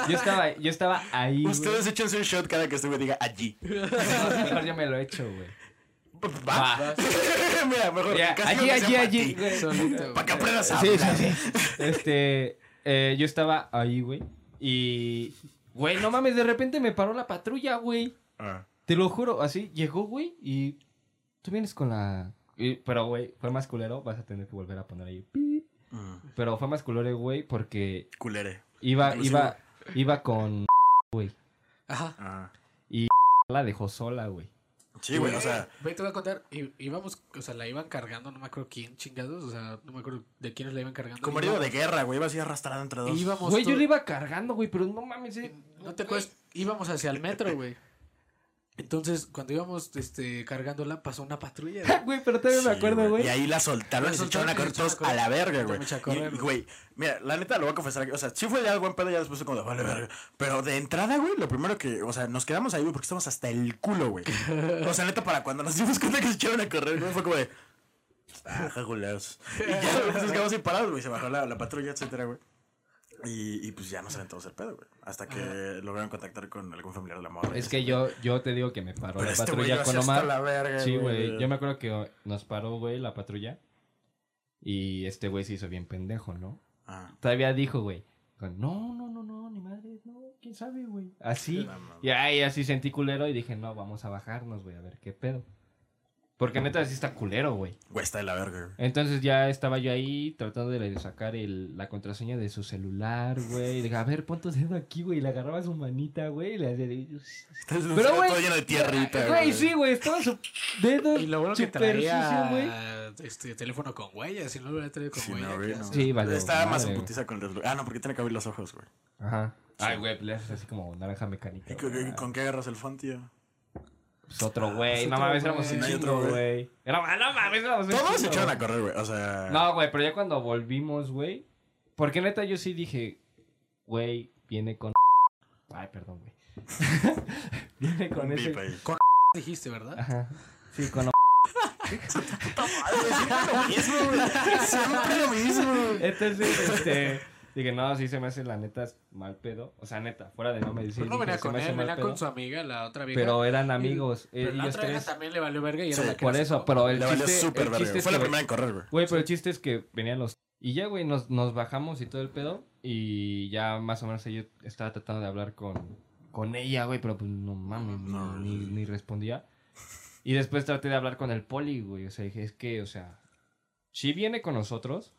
S2: Yo estaba, yo estaba ahí, güey.
S1: Ustedes échense un shot cada que este güey diga allí.
S2: No, mejor yo me lo he hecho, güey.
S1: Va. Mira, mejor.
S2: Ya,
S1: casi lo
S2: allí,
S1: que sea
S2: allí,
S1: pa' ti.
S2: allí. güey.
S3: Solito,
S1: Pa'
S3: güey.
S1: que aprendas a
S2: Sí,
S1: hablar.
S2: sí, sí. Este, eh, yo estaba ahí, güey. Y, güey, no mames, de repente me paró la patrulla, güey.
S1: Ah.
S2: Te lo juro, así llegó, güey, y tú vienes con la... y- pero, güey, fue más culero, vas a tener que volver a poner ahí. pi.
S1: Mm,
S2: Pero fue más culero, güey, porque
S1: Culere.
S2: iba,
S1: Inclusive.
S2: iba, iba con...
S3: Ajá.
S1: Ah.
S2: La dejó sola, güey.
S1: Sí, güey, o sea.
S3: Güey, te voy a contar. i- Íbamos, o sea, la iban cargando, no me acuerdo quién, chingados. O sea, no me acuerdo de quiénes la iban cargando.
S1: Como herido de guerra, güey. Iba así arrastrado entre dos.
S3: Íbamos.
S2: Güey, yo
S3: to-
S2: le iba cargando, güey, pero no mames. eh,
S3: No te
S2: güey.
S3: acuerdas. Íbamos hacia el metro, güey. Entonces, cuando íbamos este, cargándola, pasó una patrulla.
S2: Ja, Güey, pero todavía me
S1: Sí,
S2: acuerdo, güey.
S1: Y ahí la soltaron
S3: La
S1: y se echaron a
S3: soltaron
S1: correr
S3: y se echaron
S1: todos
S3: a
S1: a la
S3: correr.
S1: verga,
S3: Yo
S1: güey.
S3: me eché a
S1: Y-
S3: correr,
S1: y,
S3: güey.
S1: Güey, mira, la neta lo voy a confesar. aquí, O sea, sí fue ya buen pedo, ya después fue como, de, vale, verga. Pero de entrada, güey, lo primero que, o sea, nos quedamos ahí, güey, porque estamos hasta el culo, güey. O sea, neta, para cuando nos dimos cuenta que se echaron a correr, güey, fue como de. Ah, jaguleos. Y ya güey, nos quedamos ahí parados, güey. Se bajó la, la patrulla, etcétera, güey. Y, y pues ya nos aventamos el pedo, güey. Hasta que lograron contactar con algún familiar de la morra.
S2: Es que yo, yo te digo que me paró
S1: Pero
S2: la
S1: este
S2: patrulla
S1: güey lo
S2: con
S1: hacía hasta
S2: Omar.
S1: la verga,
S2: Sí, güey. Yo me acuerdo que oh, nos paró, güey, la patrulla. Y este güey se hizo bien pendejo, ¿no?
S1: Ah,
S2: Todavía dijo, güey. con, No, no, no, no, ni madre, no, quién sabe, güey. Así.
S1: la mamá.
S2: Y ahí así sentí culero y dije, no, vamos a bajarnos, güey, a ver qué pedo. Porque neta sí está culero, güey.
S1: Güey, está de la verga, güey.
S2: Entonces ya estaba yo ahí tratando de sacar el- la contraseña de su celular, güey. Dije, a ver, pon tu dedo aquí, güey. Y le agarraba su manita, güey. Y le hacía...
S1: Pero,
S2: güey,
S1: Todo lleno de tierrita,
S2: Güey, sí, güey. Estaba su dedo
S3: Y lo bueno que
S2: súper sucio, güey.
S3: traía este teléfono con huella, si no lo hubiera traído con
S1: Sí,
S3: huella.
S1: no,
S3: ¿qué
S1: güey, no.
S3: haces?
S2: Sí, vale.
S1: Estaba más
S2: madre,
S1: en
S2: güey.
S1: putiza con el desbloque. Ah, no, porque tiene que abrir los ojos, güey.
S2: Ajá. Ay,
S1: Sí.
S2: güey, le haces así como naranja mecánica.
S1: ¿Y con,
S2: güey.
S1: qué- con qué agarras el font, tío?
S2: Pues otro güey.
S3: Pues
S2: No
S3: otro
S2: mames, éramos
S3: güey.
S2: un
S1: No hay otro
S2: chingo,
S1: güey.
S2: güey. Era- No mames, éramos un
S1: Todos se
S2: chingo,
S1: echaron
S2: güey.
S1: a correr, güey. O sea.
S2: No, güey, pero ya cuando volvimos, güey. Porque neta yo sí dije, güey, viene con. Ay, perdón, güey. viene con
S1: un
S2: ese.
S1: beep ahí.
S3: Dijiste, ¿verdad?
S2: Ajá. Sí, con.
S1: Siempre lo mismo, güey.
S2: Entonces, este. Dije, no, sí se me hace la neta mal pedo. O sea, neta, fuera de no me dice.
S3: Pero no
S2: dije,
S3: venía
S2: se
S3: con
S2: me hace
S3: él,
S2: mal
S3: venía
S2: pedo.
S3: con su amiga, la otra vieja.
S2: Pero eran amigos. eh,
S3: Pero la
S2: ellos
S3: otra vieja
S2: tres.
S3: también le valió verga y era
S1: Sí,
S3: la que
S2: Por
S3: nos-
S2: eso, pero el
S1: Le valió
S2: chiste,
S1: súper
S2: el chiste
S1: verga.
S2: es
S1: Fue la
S2: que-
S1: primera en correr, güey.
S2: Güey, pero el chiste es que venían los... Y ya, güey, nos, nos bajamos y todo el pedo. Y ya más o menos yo estaba tratando de hablar con, con ella, güey, pero pues no mames, ni-
S1: No,
S2: ni,
S1: sí.
S2: ni respondía. Y después traté de hablar con el poli, güey. O sea, dije, es que, o sea, sí viene con nosotros,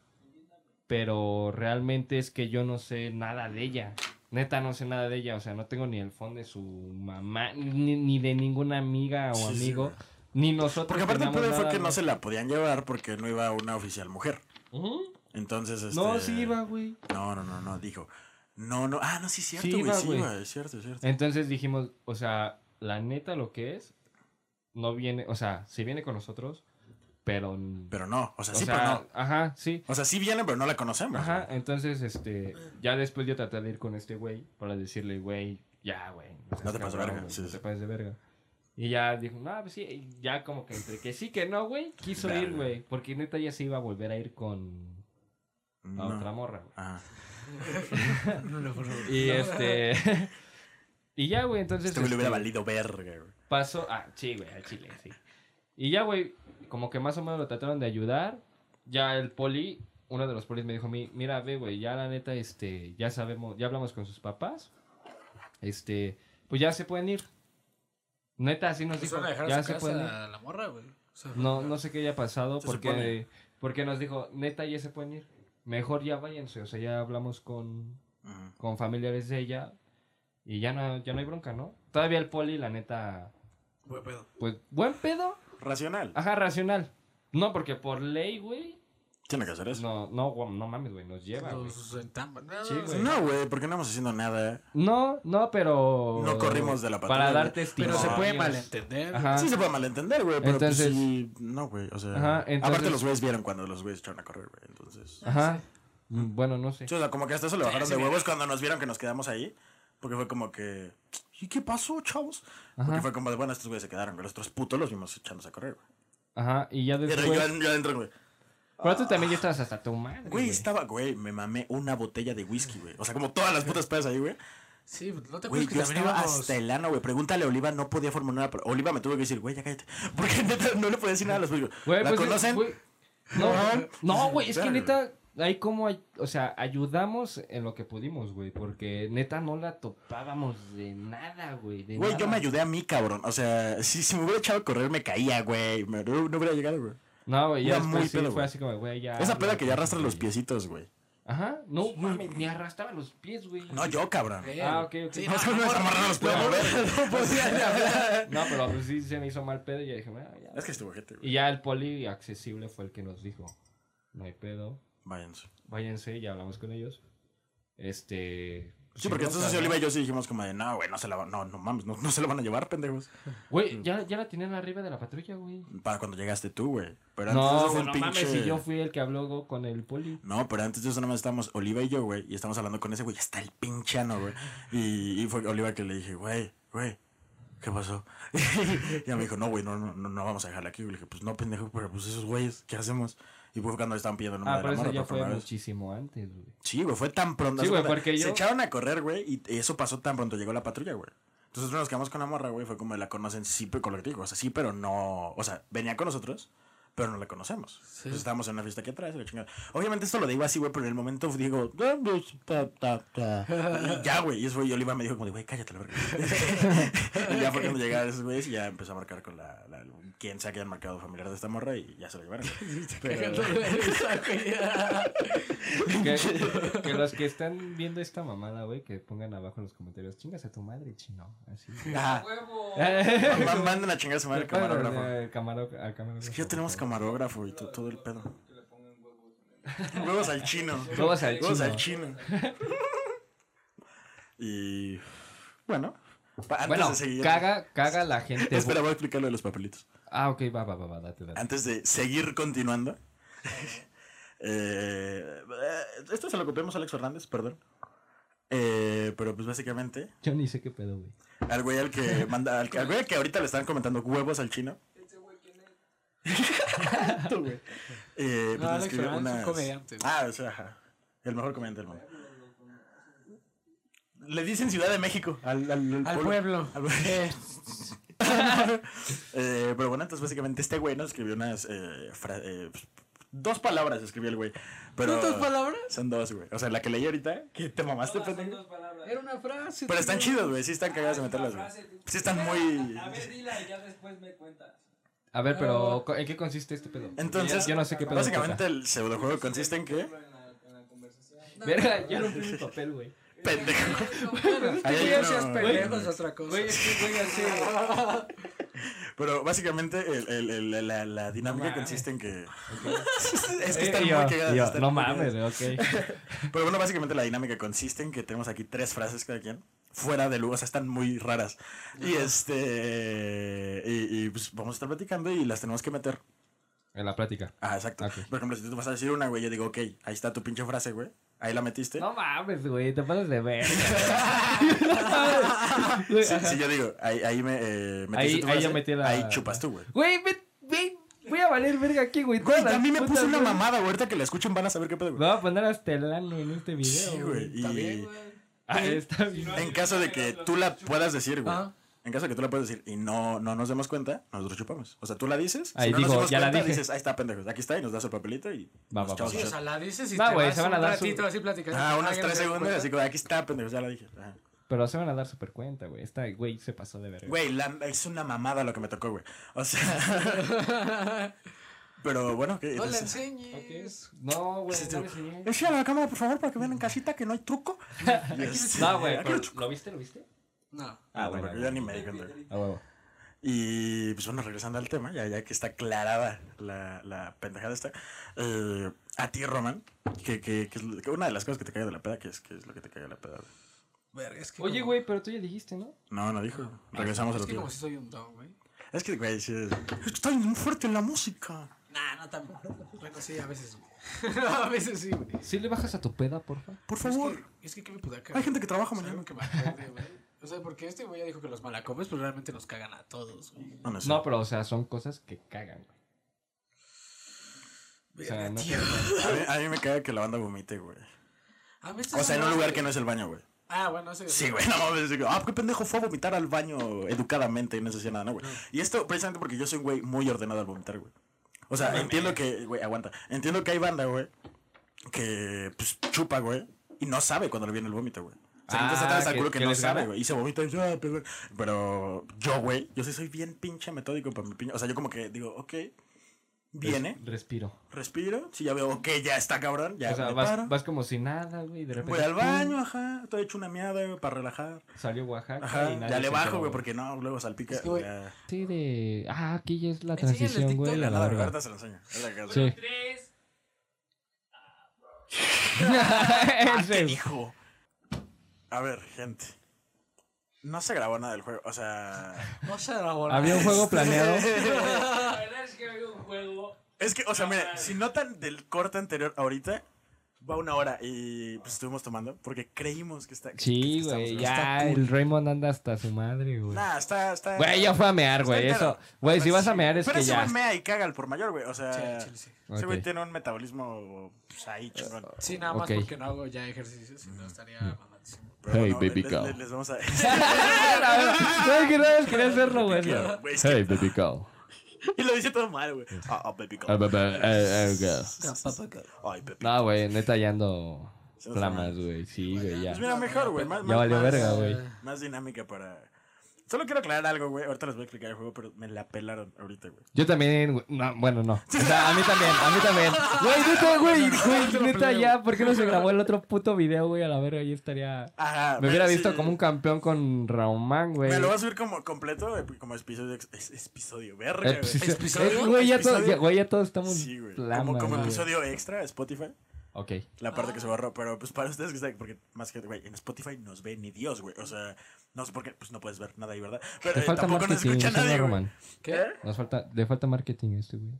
S2: pero realmente es que yo no sé nada de ella. Neta, no sé nada de ella. O sea, no tengo ni el fondo de su mamá, ni, ni de ninguna amiga o
S1: Sí, sí,
S2: amigo.
S1: güey.
S2: ni nosotros.
S1: Porque aparte el
S2: teníamos
S1: pedo fue
S2: nada,
S1: que no
S2: güey.
S1: se la podían llevar porque no iba una oficial mujer.
S2: Ujú.
S1: Entonces, este.
S2: No, sí iba, güey.
S1: No, no, no, no. Dijo. No, no. Ah, no, sí, es
S2: Sí
S1: cierto, güey.
S2: iba,
S1: Sí,
S2: güey.
S1: iba, es cierto, es cierto.
S2: Entonces dijimos, o sea, la neta lo que es, no viene, o sea, sí viene con nosotros, pero...
S1: Pero no. O sea,
S2: o
S1: sí,
S2: sea,
S1: pero no.
S2: Ajá, sí.
S1: O sea, sí vienen, pero no la conocemos.
S2: Ajá,
S1: güey.
S2: entonces, este, ya después yo traté de ir con este güey para decirle, güey, ya, güey. seas
S1: No te pases de
S2: cabrón,
S1: verga,
S2: güey,
S1: sí,
S2: no
S1: sí.
S2: te pases de verga. Y ya dijo, no, pues sí, y ya como que entre que sí, que no, güey, quiso
S1: Verga.
S2: ir, güey, porque neta ya se iba a volver a ir con la
S1: No.
S2: otra morra, güey.
S1: Ajá.
S3: No, no, por favor.
S2: Y este... y ya, güey, entonces...
S1: Este güey le hubiera
S2: este,
S1: valido verga, güey.
S2: Pasó, ah, sí, güey, al chile, sí. Y ya, güey, como que más o menos lo trataron de ayudar. Ya el poli, uno de los polis me dijo a mí, mira, ve, güey, ya la neta, este, ya sabemos, ya hablamos con sus papás. Este, pues ya se pueden ir. Neta, así nos
S3: Nos
S2: dijo,
S3: iban Pues a dejar
S2: ya
S3: a su
S2: se
S3: casa
S2: pueden ir.
S3: a la morra, güey. O sea,
S2: No, no sé qué haya pasado
S1: Se
S2: porque,
S1: supone.
S2: porque nos dijo, neta, ya se pueden ir. Mejor ya váyanse, o sea, ya hablamos con,
S1: Ajá.
S2: con familiares de ella y ya no, ya no hay bronca, ¿no? Todavía el poli, la neta,
S3: Buen pedo.
S2: pues buen pedo,
S1: Racional.
S2: Ajá, racional. No, porque por ley, güey.
S1: Tiene que hacer eso.
S2: No, no, güey, no mames, güey, nos lleva. güey.
S3: Los entamban. No,
S2: Sí,
S3: no,
S2: güey.
S1: No, güey, porque no estamos haciendo nada.
S2: No, no, pero.
S1: No corrimos de la patrulla,
S2: Para dar
S1: güey.
S2: testimonio.
S3: Pero se puede
S2: malentener
S3: malentender.
S2: Ajá.
S1: Sí se puede malentender, güey, pero pues
S2: Ah. Entonces-
S1: sí, no, güey, o sea,
S2: Ajá, entonces- Ah,
S1: aparte los güeyes vieron cuando los güeyes echaron a correr, güey, entonces.
S2: Ajá. Mm, Bueno, no sé.
S1: Sí, o sea, como que hasta eso le bajaron
S3: sí,
S1: de
S3: mira.
S1: huevos cuando nos vieron que nos quedamos ahí, porque fue como que, ¿y qué pasó, chavos? Porque
S2: Ajá.
S1: fue como de, bueno, estos güeyes se quedaron, güey, los otros putos los vimos echándose a correr, güey.
S2: Ajá. Y ya
S1: Pero
S2: después.
S1: yo, yo adentro, güey,
S2: Pero tú también ya estabas hasta tu madre.
S1: güey, estaba, güey, me mamé una botella de whisky, güey, o sea, como todas las putas pedas ahí, güey.
S3: Sí, no te
S1: Güey,
S3: acuerdas que
S1: yo
S3: también
S1: estaba
S3: íbamos.
S1: hasta el ano, güey. Pregúntale a Oliva, no podía formular una. pro- Oliva me tuvo que decir, güey, ya cállate. Porque neta, no le podía decir nada a los güeyes.
S2: Güey,
S1: ¿La
S2: pues,
S1: conocen?
S2: güey, No,
S1: Ajá.
S2: no, güey, es que
S1: Verga.
S2: neta. Ahí como, ay- o sea, ayudamos en lo que pudimos, güey, porque neta no la topábamos de nada, güey. de
S1: Güey, yo
S2: nada.
S1: me ayudé a mí, cabrón. O sea, si, si me hubiera echado a correr, me caía, güey. Me- No, no hubiera llegado, güey.
S2: No, güey, ya
S1: Era
S2: después
S1: muy
S2: sí
S1: pedo,
S2: fue
S1: güey.
S2: así como, güey, ya.
S1: Esa peda
S2: habla
S1: que ya
S2: con-
S1: arrastra los piecitos, güey.
S2: Ajá, no, mames, me arrastraba los pies, güey.
S1: No, yo, cabrón.
S3: Él.
S2: Ah, ok, ok.
S3: Sí,
S1: No, no, no, es amarrar los
S2: No,
S1: huevos, güey.
S2: No, pero pues, sí se me hizo mal pedo y ya dije, "Ah, ya".
S1: Es que estuvo gente, güey.
S2: Y ya el poli accesible fue el que nos dijo, no hay pedo,
S1: Váyanse.
S2: váyanse, ya hablamos con ellos. Este,
S1: Sí, porque
S2: sin
S1: entonces
S2: broncas,
S1: Oliva
S2: ¿no?
S1: y yo sí dijimos como de, no, güey, no se la van, no, no mames, no, no se la van a llevar, pendejos.
S2: Güey, ya, ya la tenían arriba de la patrulla, güey.
S1: Para cuando llegaste tú, güey. Pero antes de
S2: No,
S1: eso
S2: güey,
S1: el
S2: no
S1: pinche...
S2: mames, si yo fui el que habló con el poli.
S1: No, pero antes de eso nada más estábamos Oliva y yo, güey, y estamos hablando con ese güey, hasta el pinchano, güey. Y, y fue Oliva que le dije, güey, güey, ¿qué pasó? y ella me dijo, no, güey, no, no, no, no vamos a dejarla aquí. Y le dije, pues no, pendejo, pero pues esos güeyes, ¿qué hacemos? Y fue cuando le estaban pidiendo el número
S2: Ah, pero
S1: de la
S2: eso
S1: mano
S2: ya
S1: por
S2: fue
S1: primera vez.
S2: muchísimo antes, güey.
S1: Sí, güey, fue tan pronto.
S2: Sí,
S1: Haz
S2: güey,
S1: cuenta,
S2: porque
S1: Se
S2: yo-
S1: echaron a correr, güey, y eso pasó tan pronto llegó la patrulla, güey. Entonces nosotros nos quedamos con la morra, güey, fue como la conocen, sí, pero con lo que te digo, o sea, sí, pero no, o sea, venía con nosotros, pero no la conocemos. Entonces estábamos en una fiesta que atrás, y la chingada. Obviamente esto lo digo así, güey, pero en el momento digo, "Ah, pues, ta, ta, ta". Y ya, güey, y eso fue, y Oliva me dijo como de, güey, cállate, la verga. y ya fue cuando llegaron esos güeyes y ya empezó a marcar con la, la- quien sea que hayan marcado familiar de esta morra y ya se lo llevaron. güey. Pero-
S2: Que, que los que están viendo esta mamada, güey, que pongan abajo en los comentarios, chingas a tu madre, chino. Así.
S1: Ajá. Man- Manden a chingar a su madre el camarógrafo.
S2: Al camaro- al camarógrafo.
S1: Es que ya tenemos camarógrafo y to- todo el pedo. Huevos al chino.
S2: Huevos al
S1: Huevos
S2: chino.
S1: al chino. Y. Bueno. pa- Antes
S2: Bueno,
S1: de seguir.
S2: caga, caga la gente.
S1: Espera, voy a explicar lo de los papelitos.
S2: Ah, ok, va, va, va, va, date, date.
S1: Antes de seguir continuando. eh, eh, esto se lo copiamos a Alex Fernández, perdón. Eh, pero pues básicamente.
S2: Yo ni sé qué pedo, güey.
S1: Al güey al que manda. Al, al güey al que ahorita le están comentando huevos al chino. Tú, güey. Eh, pues
S3: No,
S1: le
S3: Alex
S1: escribió
S3: Fernández es un
S1: unas-
S3: comediante, güey.
S1: Ah, o sea, ajá. El mejor comediante del mundo. Le dicen Ciudad de México al, al- al
S3: Al
S1: pueblo.
S3: pueblo.
S1: Al pueblo. Eh, pero bueno, entonces básicamente este güey nos escribió unas. eh, fra- eh, dos palabras escribió el güey. Pero
S3: ¿Cuántas palabras?
S1: Son dos, güey. O sea, la que leí ahorita, que te mamaste, pendejo.
S3: Era una frase.
S1: Pero están
S3: tío.
S1: chidos, güey. Sí están cagadas de meterlas, güey. Sí están muy...
S4: dila y ya después me cuentas.
S2: A ver, pero ¿co- ¿en qué consiste este pedo?
S1: Ah. Entonces,
S2: yo no sé qué pedo.
S1: básicamente el pseudojuego consiste en que...
S2: toca. Verga, yo rompí mi papel, güey.
S1: Pendejo.
S3: Bueno, es que
S1: Ahí hay
S3: güey,
S1: uno-
S3: seas pendejo, es otra cosa.
S2: Güey, es que, güey, así. güey.
S1: Pero básicamente el- el- el- la- la, la dinámica
S2: mames.
S1: consiste en que... es que
S2: Eh,
S1: están muy
S2: yo-
S1: cagadas.
S2: yo,
S1: están
S2: No
S1: muy cagadas.
S2: mames, güey, ok.
S1: Pero bueno, básicamente la dinámica consiste en que tenemos aquí tres frases cada quien. Fuera de lugar, o sea, están muy raras. Y este... Y, y, pues vamos a estar platicando y las tenemos que meter.
S2: En la práctica.
S1: Ah, exacto.
S2: Ok.
S1: Por ejemplo, si tú te vas a decir una, güey, yo digo, ok, ahí está tu pinche frase, güey. Ahí la metiste.
S2: No mames, güey, te pasas de ver. Güey,
S1: Sí, sí, yo digo, ahí, ahí me eh, metiste
S2: Ahí-
S1: tu
S2: ahí
S1: frase,
S2: yo metí la-
S1: ahí chupas tú, güey.
S2: Güey, ve, ve, voy a valer verga aquí, güey.
S1: Güey,
S2: Todas las
S1: a mí me
S2: putas
S1: puso una
S2: veces.
S1: mamada, güey. Ahorita que la escuchen van a saber qué pedo,
S2: Me
S1: güey.
S2: voy a poner hasta el ano en este video.
S1: Sí, güey.
S3: Está
S1: Y
S3: bien, güey.
S2: Ahí está bien.
S1: en caso de que tú la puedas decir, güey.
S3: Ajá.
S1: En caso de que tú la puedas decir y no, no nos demos cuenta, nosotros chupamos. O sea, tú la dices,
S2: Ahí
S1: si no nos
S2: digo,
S1: dimos
S2: ya la
S1: cuenta,
S2: dije.
S1: dices, ahí está, pendejos, aquí está, y nos das el papelito y...
S2: Va,
S1: nos
S2: va,
S1: echamos
S3: Sí,
S1: un
S3: o
S1: shot.
S3: sea, la dices y
S2: Va,
S3: te
S2: güey,
S3: vas
S2: se van a
S3: un
S2: dar su-
S3: ratito así platicando.
S1: Ah, unos tres
S3: ya se dio
S1: segundos,
S3: cuenta.
S1: así como, aquí está, pendejos, ya la dije. Ajá.
S2: Pero se van a dar super cuenta, güey. Esta, güey, se pasó de verga.
S1: Güey, la- es una mamada lo que me tocó, güey. O sea... Pero bueno, ¿qué?
S3: No le
S1: Entonces-
S3: enseñes.
S2: No, güey,
S1: Sí,
S2: no
S1: tú-
S2: me enseñé.
S1: Enseña a la cámara, por favor, para que vean en casita que no hay truco. Este,
S2: No, güey,
S1: aquí
S2: pero-
S1: no hay truco.
S2: ¿lo viste? ¿Lo viste?
S3: No.
S1: Ah,
S2: bueno,
S1: bueno, yo ni me di cuenta. güey.
S2: A huevo.
S1: Y pues bueno, regresando al tema, ya, ya que está aclarada la, la pendejada esta. eh, a ti, Roman, que, que, que es lo- que una de las cosas que te cae de la peda, que es, que es lo que te cae de la peda. güey.
S3: Verga, es que
S2: Oye,
S3: como-
S2: güey, pero tú ya dijiste, ¿no?
S1: No, no dijo. Regresamos a
S3: Es
S1: lo
S3: que
S1: que.
S3: como si soy un don, güey.
S1: Es que, güey, sí, es- es que está bien fuerte la música.
S3: Nah, no tan. Bueno, sí, a veces. güey. a veces sí, güey.
S2: ¿Sí le bajas a tu peda, porfa?
S1: Por
S3: Es
S1: favor.
S3: que, es que, ¿qué me pude acá?
S1: Hay gente que trabaja
S3: ¿Sabes
S1: mañana.
S3: lo que me acordé, güey? O sea, porque este güey ya dijo que los malacopes, pero realmente nos cagan a todos, güey.
S1: No, no sé.
S2: No, pero, o sea, son cosas que cagan, güey. O sea,
S3: Verga,
S2: no
S3: tío.
S1: A mí, a mí me cae que la banda vomite, güey.
S3: A mí este estas
S1: O sea, en un
S3: son-
S1: lugar que no es el baño, güey.
S3: Ah, bueno, sí.
S1: Sí, güey, no mames. digo, Ah, qué pendejo fue a vomitar al baño educadamente y no se hacía nada, ¿no,
S2: Mm.
S1: güey? Y esto precisamente porque yo soy un güey muy ordenado al vomitar, güey. O sea, entiendo que, güey, aguanta. Entiendo que hay banda, güey, que pues chupa, güey, y no sabe cuando le viene el vómito, güey. O sea,
S2: Ah,
S1: entonces está tan
S2: que-
S1: seguro que,
S2: que
S1: no
S2: les
S1: sabe,
S2: gana.
S1: güey. Y se vomita y dice, "Ah, perdón". Pero yo, güey, yo sí soy bien pinche metódico para mi piña. O sea, yo como que digo, ok, viene,
S2: Res- Respiro.
S1: respiro. Si ya veo, ok, ya está, cabrón, ¿eh? ya
S2: o sea,
S1: me
S2: vas,
S1: paro.
S2: vas como si nada, güey, y de repente.
S1: Voy al
S2: ¡pum!
S1: baño, ajá. Estoy hecho una miada, güey, para relajar.
S2: Salió Oaxaca.
S1: Ajá,
S2: y nadie
S1: ya le
S2: se
S1: bajo,
S2: enteró,
S1: güey, porque no, luego salpica.
S3: Es que, güey,
S1: la-
S2: Sí, de. Ah, aquí ya es la
S3: Enséñale el
S2: transición, Ah, güey.
S3: TikTok
S2: la
S1: la nada,
S2: verga.
S1: ahorita se lo enseño. Es la casa.
S2: Sí.
S4: Tres.
S1: Ah, ¿qué Ah,
S2: Ese,
S1: dijo? A ver, gente. No se grabó nada del juego. O sea.
S3: No se grabó
S2: Había un juego planeado.
S4: La verdad es que había un juego.
S1: Es que, o sea,
S4: No,
S1: mira,
S4: vale.
S1: si notan del corte anterior ahorita, va una hora y pues estuvimos tomando porque creímos que está. que- que
S2: Sí,
S1: estamos
S2: güey.
S1: grabando.
S2: Ya,
S1: Está
S2: el Raymond anda hasta su madre,
S1: cool.
S2: güey.
S1: Nah, está. está
S2: Güey, ya fue a mear,
S1: está
S2: güey.
S1: entero.
S2: Eso. Güey, si
S1: Pero
S2: vas a
S1: sí.
S2: mear es
S1: Pero
S2: que
S1: ese
S2: ya.
S1: güey mea y caga al por mayor, güey. O sea.
S3: Sí, al chile sí.
S1: Ese güey
S2: Ok. Uh,
S1: tiene un metabolismo pues, ahí chingón.
S3: Sí, nada más
S2: Ok. Mm,
S3: porque no hago ya ejercicio, si no estaría mamadísimo.
S1: Pero
S2: Hey,
S1: bueno,
S2: baby
S1: les,
S2: cow.
S1: les- les vamos a.
S2: ¿Sabes que nada más quería hacerlo, Ah, güey?
S1: Güey, es que-
S2: baby cow.
S1: Y lo dice todo mal, güey. Ah, ah, baby eh, cow. Ay, baby
S2: No, güey, neta ya ando
S1: Se nos
S2: flamas,
S1: fue.
S2: güey. Sí, güey, ya.
S1: Pues mira, mejor, güey. Más,
S2: Ya
S1: más-
S2: valió
S1: más-
S2: verga, güey.
S1: Más dinámica para. Solo quiero aclarar algo, güey. Ahorita les voy a explicar el juego, pero me la pelaron ahorita, güey.
S2: Yo también, güey. No, bueno, no. O sea, a mí también, a mí también. Güey, neta, güey, güey, neta ya. ¿Por qué no se grabó el otro puto video, güey? A la verga, ahí estaría.
S1: Ajá.
S2: Me hubiera
S1: sí.
S2: visto como un campeón con Raumán, güey.
S1: Me lo voy a subir como completo, güey, como episodio. ex- es- episodio, verga, güey.
S2: Episodio-
S3: ¿Episodio?
S2: Eh, Güey, ya,
S1: ¿Episodio?
S2: todo- ya- güey, ya todos estamos.
S1: Sí, güey. Como,
S2: flamas,
S1: como
S2: güey.
S1: episodio extra, Spotify.
S2: Ok.
S1: La parte que se borró, pero pues para ustedes que están, porque más que, güey, en Spotify nos ve ni Dios, güey. O sea, no sé por qué, pues no puedes ver nada ahí, ¿verdad? Pero
S2: Te
S1: eh,
S2: falta
S1: tampoco nos
S2: marketing,
S1: escucha
S2: señor
S1: nadie, güey.
S2: Román.
S3: ¿Qué?
S2: Nos falta, le falta marketing a este, güey.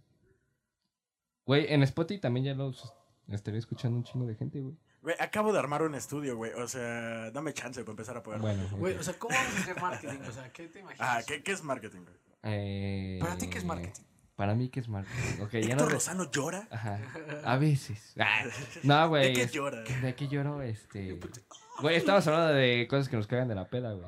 S2: Güey, en Spotify también ya los estaría escuchando un chingo de gente, güey.
S1: Güey, acabo de armar un estudio, güey. O sea, dame chance para empezar a poder.
S2: Bueno,
S3: Güey,
S2: ok.
S3: o sea, ¿cómo vamos a hacer marketing? O sea, ¿qué te imaginas?
S1: Ah, ¿qué, qué es marketing, güey?
S2: Eh,
S3: ¿Para ti qué es marketing?
S2: Para mí, ¿qué es marketing? Ok, ya no.
S1: ¿Héctor
S2: re-
S1: Lozano llora?
S2: Ajá. A veces. Ah, no, güey.
S1: ¿De qué pues,
S2: es-
S1: llora?
S2: ¿De Pues, qué lloro? Este. Güey, estamos hablando de cosas que nos cagan de la peda, güey.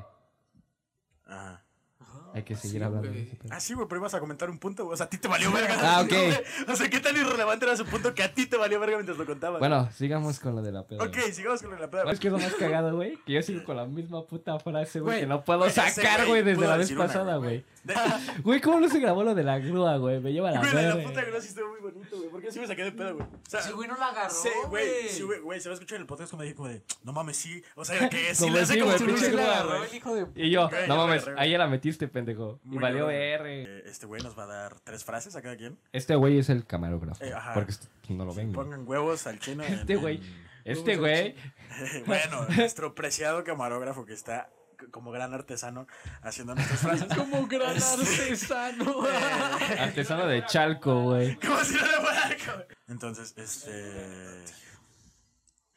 S1: Ajá.
S3: Ajá.
S2: Hay que
S3: Sí,
S2: seguir hablando de
S3: güey.
S2: ese pedo.
S1: Ah, sí, Ah, güey, pero ibas a comentar un punto, güey. O sea, a ti te valió verga.
S2: Ah, ok.
S1: güey. O sea, ¿qué tan irrelevante era su punto que a ti te valió verga mientras lo contabas?
S2: Bueno, pues, sigamos con lo de la peda.
S1: Ok,
S2: güey.
S1: sigamos con la peda.
S2: ¿Sabes qué es lo más cagado, güey? Que yo sigo con la misma puta frase, güey,
S3: Güey,
S2: que no puedo
S1: güey, ese
S2: sacar,
S1: güey
S2: güey, desde
S1: pudo
S2: la vez
S1: decir una,
S2: pasada, güey.
S1: De-
S2: Güey, ¿cómo no se grabó lo de la grúa, güey? Me lleva la
S1: Güey, la, la
S2: verga.
S1: puta que no sí estuvo muy bonito, güey. ¿Por qué sí me saqué de pedo, güey? O sea,
S3: Sí, güey, no la agarró,
S1: Sí, güey,
S3: güey.
S1: sí, güey, güey, se va a escuchar en el podcast como dije, como de, no mames, sí, o sea, que sí
S2: Como
S1: le hace
S2: sí,
S1: como
S2: güey,
S1: si
S3: Sí,
S1: no
S2: pinche
S1: hubiese
S3: la
S2: güey.
S1: nada,
S3: agarró
S1: güey.
S3: el hijo de...
S2: Y yo,
S1: Güey, ya
S2: no mames,
S1: verga.
S2: ahí ya la metiste, pendejo. Y
S1: Muy
S2: valió
S1: cabrón.
S2: R.
S1: Eh, Este güey nos va a dar tres frases a cada quien.
S2: Este güey es el camarógrafo.
S1: Eh, ajá.
S2: Porque est- no lo ven, güey.
S1: Pongan huevos al chino. en-
S2: Este güey, este
S3: Huevos
S2: güey,
S1: en- bueno, nuestro preciado camarógrafo que está c- como gran artesano haciendo nuestras frases.
S3: Como gran artesano.
S4: Eh,
S2: artesano de Chalco, güey.
S1: como si no le fuera a caber. Entonces, este.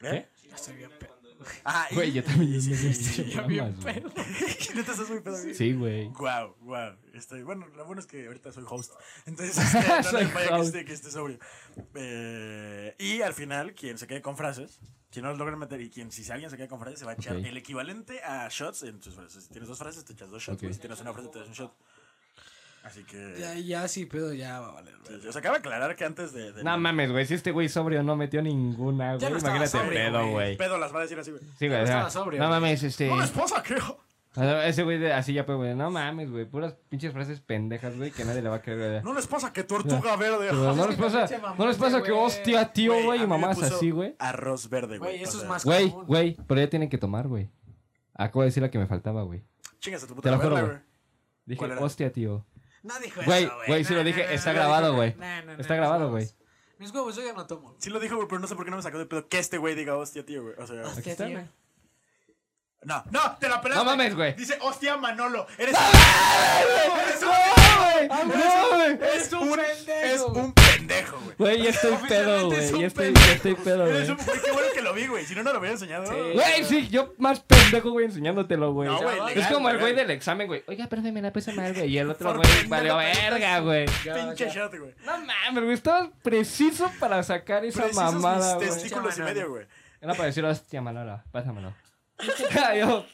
S1: ¿Eh?
S2: ¿Qué?
S3: Ya estoy bien pedo.
S1: Ah,
S2: Güey, yo también ya me viste
S3: Ya bien
S2: mamas, güey.
S3: pedo.
S1: Neta, estás muy pedo. güey.
S2: Sí, güey.
S1: Guau, guau. Estoy, bueno, lo bueno es que ahorita soy host. Entonces, este, no
S2: Soy
S1: les vaya que
S2: host.
S1: esté, que esté sobrio. Eh, y al final, quien se quede con frases, si no los logran meter, y quien, si alguien se queda con frases, se va a echar
S2: Ok.
S1: el equivalente a shots en tus frases. Si tienes dos frases, te echas dos shots.
S2: Ok.
S1: güey. Si tienes una frase, te das un shot. Así
S3: Ya,
S1: que.
S3: ya, sí, pedo, ya va a valer. güey.
S1: Se acaba de aclarar que antes de. de-
S2: No mames, güey. Si este güey sobrio no metió ninguna,
S3: Ya
S2: güey.
S3: no estaba
S2: Imagínate el
S3: sobrio,
S2: pedo, güey.
S1: Pedo las va a decir así, güey.
S2: Sí, güey.
S3: no
S2: o sea,
S3: estaba sobrio,
S2: No
S3: güey.
S2: mames, este.
S1: ¡No, la esposa, qué!
S2: Ese güey de- así ya, pues, güey. No mames, güey. Puras pinches frases pendejas, güey, que nadie le va a creer, güey.
S1: No les pasa que tortuga verde.
S2: Pero no les
S3: que
S2: pasa,
S3: pinche mamón,
S2: no les pasa que oh,
S3: güey.
S2: hostia, tío,
S1: Güey, a
S2: güey, y
S1: mí me
S2: mamás
S1: puso
S2: así, güey.
S1: Arroz verde, güey.
S3: Güey, eso
S1: O
S3: es
S1: sea,
S3: más
S2: Güey,
S3: común.
S2: güey, pero ya tienen que tomar, güey. Acabo de decir la que me faltaba, güey.
S1: Chingas a tu puta
S2: Te lo juro,
S1: verga,
S2: güey. Dije,
S1: ¿Cuál era?
S2: hostia, tío.
S3: No dijo
S2: Güey,
S3: eso, güey.
S2: güey, sí
S3: No,
S2: lo
S3: no,
S2: dije,
S3: no, no,
S2: está
S3: no,
S2: grabado,
S3: no,
S2: güey.
S3: no, no, no,
S2: Está
S3: mis
S2: grabado,
S3: huevos.
S2: güey.
S3: Mis huevos, yo ya no tomo.
S1: Sí lo dijo, güey, pero no sé por qué no me sacó de pedo que este güey diga hostia, tío, güey. O sea,
S2: Aquí
S3: Hostia,
S2: está,
S3: tío.
S2: güey.
S1: no, no, te la pelaste.
S2: No mames, güey.
S1: Dice, hostia, Manolo. Eres Eres un-
S2: ¡No, güey! ¡No, güey!
S1: eres un Es
S3: güey.
S1: un pendejo, güey.
S2: Güey, ya estoy pedo,
S1: Oficialmente es
S2: güey.
S1: un
S2: Ya estoy,
S1: pendejo.
S2: ya estoy pedo,
S1: Eres un
S2: güey.
S1: güey, qué bueno que lo vi, güey. Si no, no lo hubiera enseñado.
S3: Sí.
S2: Güey, sí, yo más pendejo, güey, enseñándotelo, güey.
S1: No, güey,
S2: es
S1: legal,
S2: como el
S1: güey.
S2: güey del examen, güey. Oiga, pero me la pesa mal, güey. Y el otro,
S1: Por
S2: güey,
S1: pendejo,
S2: valió
S1: pendejo.
S2: verga, güey.
S1: Pinche shot, güey.
S2: No mames, güey. Estaba preciso para sacar esa
S1: Precisos mis
S2: mamada, güey.
S1: testículos y medio, güey.
S2: Era para decir, hostia, Manolo, pásamelo. yo,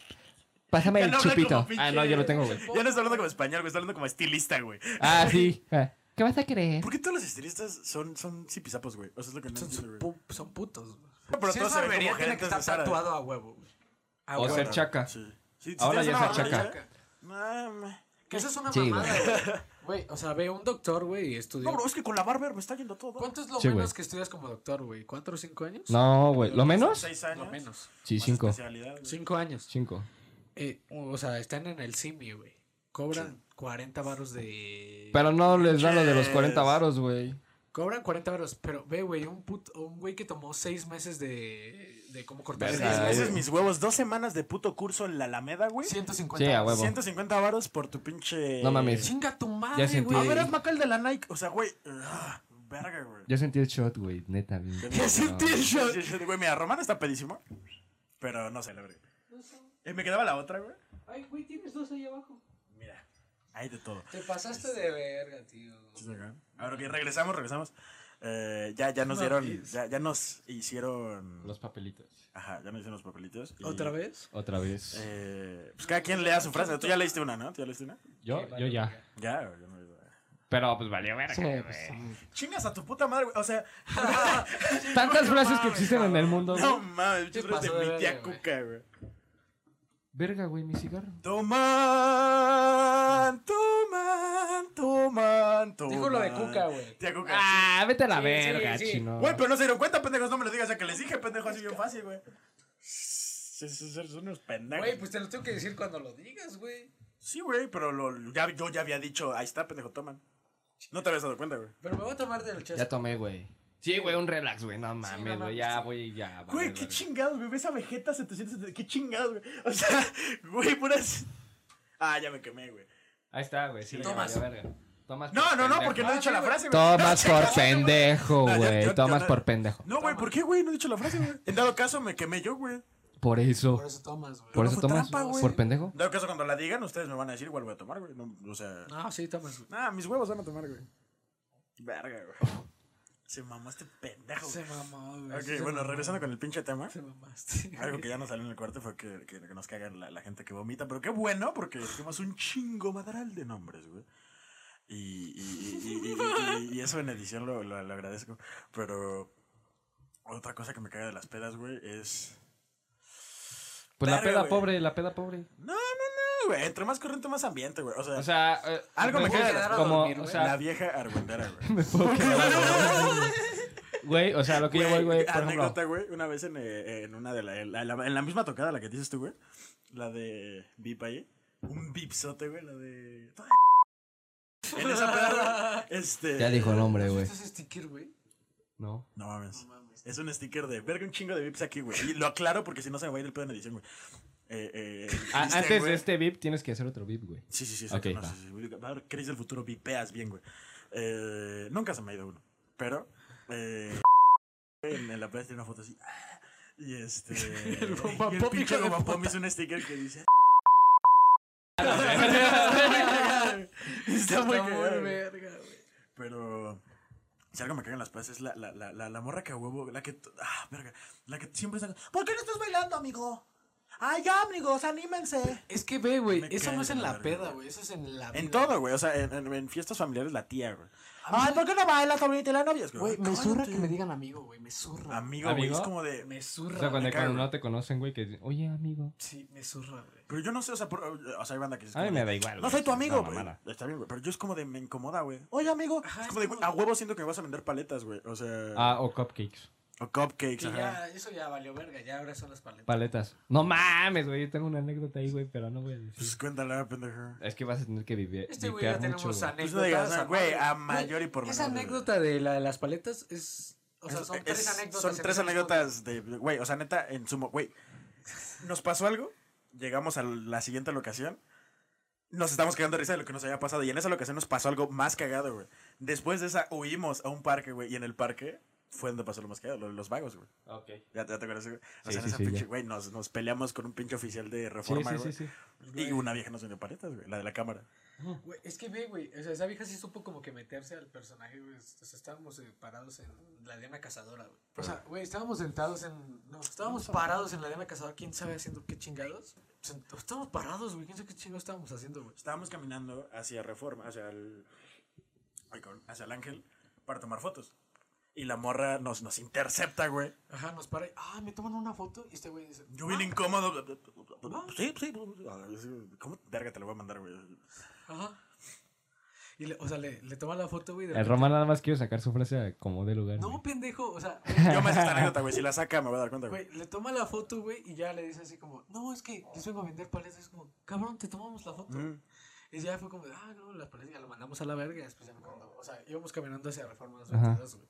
S2: pásame
S1: Ya
S2: el
S1: no habla
S2: chupito.
S1: como pinche-
S2: Ah, no, yo lo tengo, güey.
S1: Ya no está hablando como español, güey. Está hablando como estilista, güey.
S2: Ah, sí. Ah, ¿Qué vas a creer?
S1: ¿Por qué todos los estilistas son, son zipisapos, güey? O sea, es lo que no
S3: Son,
S1: entiendo,
S3: son,
S1: güey.
S3: pu- son putos. güey.
S1: Pero
S3: si
S1: todos
S3: es
S1: se ven
S3: barbería,
S1: como
S3: tiene que
S1: gerentes de
S3: estar
S1: Zara.
S3: tatuado a huevo, güey. A
S2: O
S3: huevo.
S2: ser chaca.
S1: Sí. Sí, si
S2: Ahora
S1: tienes
S2: ya
S1: una
S2: se achaca.
S1: barbería, no, mames.
S3: Que eso es una
S2: Sí, güey.
S3: mamada, güey. Güey, o sea, ve un doctor, güey, y estudió.
S1: No, bro, es que con la barber me está yendo todo.
S3: ¿Cuánto es lo
S2: Sí,
S3: menos
S2: güey.
S3: que estudias como doctor, güey? ¿Cuatro o cinco años?
S2: No, güey. ¿Lo menos?
S1: ¿Seis años?
S3: Lo menos.
S2: Sí,
S1: Más
S2: cinco.
S1: especialidad, güey.
S3: Cinco años.
S2: Cinco.
S3: Eh, o sea, están en el simi, güey. Cobran 40 baros de...
S2: Pero no les da lo de los 40 varos, güey.
S3: Cobran 40 euros, pero ve, güey, un puto- un güey que tomó 6 meses de, de cómo cortar
S1: Seis
S3: el
S5: Verga,
S3: dedo.
S1: meses, mis huevos. Dos semanas de puto curso en la Alameda, güey.
S3: 150.
S2: Sí, a huevo.
S1: 150 varos por tu pinche. Ah,
S2: No mames.
S3: Chinga tu
S2: Ya
S3: madre,
S2: sentí-
S1: A
S3: güey.
S1: ver, hazme acá el de la Nike. O sea, güey. ah, verga, güey.
S2: Yo sentí el shot, güey, neta. güey.
S1: Ya
S3: sentí el shot.
S1: Sí, sí, Güey, mira, Román está pedísimo. Pero no sé, la verdad. Eh, me quedaba la otra, güey.
S4: Ay, güey, tienes dos ahí abajo.
S1: Mira, hay de todo.
S4: Te pasaste de verga, tío.
S1: Ahora bien, regresamos, regresamos. Eh, ya, ya nos dieron, ya, ya nos hicieron.
S2: Los papelitos.
S1: Ajá, ya nos hicieron los papelitos. y,
S3: ¿Otra vez?
S2: Otra vez.
S1: Eh, pues cada quien lea su frase. Tú ya leíste una, ¿no? ¿Tú ya leíste una?
S2: yo, yo ya.
S1: Ya, yo no leí nada.
S2: Pero pues valió verga,
S5: Sí,
S2: güey.
S5: pues,
S1: Chingas a tu puta madre, güey. O sea,
S2: Tantas frases que
S1: mames,
S2: existen en el mundo,
S1: no
S2: güey.
S1: mames, yo
S3: Sí,
S1: creo que
S3: pasó de
S1: mi tía
S3: verga, güey.
S1: Cuca, güey.
S2: Verga, güey, mi cigarro.
S1: Toman, toman, toman, toman.
S4: Dijo lo de Cuca, güey.
S1: Tía Cuca. sí.
S2: Ah, vete a la
S4: Sí, sí,
S2: verga,
S4: sí.
S2: chino.
S1: Güey, pero no se dieron cuenta, pendejos. No me lo digas, ya que les dije, pendejo, así bien fácil, güey. Sí, sí, sí, Son unos pendejos.
S4: Güey, pues te lo tengo que decir cuando lo digas, güey.
S1: Sí, güey, pero lo, ya, yo ya había dicho, ahí está, pendejo, toman. No te habías dado cuenta, güey.
S4: Pero me voy a tomar del chasco.
S2: Ya tomé, güey. Sí, güey, un relax, güey. No mames, güey.
S4: mames,
S2: ya,
S4: sí.
S2: voy, ya. Ah, vale,
S1: Güey, qué
S2: verga.
S1: chingados, güey. Ves a Vegeta 770. Qué chingados, güey. O sea, güey, puras. Ah, ya me quemé, güey.
S2: Ahí está, güey. Sí, ya
S4: Tomas.
S2: valió verga. Tomas.
S1: No,
S2: por
S1: no, no,
S2: pendejo.
S1: porque no he dicho la frase, güey.
S2: Tomas por pendejo,
S1: No, yo- yo-
S2: güey.
S1: yo
S2: Tomas
S1: no-
S2: por pendejo.
S1: No, güey, ¿por qué, güey? No he dicho la frase, güey. En dado caso, me quemé yo, güey.
S2: Por eso.
S3: Por eso tomas, güey.
S2: Por
S1: no
S2: eso
S1: fue
S2: tomas.
S1: trampa, güey.
S2: Por pendejo.
S1: En dado caso, cuando la digan, ustedes me van a decir, igual voy a tomar, güey. No, o sea.
S3: No, sí, tomas, güey.
S1: Ah, mis huevos van a tomar, güey. Verga, güey. Se mamó este pendejo,
S3: Se
S1: güey.
S3: mamó, güey.
S1: Ok,
S3: Se
S1: bueno,
S3: mamó.
S1: regresando con el pinche tema.
S3: Se mamaste.
S1: Algo que ya nos salió en el cuarto fue que, que- que nos cagan la, la gente que vomita. Pero qué bueno, porque tenemos un chingo madral de nombres, güey. Y, y- y- y- y- y eso en edición lo, lo- lo agradezco. Pero otra cosa que me caga de las pedas, güey, es...
S2: Pues la
S1: Verga,
S2: peda
S1: güey.
S2: pobre, la peda pobre.
S1: No, no, no, güey. Entre más corriente, más ambiente, güey. O sea,
S2: O sea, eh,
S1: Algo me
S2: como-
S1: queda de las-
S2: como,
S3: dormir,
S2: o
S3: güey.
S1: la
S2: sea,
S1: vieja argüendera, güey.
S2: me puedo quedar a dormir. Güey, o sea, lo que yo voy, güey, por ejemplo.
S1: anécdota, güey. Una vez en, eh, en una de la, en la- en la misma tocada, la que dices tú, güey. La de VIP ahí. Un VIPsote, güey. La de. En esa peda, güey, Este.
S2: Ya dijo el nombre,
S3: ¿Has
S2: güey.
S3: visto ese sticker, güey?
S2: No.
S1: No mames.
S3: No mames.
S1: Es un sticker de verga, un chingo de VIPs aquí, güey. Y lo aclaro porque si no se me va a ir el pedo en edición, güey. Eh, eh,
S2: Ah,
S1: Cristian,
S2: antes
S1: güey.
S2: de este VIP tienes que hacer otro VIP, güey.
S1: Sí, sí, sí. exacto,
S2: Ok,
S1: no,
S2: va.
S1: sí, sí. Va a haber crisis del futuro, vipeas bien, güey. Eh, nunca se me ha ido uno. Pero. Eh, en, en la playa tiene una foto así. ah, Y este.
S3: El Guamapop,
S1: y el pinche
S3: hijo de
S1: Guamapop hizo un sticker que dice. ah, Está muy cagado, güey.
S3: verga, güey.
S1: Pero. Si algo me caga en las plazas es la, la, la, la, la morra que a huevo, la que. t- Ah, verga. La que siempre está. ¿Por qué no estás bailando, amigo? ¡Ay, ya, amigos, anímense!
S3: Es que ve, güey,
S1: Me
S3: eso
S1: cae
S3: no es
S1: de
S3: en
S1: la
S3: la
S1: verga.
S3: peda, güey, eso es en la
S1: En
S3: vida.
S1: todo, güey. O sea, en, en, en fiestas familiares, la tía, güey. Ay, ¿por qué no bailas, sobrinita y la novia? Es que,
S3: Güey, me
S1: cállate.
S3: zurra que me digan amigo, güey, me zurra.
S1: Amigo, güey, es
S2: ¿Amigo?
S1: como de.
S3: Me
S2: O
S3: zurra.
S2: sea, cuando,
S1: me cago.
S2: cuando no te conocen, güey, que dicen, oye, amigo.
S3: Sí, me zurra, güey.
S1: Pero yo no sé, o sea, por- o sea hay banda que es
S2: A mí
S1: como
S2: me
S1: de,
S2: da igual.
S1: No
S2: güey,
S1: soy tu
S2: es una
S1: amigo, güey.
S2: mamada.
S1: Está bien, güey. Pero yo es como de me incomoda, güey. Oye, amigo.
S3: Ajá,
S1: es como de, güey, a huevo siento que me vas a vender paletas, güey. O sea.
S2: Ah, o cupcakes.
S1: O cupcakes,
S3: Que
S1: ajá.
S3: ya, eso ya valió verga, ya ahora son las paletas.
S2: Paletas. No mames, güey. Yo tengo una anécdota ahí, güey, pero no voy a
S1: Pues
S2: decir.
S1: cuéntala, pendejo.
S2: Es que vas a tener que vivir.
S3: Este güey ya tenemos anécdotas.
S1: Pues no digas,
S3: a
S1: no, güey,
S3: madre.
S1: a mayor y por
S3: Esa
S1: menor, güey.
S3: anécdota de la de las paletas es. O sea,
S1: Es-
S3: son
S1: es-
S3: tres anécdotas.
S1: Son
S3: en
S1: tres
S3: ese
S1: anécdotas de, güey, o sea, neta, en sumo, güey. Nos pasó algo, llegamos a la siguiente locación, nos estamos quedando de risa de lo que nos había pasado, y en esa locación nos pasó algo más cagado, güey. Después de esa, huimos a un parque, güey, y en el parque fue donde pasó lo más cagado, lo de los vagos, güey.
S2: Ok.
S1: Ya, ya te acuerdas, güey. O sea,
S2: Sí,
S1: en
S2: sí,
S1: esa
S2: sí,
S1: pinche,
S2: ya.
S1: güey, nos, nos peleamos con un pinche oficial de
S2: Sí,
S1: reforma,
S2: sí,
S1: güey.
S2: sí, sí.
S1: Y una vieja nos vendió paletas, güey, la de la cámara.
S3: Güey, es que ve, güey. O sea, esa vieja sí supo como que meterse al personaje, güey. O sea, estábamos eh, parados en la Diana Cazadora, güey. O sea, güey, estábamos sentados en. No, estábamos parados en la Diana Cazadora, quién sabe haciendo qué chingados. Sent- Estábamos parados, güey. Quién sabe qué chingados estábamos haciendo, güey.
S1: Estábamos caminando hacia Reforma, hacia el. ay, cabrón, hacia el Ángel, para tomar fotos. Y la morra nos, nos intercepta, güey.
S3: Ajá, nos para y. Ah, me toman una foto y este güey dice.
S1: Yo bien incómodo. Sí, sí. ¿Cómo? Verga, te lo voy a mandar, güey.
S3: "Ah", Ajá. Y le- o sea, le, le toman la foto, güey. de
S2: El
S3: repente-
S2: Román nada más quiere sacar su frase como de lugar.
S3: No,
S2: güey.
S3: pendejo. O sea,
S1: Yo me hace esta anécdota, güey. Si la saca, me voy a dar cuenta, güey.
S3: Güey, le toma la foto, güey, y ya le dice así como, no, es que les vengo a vender paletas. Es como, cabrón, te tomamos la foto.
S1: Mm.
S3: Y ya fue como, de, ah, no, la policía lo mandamos a la verga. Y después ya fue cuando, o sea, íbamos caminando hacia Reforma
S2: Ajá.
S3: 22, güey.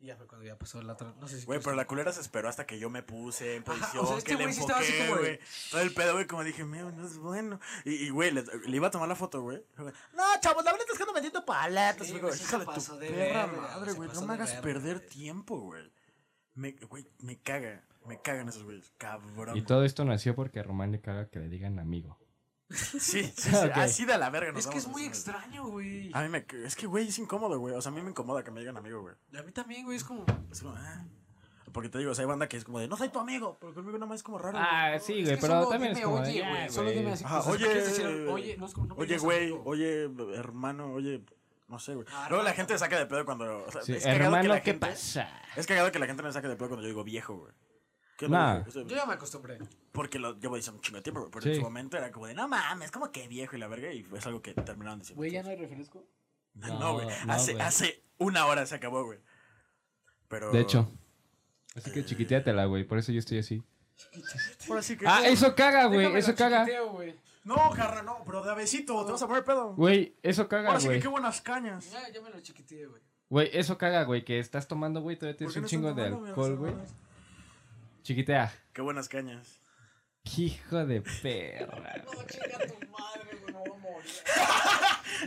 S3: Y ya fue cuando ya pasó la otra. No sé si.
S1: Güey, pero la culera se esperó hasta que yo me puse en
S3: pues Ajá,
S1: posición,
S3: o sea, este
S1: que le
S3: güey sí estaba así
S1: enfoqué,
S3: como de-
S1: güey. Todo el pedo, güey, como dije, mío, no es bueno. Y, y, güey, le, le iba a tomar la foto, güey. No, chavos, la verdad es que ando vendiendo paletas.
S3: Sí,
S1: güey,
S3: güey, sí se
S1: híjale,
S3: pasó
S1: tu
S3: de
S1: perra
S3: verga,
S1: madre,
S3: se
S1: güey. No me
S3: pasó de
S1: hagas
S3: verga,
S1: perder
S3: güey.
S1: tiempo, güey. Me, güey, me caga. Me cagan esos güeyes, cabrón.
S2: Y todo esto nació porque a Román le caga que le digan amigo.
S1: Sí, sí, sí,
S2: Ok.
S1: así de la verga nos
S3: Es que es
S1: vamos,
S3: muy
S1: güey.
S3: extraño, güey.
S2: Ah.
S1: A mí me, es que, güey, es incómodo, güey. O sea, a mí me incomoda que me digan amigo, güey.
S3: A mí también, güey, es como.
S1: Es como, ah. Porque te digo, o sea, hay banda que es como de, no soy tu amigo, pero conmigo nada más es como raro. güey.
S2: Ah, sí, güey,
S3: que
S2: pero
S3: solo
S2: también
S3: dime
S2: es como.
S3: oye,
S2: ya,
S3: güey, solo dime así.
S1: Ajá,
S3: O sea,
S1: oye,
S3: ¿por qué les hicieron? Oye, no es como- no me
S1: oye,
S3: digas
S1: güey,
S3: amigo.
S1: oye, hermano, oye, no sé, güey.
S3: Ah,
S1: Luego la
S3: no.
S1: gente se saca de pedo cuando. o sea,
S2: Sí,
S1: es cagado que
S2: hermano,
S1: la
S2: ¿qué
S1: gente-
S2: pasa?
S1: Es cagado que la gente me saque de pedo cuando yo digo viejo, güey. ¿Qué
S2: Nah.
S1: onda, güey?
S3: Yo ya me acostumbré.
S1: Porque lo llevo diciendo un chingo de tiempo, güey. Pero en
S2: Sí.
S1: su momento era como de, no mames, como que viejo y la verga. Y es algo que terminaron diciendo. Ah,
S3: Güey, ya no hay refresco.
S1: No, güey.
S2: No,
S1: hace,
S2: güey.
S1: hace una hora se acabó, güey. Pero.
S2: De hecho. Así que chiquitéatela, güey. Por eso yo estoy así.
S1: Ahora sí que.
S2: Ah, eso caga, güey.
S3: Déjame
S2: Eso
S3: lo
S2: caga.
S3: chiquiteo, güey.
S1: No, jarra, no, pero de avecito, te vas a poner pedo.
S2: Güey, eso caga,
S1: Ahora sí que
S2: güey.
S1: qué buenas cañas.
S3: Ya, ya me lo chiquiteé, güey.
S2: Güey, eso caga, güey. Que estás tomando, güey. Todavía
S1: ¿Por
S2: tienes
S1: qué
S2: un
S1: no
S2: chingo
S1: están
S2: de
S1: tomando,
S2: alcohol,
S1: mis
S2: güey.
S1: hermanos?
S2: Chiquitea.
S1: Qué buenas cañas.
S2: Hijo de perra.
S3: No, chinga tu madre, güey, no voy a morir.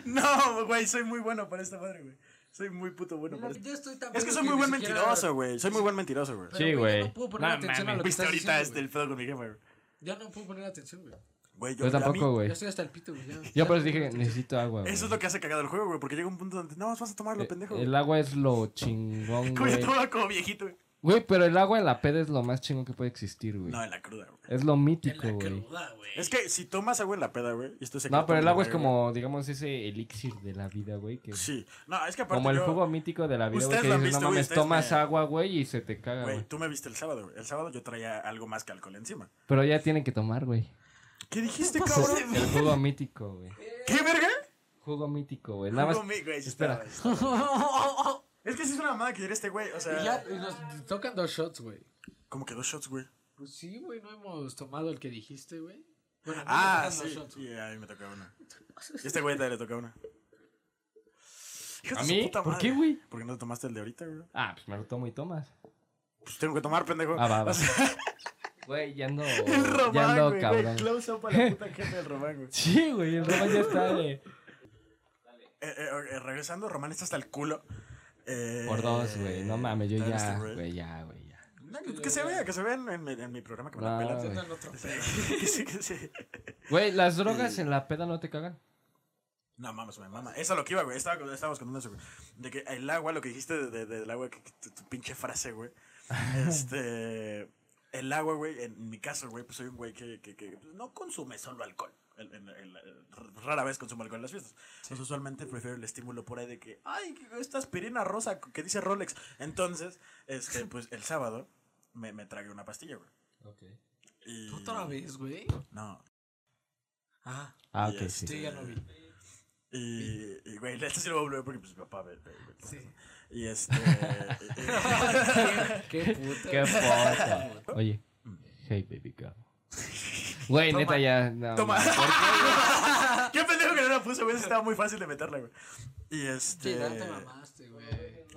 S1: No, güey, soy muy bueno para esta madre, güey. Soy muy puto bueno para
S3: Mira,
S1: esta.
S3: Yo estoy tan
S1: Es que
S3: pedo
S1: soy muy
S3: ni
S1: buen
S3: siquiera-
S1: mentiroso, güey. Soy muy buen mentiroso, güey.
S3: Pero,
S2: Sí,
S3: Yo
S2: güey.
S3: no puedo poner
S2: No
S3: atención a
S2: mames.
S3: lo que
S1: Viste
S3: estás
S1: ahorita
S3: diciendo,
S1: este el pedo con mi jefe, güey.
S3: güey. Ya no puedo poner atención, güey.
S1: Güey, yo,
S2: Yo
S1: a mí-
S2: Pues tampoco,
S3: Yo
S2: güey.
S3: estoy hasta el pito, güey. ya-
S2: Yo
S3: ya no
S2: por eso
S3: puedo poner
S2: dije,
S3: atención.
S2: necesito agua, güey. Eh,
S1: Eso es lo que hace cagado el juego, güey, porque llega un punto donde no, vas a tomarlo, pendejo.
S2: El agua es lo chingón,
S1: Como yo
S2: güey.
S1: tomaba como viejito, güey.
S2: Güey, pero el agua en la peda es lo más chingón que puede existir, güey.
S1: No, en la cruda, güey.
S2: Es lo
S3: En
S2: mítico,
S3: la
S2: güey.
S3: cruda, güey.
S1: Es que si tomas agua en la peda, güey, y esto se
S2: No, pero el agua es como, digamos, ese elixir de la vida, güey. Que...
S1: Sí. No, es que aparte
S2: Como el
S1: yo-
S2: jugo mítico de la vida, güey.
S1: Ustedes
S2: Que
S1: lo han
S2: dices, no
S1: visto, güey,
S2: mames,
S1: ustedes
S2: tomas
S1: me-
S2: agua, güey, y se te caga,
S1: Güey,
S2: güey.
S1: tú me viste el sábado, güey. El sábado yo traía algo más que alcohol encima.
S2: Pero ya tienen que tomar, güey.
S1: ¿Qué dijiste, cabrón?
S2: El jugo mítico, güey.
S1: ¿Qué verga?
S2: Jugo mítico, güey. Nada más.
S1: Jugo mi- güey, sí
S2: Espera.
S1: estaba, estaba. Es que sí es una mamada que diera este güey. O sea,
S3: Y ya y nos tocan dos shots, güey.
S1: como que dos shots, güey.
S3: Pues sí, güey, no hemos tomado el que dijiste, güey. Bueno, a mí me
S1: Ah,
S3: tocan
S1: sí.
S3: dos shots, güey.
S1: Y a mí me toca una. Y a este güey también le toca una. Hijo de
S2: ¿A
S1: su
S2: mí?
S1: puta
S2: ¿Por
S1: madre.
S2: qué, güey?
S1: Porque no tomaste el de ahorita, güey.
S2: Ah, pues me lo tomo y tomas.
S1: Pues tengo que tomar, pendejo.
S2: Ah, va, va.
S1: O sea,
S2: Güey, ya ando.
S1: el
S2: ya
S1: Román,
S2: ando
S1: güey. güey,
S2: cabrón.
S1: Close up a la puta gente del Román, güey.
S2: Sí, güey, el Román ya está de.
S1: Eh, eh, eh, regresando, Román está hasta el culo. Eh,
S2: Por dos, güey. No mames, yo
S1: Dynasty
S2: ya.
S1: Raid.
S2: Güey, ya, güey, ya.
S1: No, que, que se vea, que se vea en, en mi- en mi programa que me la
S2: No,
S1: pelas.
S2: güey.
S3: Tocan otro pedo.
S1: Que sí, que sí.
S2: Güey, las drogas en la peda no te cagan.
S1: No mames, me mama. Eso es lo que iba, güey. Estaba, estábamos contando eso, güey. De que el agua, lo que dijiste de- de- del agua, que, que tu, tu pinche frase, güey. Este. El agua, güey, en mi caso, güey, pues soy un güey que, que- que no consume solo alcohol. El- el- el- el- rara vez consumo alcohol en las fiestas. Entonces, usualmente prefiero el estímulo por ahí de que, ay, esta aspirina rosa que dice Rolex. Entonces, este, pues el sábado me, me tragué una pastilla, güey.
S2: Ok.
S1: Y-
S3: Otra vez, güey.
S1: No.
S3: Ah,
S2: Ah,
S1: Y
S2: ok,
S1: este-
S2: sí.
S3: sí, ya lo vi.
S1: Y, y, güey, esto sí lo voy a volver porque pues mi papá ve. ve- ve-
S3: Sí.
S1: Y este. y-
S3: Qué puta.
S2: Qué puta. Oye. Hey, baby girl. Güey,
S1: Mm. Toma.
S2: neta, ya. No,
S1: Toma.
S2: no.
S1: Qué pendejo que no la puse, güey. eso Estaba muy fácil de meterla, güey. Y este.
S3: Sí, no te mamaste, güey.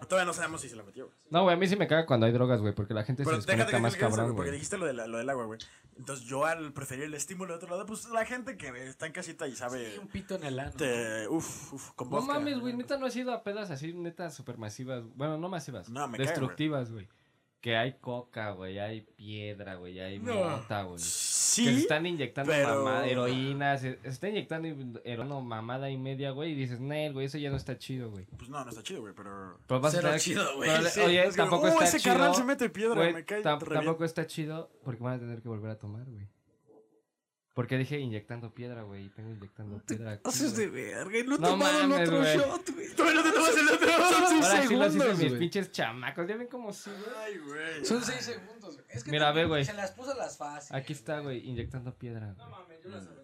S1: todavía no sabemos si se la metió, güey.
S2: No, güey, a mí sí me caga cuando hay drogas, güey, porque la gente se
S1: Pero déjate
S2: desconecta
S1: que
S2: más
S1: te diga eso,
S2: cabrón,
S1: güey, Porque
S2: güey.
S1: dijiste lo, de la- lo del agua, güey. Entonces yo al preferir el estímulo de otro lado, pues la gente que está en casita y
S3: Y
S1: sabe.
S3: un pito en el ano.
S1: Te, uf, uf, con
S2: No
S1: vodka.
S2: mames, güey, neta no he sido a pedas así, neta supermasivas. Bueno, no masivas.
S1: No, me cae, güey.
S2: destructivas, güey. Que hay coca, güey, hay piedra, güey, hay
S3: No.
S2: mota, güey.
S1: Sí.
S2: Que se están inyectando
S1: pero-
S2: mamada, heroína, se, se está inyectando heroína mamada y media, güey, y dices, Nel, güey, eso ya no está chido, güey.
S1: Pues no, no está chido, güey, pero.
S2: Pero vas
S3: Cero
S2: a estar
S3: chido, güey.
S2: pero le-
S3: Sí,
S2: oye,
S1: es como,
S2: tampoco
S1: "Uh,
S2: está
S1: ese
S2: chido.
S1: carnal se mete piedra,
S2: güey,
S1: me cae
S2: tam-
S1: re bien".
S2: tampoco está chido porque van a tener que volver a tomar, güey. Porque dije inyectando piedra, güey, y tengo inyectando piedra. aquí,
S3: Haces
S2: güey.
S3: de verga y no,
S2: No
S3: tomaron
S2: mames,
S3: otro
S2: güey.
S3: shot, güey.
S1: Todavía no te tomas el otro.
S3: Son
S2: Ahora sí las hice
S3: segundos,
S2: mis
S3: güey.
S2: pinches chamacos. Ya ven cómo sí, güey.
S1: Ay, güey.
S3: Son 6 segundos, güey. Es que
S2: Mira,
S3: también
S2: ve, güey.
S3: Se las puso las fáciles.
S2: Aquí está, güey, inyectando piedra. güey.
S3: Yo las aventé.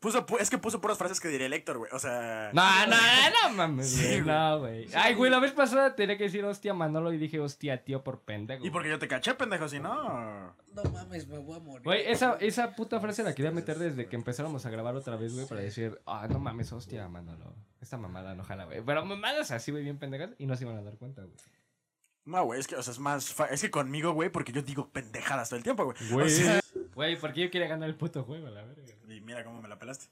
S1: Puso, pu- es que puso puras frases que diría el Héctor, güey. O sea.
S2: No, no, no mames,
S1: Sí, güey.
S2: güey. No, güey. Ay, güey, la vez pasada tenía que decir hostia Manolo y dije hostia tío por pendejo.
S1: Y porque yo te caché, pendejo, si no.
S4: No mames, me voy a morir.
S2: Güey, esa, esa puta frase la quería meter desde que empezáramos a grabar otra vez, güey, para decir, ah, no mames, hostia, Manolo. Esta mamada no jala, güey. Pero mamadas así, güey, bien pendejas y no se iban a dar cuenta, güey.
S1: No, güey, es que, o sea, es más. fa- Es que conmigo, güey, porque yo digo pendejadas todo el tiempo, güey. O
S2: Güey.
S1: sea-
S2: Güey, porque yo quería ganar el puto juego, la verga.
S1: y mira cómo me la pelaste.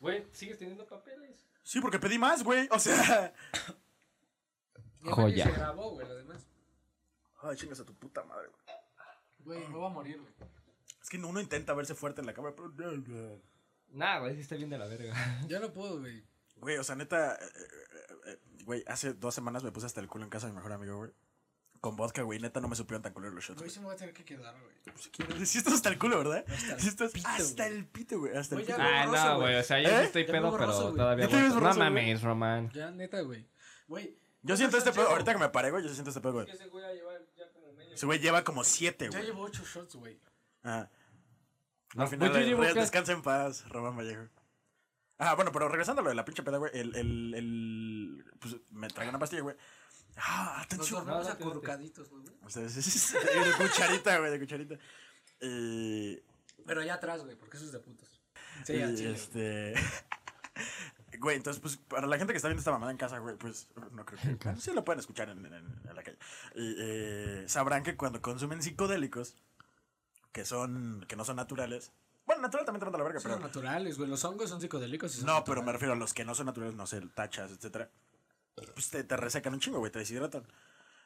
S2: Güey, sigues teniendo papeles.
S1: Sí, porque pedí más, güey. O sea.
S4: Ya
S2: Joya.
S4: Se grabó, güey, lo demás.
S1: Ay, chingas a tu puta madre, güey.
S3: Güey, me voy a morir, güey.
S1: Es que uno intenta verse fuerte en la cámara, pero.
S2: Nah, güey, sí está bien de la verga.
S4: Yo no puedo, güey.
S1: Güey, o sea, neta. eh, eh, eh, Güey, hace dos semanas me puse hasta el culo en casa de mi mejor amigo, güey. Con vodka, güey. Neta, no me supieron tan culo los shots.
S4: Güey,
S1: güey.
S4: sí me voy a tener que quedar, güey.
S1: Sí, estás hasta el culo, ¿verdad?
S4: el
S1: Sí, estás
S4: pito,
S1: hasta
S4: güey.
S1: el pito, güey. Hasta el
S4: Güey, ya
S1: pito.
S4: Ah,
S2: Ah,
S4: borroso,
S2: no, güey,
S4: güey.
S2: o sea, yo
S1: ¿Eh?
S2: sí estoy
S4: Ya
S2: pedo,
S4: muy borroso,
S2: pero
S4: güey.
S2: todavía
S1: Ya te ves
S2: borroso. No
S1: borroso, güey.
S2: mames, Román.
S4: Ya, neta, güey. Güey,
S1: Yo siento este pedo. Ahorita que me paré, güey, yo siento este pedo, güey.
S2: Ese güey a llevar ya como medio.
S1: Ese güey lleva como siete,
S4: ya
S1: güey.
S4: llevo ocho shots, güey.
S1: Ajá.
S2: No,
S1: Al final,
S2: güey, yo
S1: eh,
S2: llevo
S1: re-
S2: casi-
S1: descansa en paz, Román Vallejo. Ah, bueno, pero regresando a lo de la pinche peda, güey. El, el, el. Pues me tragué una pastilla, güey. Ah,
S4: Nos
S1: atención.
S4: dormimos
S2: no, no,
S4: acurrucaditos, güey.
S1: O sea, sí, sí, sí, de cucharita, güey, de cucharita. Y.
S4: Pero allá atrás, güey, porque eso es de putos.
S1: y,
S4: Sí, al chile, güey.
S1: este. Güey, entonces, pues, para la gente que está viendo esta mamada en casa, güey, pues, no creo que... bueno, sí lo pueden escuchar en, en- en la calle. Y, eh, sabrán que cuando consumen psicodélicos, que son... que no son naturales... Bueno, natural también te manda la verga,
S4: Son
S1: pero...
S4: naturales, güey. Los hongos son psicodélicos. y son
S1: No, pero me
S4: naturales.
S1: refiero a los que no son naturales, no sé, tachas, etcétera. Pues te, te resecan un chingo, güey, te deshidratan.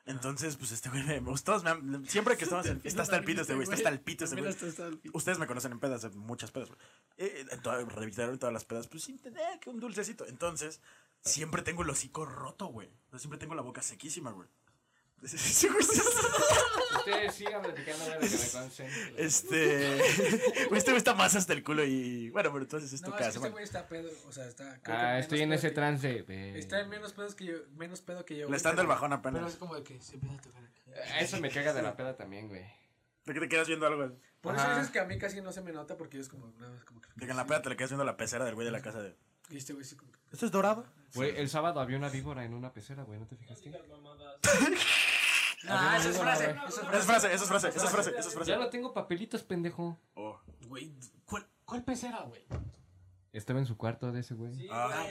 S1: Entonces, pues este güey, me todos me han- siempre que estamos en. Está hasta el pito este güey, está hasta el pito este
S4: También
S1: güey.
S4: hasta- hasta el pito.
S1: Ustedes me conocen en pedas, en muchas pedas, güey. Eh, eh, todas- revitaron todas las pedas, pues sin tener que un dulcecito. Entonces, siempre tengo el hocico roto, güey. O sea, Siempre tengo la boca sequísima, güey. Sí, güey, sí, sí.
S2: Ustedes sigan platicando, güey, que me concentre.
S1: Este. güey, Este güey está más hasta el culo y. Bueno, pero entonces es tu
S4: No, es que
S1: casa,
S4: este
S1: güey.
S4: güey está pedo. O sea, está. creo que
S2: Ah,
S4: menos
S2: estoy en
S4: pedo
S2: ese
S4: que-
S2: trance. güey.
S4: Está en menos, pedos que yo, menos pedo que yo.
S1: Le
S4: güey,
S1: están dando el
S4: pero-
S1: bajón
S3: Pero es
S1: apenas.
S3: como de que se empieza a tocar aquí.
S2: Eso me caga de la peda también, güey.
S1: ¿De qué te quedas viendo algo? güey?
S4: Por
S2: Ajá.
S4: eso dices que a mí casi no se me nota porque yo es como. Nada más como que.
S1: De que en la peda te le quedas viendo la pecera del güey de la casa de.
S4: Y este güey sí como que.
S1: ¿Esto es dorado?
S2: Güey, el sábado había una víbora en una pecera, güey, ¿no te fijaste?
S4: Ah, esa es
S2: no,
S4: frase.
S2: no,
S4: Esa
S1: Esa es
S4: es
S1: frase, esa es frase, esa es frase, esa es frase.
S2: Ya no tengo papelitos, pendejo.
S1: Oh.
S4: frase. Güey.
S3: ¿Cuál, ¿Cuál pecera, güey?
S2: Estaba en su cuarto de ese, güey.
S1: Ah,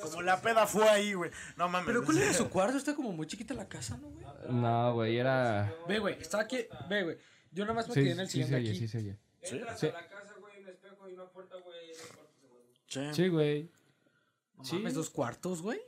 S1: como la peda fue ahí, güey. No mames.
S4: Pero ¿cuál era su cuarto? Está como muy chiquita la casa, ¿no, güey?
S2: No, güey, era.
S4: Ve, güey. Está aquí. Ve, güey. Yo nada más me quedé
S2: Sí,
S4: en el
S2: sí se
S4: sillón de
S2: oye,
S4: aquí.
S2: sí se oye.
S1: Sí,
S2: Sí.
S1: sí.
S2: Sí, güey.
S4: No
S2: Sí.
S4: mames, dos cuartos, güey.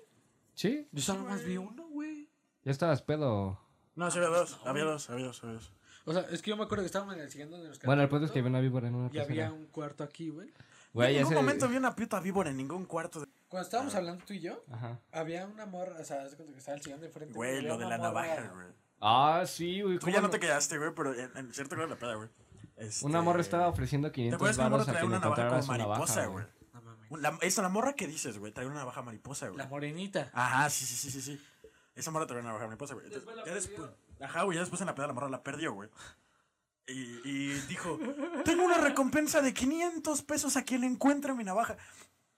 S2: Sí,
S4: Yo solo más vi uno, güey.
S2: ya estabas pedo.
S1: No, sí había dos, había dos, había dos, había dos.
S4: O sea, es que yo me acuerdo que estábamos en el sillón donde nos
S2: Bueno, el
S4: quedamos
S2: punto es que había una víbora en una
S4: Y había
S2: pecera.
S4: un cuarto aquí, güey.
S2: Güey,
S1: en
S2: ya
S1: ningún
S2: se.
S1: momento vi una puta víbora en ningún cuarto. de-
S4: Cuando estábamos hablando tú y yo,
S2: Ajá.
S4: había una morra, o sea, haz de cuenta que estaba el sillón de frente.
S1: Güey,
S4: había
S1: lo de
S4: una
S1: la navaja,
S4: morra-
S1: güey.
S2: Ah, sí, güey.
S1: Tú
S2: ¿cómo
S1: ya no te quedaste, güey, pero en, en cierto grado la peda, güey. Este-
S2: Una morra estaba ofreciendo
S1: ¿Te
S2: 500
S1: acuerdas que la morra
S2: baros a
S1: traía
S2: quien
S1: una navaja
S2: encontrara
S1: como
S2: su
S1: mariposa,
S2: navaja,
S1: güey?
S2: güey?
S4: No mames.
S1: La- Esa la morra que dices, güey, traía una navaja mariposa, güey.
S4: La morenita.
S1: Ajá, sí, sí, sí, sí, sí. Esa morra también la bajaba mi pasa, güey. Entonces, ya después. Ajá, güey, ya después en la peda la morra la perdió, güey. Y, y dijo, tengo una recompensa de 500 pesos a quien encuentre mi navaja.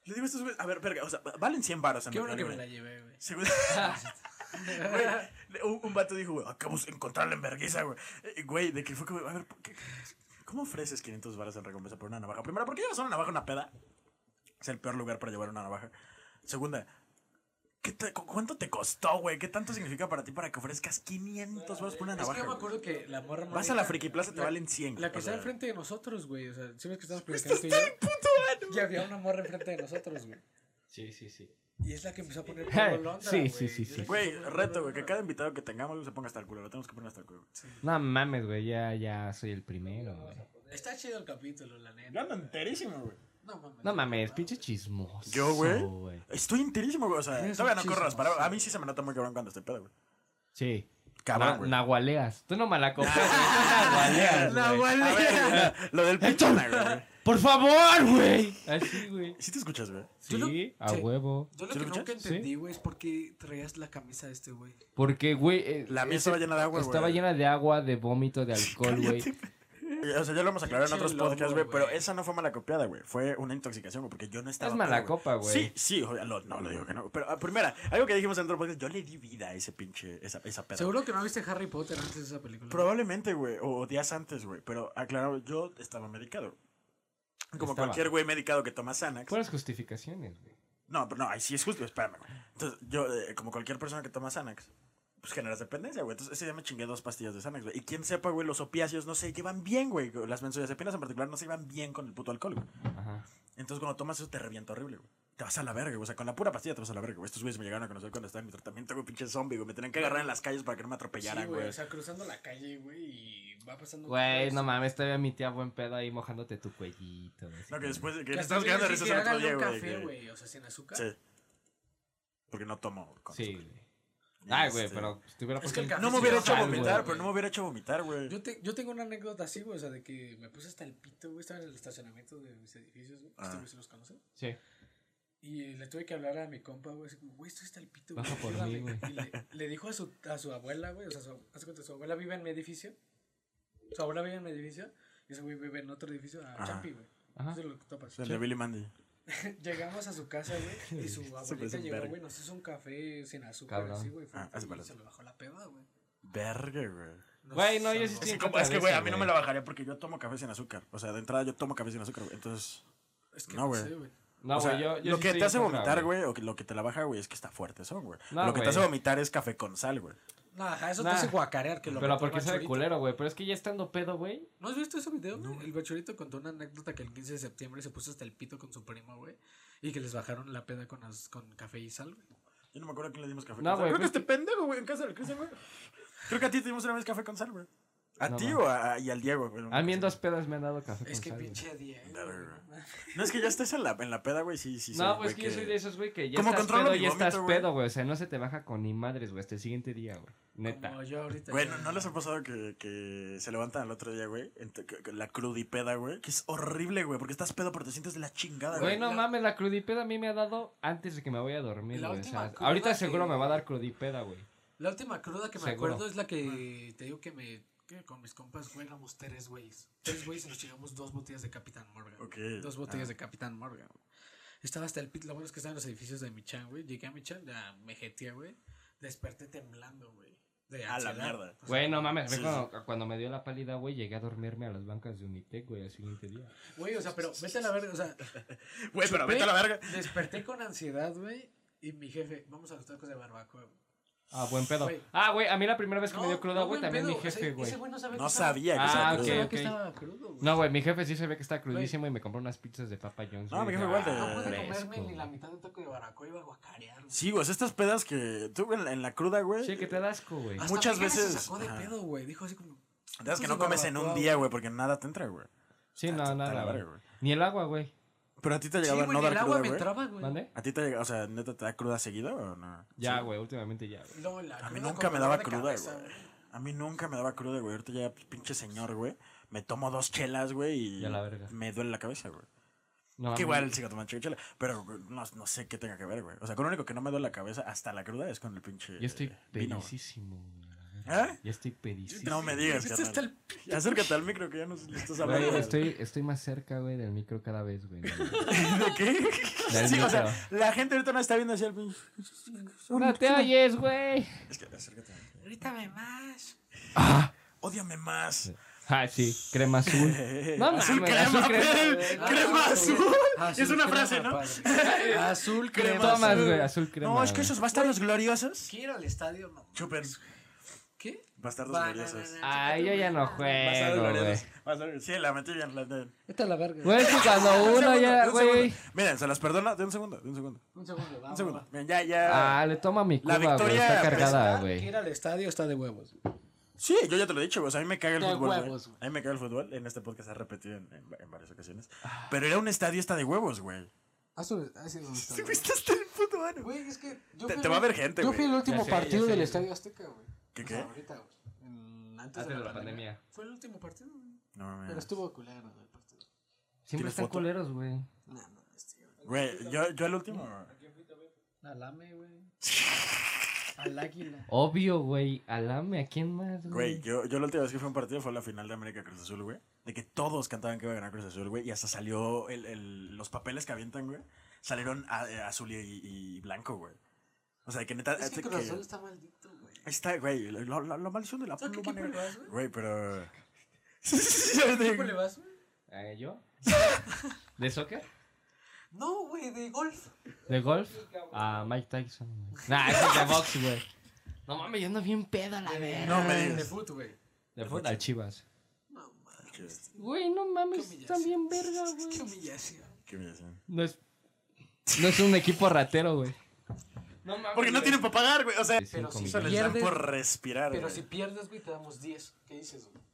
S1: Le digo a estos güeyes, a ver, verga, o sea, valen 100 baros. en
S4: Qué bueno que
S1: realidad,
S4: me la
S1: güey.
S4: llevé, güey.
S1: Sí, güey. Güey, le- un, un vato dijo, güey, acabamos de encontrarla en vergüenza, güey. Eh, Güey, de que fue como, a ver, ¿por qué- ¿cómo ofreces 500 baros en recompensa por una navaja? Primero, ¿por qué llevas una navaja a una peda? Es el peor lugar para llevar una navaja. Segunda, ¿qué te- cu- ¿cuánto te costó, güey? ¿Qué tanto significa para ti para que ofrezcas 500 baros por una
S4: Es
S1: navaja?
S4: que yo me
S1: güey?
S4: acuerdo que la morra
S1: Vas a la friki plaza, te valen 100.
S4: La que
S1: o
S4: está
S1: sea,
S4: enfrente de nosotros, güey. O sea, si ves que estamos
S1: Esto
S4: platicando tú y
S1: está
S4: yo.
S1: el puto ano.
S4: Y había una morra enfrente de nosotros, güey.
S2: Sí, sí, sí.
S4: Y es la que empezó a poner
S2: Hey,
S4: Pablo Londra,
S2: sí,
S4: güey.
S2: sí, sí,
S4: Y es la
S2: sí.
S4: que
S1: Güey,
S4: empezó a poner
S1: reto,
S4: Pablo
S1: güey, que
S4: Londra.
S1: cada invitado que tengamos güey, se ponga hasta el culo. Lo tenemos que poner hasta el culo.
S2: No mames, güey, ya, ya soy el primero, güey.
S4: Está chido el capítulo, la
S1: Yo
S4: neta.
S1: ando enterísimo, güey.
S4: No mames.
S2: No mames, pinche chismoso.
S1: Yo, güey. Estoy enterísimo, güey. O sea,
S4: Eres
S1: todavía
S4: un
S1: no corro las
S4: chismoso.
S1: palabras. A mí sí se me nota muy cabrón cuando estoy pedo, güey.
S2: Sí.
S1: Cabrón,
S2: Na-
S1: güey.
S2: nahualeas. Tú no malacopas, güey. Tú nahualeas. güey.
S1: A ver, güey, lo del pinche güey.
S2: Por favor, güey. Así, güey.
S1: Sí te escuchas, güey.
S3: Yo lo-
S2: Sí, a
S3: sí.
S2: huevo.
S3: Yo lo
S1: ¿Sí
S3: que
S1: lo
S3: nunca
S1: escuchas?
S2: Sí.
S3: entendí, güey, es por qué traías la camisa de este güey.
S2: Porque, güey. eh,
S1: La mía
S2: ese-
S1: estaba llena de agua, güey.
S2: Estaba llena de agua, de vómito, de alcohol, güey.
S1: Cállate. eh, O sea, ya lo hemos aclarado en
S6: Pinche
S1: otros
S6: lobo,
S1: podcasts, güey, pero
S6: güey.
S1: esa no fue mala copiada, güey. Fue una intoxicación, güey, porque yo no estaba.
S2: Es mala
S1: pedo,
S2: copa, güey.
S1: Sí, sí, o sea, lo- no, no digo que no. Pero, ah, primera, algo que dijimos en otro podcast, yo le di vida a ese pinche, esa, esa peda.
S6: Seguro que no viste Harry Potter antes de esa película.
S1: Probablemente, güey, o días antes, güey. Pero aclarado, yo estaba medicado. Como
S2: Estaba.
S1: cualquier güey medicado que toma Xanax.
S2: Puras justificaciones, güey.
S1: No, pero no, ahí sí es justo, espérame, güey. Entonces, yo, eh, como cualquier persona que toma Xanax, pues generas dependencia, güey. Entonces, ese día me chingué dos pastillas de Xanax, güey. Y quien sepa, güey, los opiáceos no se llevan bien, güey. Las benzodiazepinas en particular no se llevan bien con el puto alcohol, güey.
S2: Ajá.
S1: Entonces, cuando tomas eso, te revienta horrible, güey. Te vas a la verga, güey. O sea, con la pura pastilla te vas a la verga, güey. Estos güeyes me llegaron a conocer cuando estaba en mi tratamiento, güey, pinche zombie, güey. Me tenían que agarrar en las calles para que no me atropellaran,
S3: Sí, güey,
S1: güey.
S3: o sea, cruzando la calle, güey, y va pasando...
S2: Güey, no mames, todavía mi tía buen pedo ahí mojándote tu cuellito. así
S1: no, que
S2: como-
S1: después, que
S3: Que
S1: le estamos quedando de risas el otro día,
S3: un
S1: güey.
S3: café,
S1: que-
S3: güey, o sea, sin azúcar.
S1: Sí. Porque no tomo. con
S2: Sí,
S1: azúcar.
S2: güey. Ay, güey,
S1: Este,
S2: pero si te hubiera
S3: Es que el
S2: un-
S3: café
S1: No me
S3: sí
S1: hubiera
S3: da
S1: hecho
S3: sal,
S1: vomitar,
S3: güey.
S1: pero no me hubiera hecho vomitar, güey.
S3: Yo, te- yo tengo una anécdota así, güey, o sea, de que me puse hasta el pito, güey, estaba en el estacionamiento de mis edificios, güey,
S1: Ah.
S3: estos güeyes sí los conocen.
S2: Sí.
S3: Y le tuve que hablar a mi compa, güey, así como, güey, estoy hasta el pito,
S2: Baja por mí,
S3: ayúdame".
S2: güey.
S3: Y le, le dijo a su, a su abuela, güey, o sea, su, hace cuenta, su abuela vive en mi edificio, su abuela vive en mi edificio, y ese güey vive en otro edificio, a
S1: Ajá.
S3: Champi, güey.
S2: Ajá.
S3: Eso es lo que topas.
S1: El de Billy Mandy.
S3: Llegamos a su casa, güey, y su
S1: parece
S3: abuelita
S1: un
S3: llegó,
S1: verga.
S3: güey, nos hizo un café sin azúcar,
S2: Cabrón.
S3: así, güey, fue-
S1: Ah, hace
S3: y
S1: falta.
S3: se le bajó la peda, güey.
S1: Verga, güey.
S3: Nos
S2: Güey, no, yo
S3: salvó.
S2: sí estoy en
S1: ¿Cómo?
S2: contra
S1: Es que,
S2: de
S1: güey,
S2: eso,
S1: a mí no me la bajaría porque yo tomo café sin azúcar. O sea, de entrada yo tomo café sin azúcar, güey. Entonces,
S3: Es que
S1: No,
S3: no,
S1: güey.
S3: sé, güey.
S2: No,
S1: o sea,
S2: güey, yo, yo
S1: lo
S2: sí
S1: que
S2: estoy
S1: te
S2: en
S1: hace
S2: contra,
S1: vomitar, güey, o que lo que te la baja, güey, es que está fuerte son, güey.
S2: No,
S1: lo que te hace
S2: güey.
S1: vomitar es café con sal, güey.
S3: No, ajá, eso
S2: Nah.
S3: te hace guacarear que lo
S2: Pero
S3: mató el
S2: porque sabe
S3: bachorito.
S2: culero, güey. Pero es que ya estando pedo, güey.
S3: ¿No has visto ese video? güey? El bachorito contó una anécdota que el 15 de septiembre se puso hasta el pito con su prima, güey. Y que les bajaron la peda con, az- con café y sal, güey.
S1: Yo no me acuerdo a quién le dimos café
S2: No,
S1: con
S2: güey,
S1: sal. Creo que
S2: pero
S1: este pendejo, güey, en casa del Cristian, güey. Creo que a ti te dimos una vez café con sal, güey. A
S2: No,
S1: ti
S2: man.
S1: o a- y al Diego, güey.
S2: A mí en dos pedas me han dado café.
S3: Es
S2: con
S3: que
S2: sal, güey.
S3: pinche Diego.
S1: Verga,
S3: güey,
S1: güey.
S3: no
S1: No, es que ya estás en la, en la peda, güey, sí, sí, sí.
S2: No,
S1: güey,
S2: güey, es que yo soy de esos, güey, que ya
S1: ¿Cómo
S2: estás
S1: controlo
S2: pedo,
S1: mi
S2: ya estás
S1: vómito, güey?
S2: pedo, güey. O sea, no se te baja con ni madres, güey, hasta el siguiente día, güey. Neta.
S3: Como yo ahorita.
S1: Güey,
S3: ya.
S1: ¿no, no les ha pasado que, que se levantan al otro día, güey? Ent- que- que La crudipeda, güey. Que es horrible, güey, porque estás pedo, pero te sientes de la chingada,
S2: Güey,
S1: güey.
S2: no
S3: la-
S2: mames, la crudipeda a mí me ha dado antes de que me vaya a dormir,
S3: La
S2: güey. O
S3: última
S2: sea,
S3: cruda
S2: ahorita
S3: que-
S2: seguro me va a dar crudipeda, güey.
S3: La última cruda que me
S2: Seguro.
S3: acuerdo es la que te digo que me. que con mis compas, güey, éramos tres güeyes. Tres güeyes y nos chingamos dos botellas de Capitán Morgan.
S1: Ok.
S3: Dos botellas
S1: Ah.
S3: de Capitán Morgan. güey. Estaba hasta el pit. Lo bueno es que estaban los edificios de Michan, güey. Llegué a Michan, ya me jeteé, güey. Desperté temblando, güey. De
S1: A la
S3: ansiedad.
S1: mierda.
S3: O sea,
S2: Güey, no mames,
S1: sí,
S2: ve cuando, cuando me dio la pálida, güey, llegué a dormirme a las bancas de Unitec, güey, al siguiente día.
S3: Güey, o sea, pero vete a la verga. O sea,
S1: Güey, pero
S3: chupé,
S1: vete a la verga.
S3: Desperté con ansiedad, güey. Y mi jefe, vamos a los tacos de barbacoa. güey.
S2: Ah, buen pedo.
S3: Güey.
S2: Ah, güey, a mí la primera vez que me dio
S3: No,
S2: cruda,
S3: no,
S2: güey,
S3: buen
S2: también
S3: pedo,
S2: mi
S3: ese-
S2: jefe, güey.
S3: Ese güey no sabía
S1: No
S3: que estaba-
S1: sabía que
S2: Ah,
S1: estaba
S2: ok.
S3: no
S1: crudo.
S3: sabía que estaba crudo, güey.
S2: No, güey, mi jefe sí se ve que está crudísimo
S3: Güey.
S2: y me compró unas pizzas de Papa John's.
S1: No,
S2: güey,
S1: mi jefe
S2: y
S1: igual
S2: dije,
S1: de-
S2: "Ah,
S3: No pude
S2: fresco,
S3: comerme ni
S2: güey".
S3: la mitad de un taco de barbacoa, iba a guacarear, güey.
S1: Sí, güey, o sea, estas pedas que tú güey, en, en la cruda, güey.
S2: Sí, que te das asco, güey.
S3: Hasta
S1: muchas
S3: mi jefe
S1: veces-
S3: Se sacó de
S1: ajá.
S3: pedo, güey. Dijo así como.
S1: te das que
S3: tacos
S1: no
S3: de
S1: comes en un
S3: barbacoa,
S1: día, güey, porque nada te entra, güey.
S2: Sí,
S1: Ah,
S2: no,
S1: está la
S2: nada,
S1: verga,
S2: güey.
S1: güey.
S2: Ni el agua, güey.
S1: Pero a ti te ha
S3: Sí,
S1: llegado
S3: güey,
S1: a no
S3: ni el
S1: dar
S3: agua
S1: cruda,
S3: me
S1: güey.
S3: entraba, güey.
S2: ¿Mande?
S1: ¿A ti te ha llegado, o sea, neta, te da cruda seguido o no?
S2: Ya,
S1: Sí.
S2: güey, últimamente ya, güey.
S3: No, la
S1: A mí
S3: cruda
S1: nunca
S3: con
S1: me
S3: dolor
S1: daba
S3: de
S1: cruda,
S3: cabeza,
S1: güey. A mí nunca me daba cruda, güey. Ahorita ya, pinche señor, güey. Me tomo dos chelas, güey, y
S2: Y a la verga.
S1: me duele la cabeza, güey. Que
S2: No, a mí-
S1: igual sigo tomando chico chela, pero güey, no, no sé qué tenga que ver, güey. O sea, con lo único que no me duele la cabeza hasta la cruda es con el pinche.
S2: Yo estoy
S1: eh, vino, güey.
S2: pedicísimo, güey.
S1: ¿Eh?
S2: Ya estoy pedicísimo.
S1: No me digas,
S3: Este está
S1: carnal. Acércate al micro que ya nos le estás hablando.
S2: Güey,
S1: de-
S2: estoy, estoy más cerca, güey, del micro cada vez, güey. No,
S1: ¿De qué?
S2: Del
S1: Sí, o sea,
S2: micro.
S1: la gente ahorita no está viendo hacia el pinche.
S2: No te oyes, güey.
S1: Es que acércate.
S3: Grítame más.
S1: Ódiame más. Eh,
S2: Ah, sí, crema azul. No mames,
S1: azul crema,
S2: azul crema,
S1: güey.
S2: güey.
S1: crema, azul. Es una frase, ¿no?
S3: Azul
S1: crema,
S3: crema.
S2: Tomas,
S1: azul.
S2: güey, azul crema.
S1: No, es que
S2: güey.
S1: esos bastardos gloriosos.
S3: Quiero al estadio, no.
S1: Chupen.
S3: ¿Qué?
S1: Bastardos
S3: Va,
S1: gloriosos.
S3: na, na, na.
S2: Ay, yo ya no
S1: Bastardos
S2: juego, güey.
S1: gloriosos. Bastardos- Sí, la metí bien. La, la-
S3: Vete a la verga.
S2: Güey, es que
S1: Un
S2: cuando uno
S1: segundo,
S2: ya,
S1: un segundo.
S2: güey.
S1: Miren, se las perdona. De un segundo, de un segundo.
S3: Un segundo,
S1: Un
S3: vamos.
S1: segundo. Miren, ya, ya.
S2: Ah, le toma mi
S1: La
S2: cuba, güey.
S1: victoria pues,
S2: Está cargada,
S1: pesada,
S2: güey.
S3: Ir al estadio está de huevos.
S1: Sí, yo ya te lo he dicho, güey. O sea, a mí me caga el
S3: De
S1: fútbol. güey.
S3: huevos, güey.
S1: A mí me caga el fútbol. En este podcast se ha repetido en, en- en varias ocasiones.
S3: Ah.
S1: Pero era un estadio hasta de huevos, güey.
S3: Haz un haz un estadio.
S1: viste hasta el puto ano.
S3: Güey, es que. yo
S1: Te-
S3: fui
S1: te
S3: al-
S1: va a ver gente,
S3: Yo
S1: güey.
S3: fui el
S2: Ya
S3: último
S2: sé,
S3: partido
S2: ya sé.
S3: del estadio Azteca, güey.
S1: ¿Qué
S3: O
S1: qué?
S3: sea, ahorita, güey. En- Antes, de la, pandemia. Fue el último partido, güey.
S1: No
S3: Pero
S1: mames.
S3: estuvo culero, güey, el partido.
S2: Siempre
S1: ¿Tienes
S2: están
S1: foto?
S2: culeros, güey.
S3: No, no, este, güey.
S1: Güey, yo, yo el último.
S3: Al AME, güey. Al Águila.
S2: Obvio, güey. Alame, ¿a quién más,
S1: Güey,
S2: güey?
S3: Mm.
S1: yo, yo la última vez que fue un partido fue la final de América Cruz Azul, güey. de que todos cantaban que iba a ganar Cruz Azul, güey, y hasta salió el, el- los papeles que avientan, güey, salieron a- eh, azul y, y blanco, güey. O sea, que neta... este
S3: Es que
S1: que-
S3: Cruz Azul está maldito, güey.
S1: Está, güey, lo, lo, lo maldición de la
S3: ¿Tú a qué
S1: pluma
S3: equipo le
S1: negra.
S3: vas, güey?
S1: Güey, pero...
S3: ¿Qué equipo le vas, güey?
S2: ¿Eh, ¿Yo? ¿De soccer?
S3: No, güey, de golf.
S2: ¿De golf? A Mike Tyson, güey. Nah, ese es de box, güey. No mames, yo ando bien peda la verga.
S1: No me
S3: De
S1: digas.
S3: fútbol, güey.
S2: De fútbol al Chivas.
S3: No, mames.
S2: Güey, no
S3: Qué
S2: mames,
S3: humillación.
S2: también verga,
S3: Qué
S2: güey.
S3: humillación.
S1: Qué humillación.
S2: No es, no es un equipo ratero, güey. No mames.
S1: Porque no tienen para pagar, güey, o sea...
S3: Pero sí
S1: Eso les dan
S3: Pierdes-
S1: por respirar,
S3: Pero
S1: güey.
S3: si pierdes, güey, te damos 10. ¿Qué dices, güey?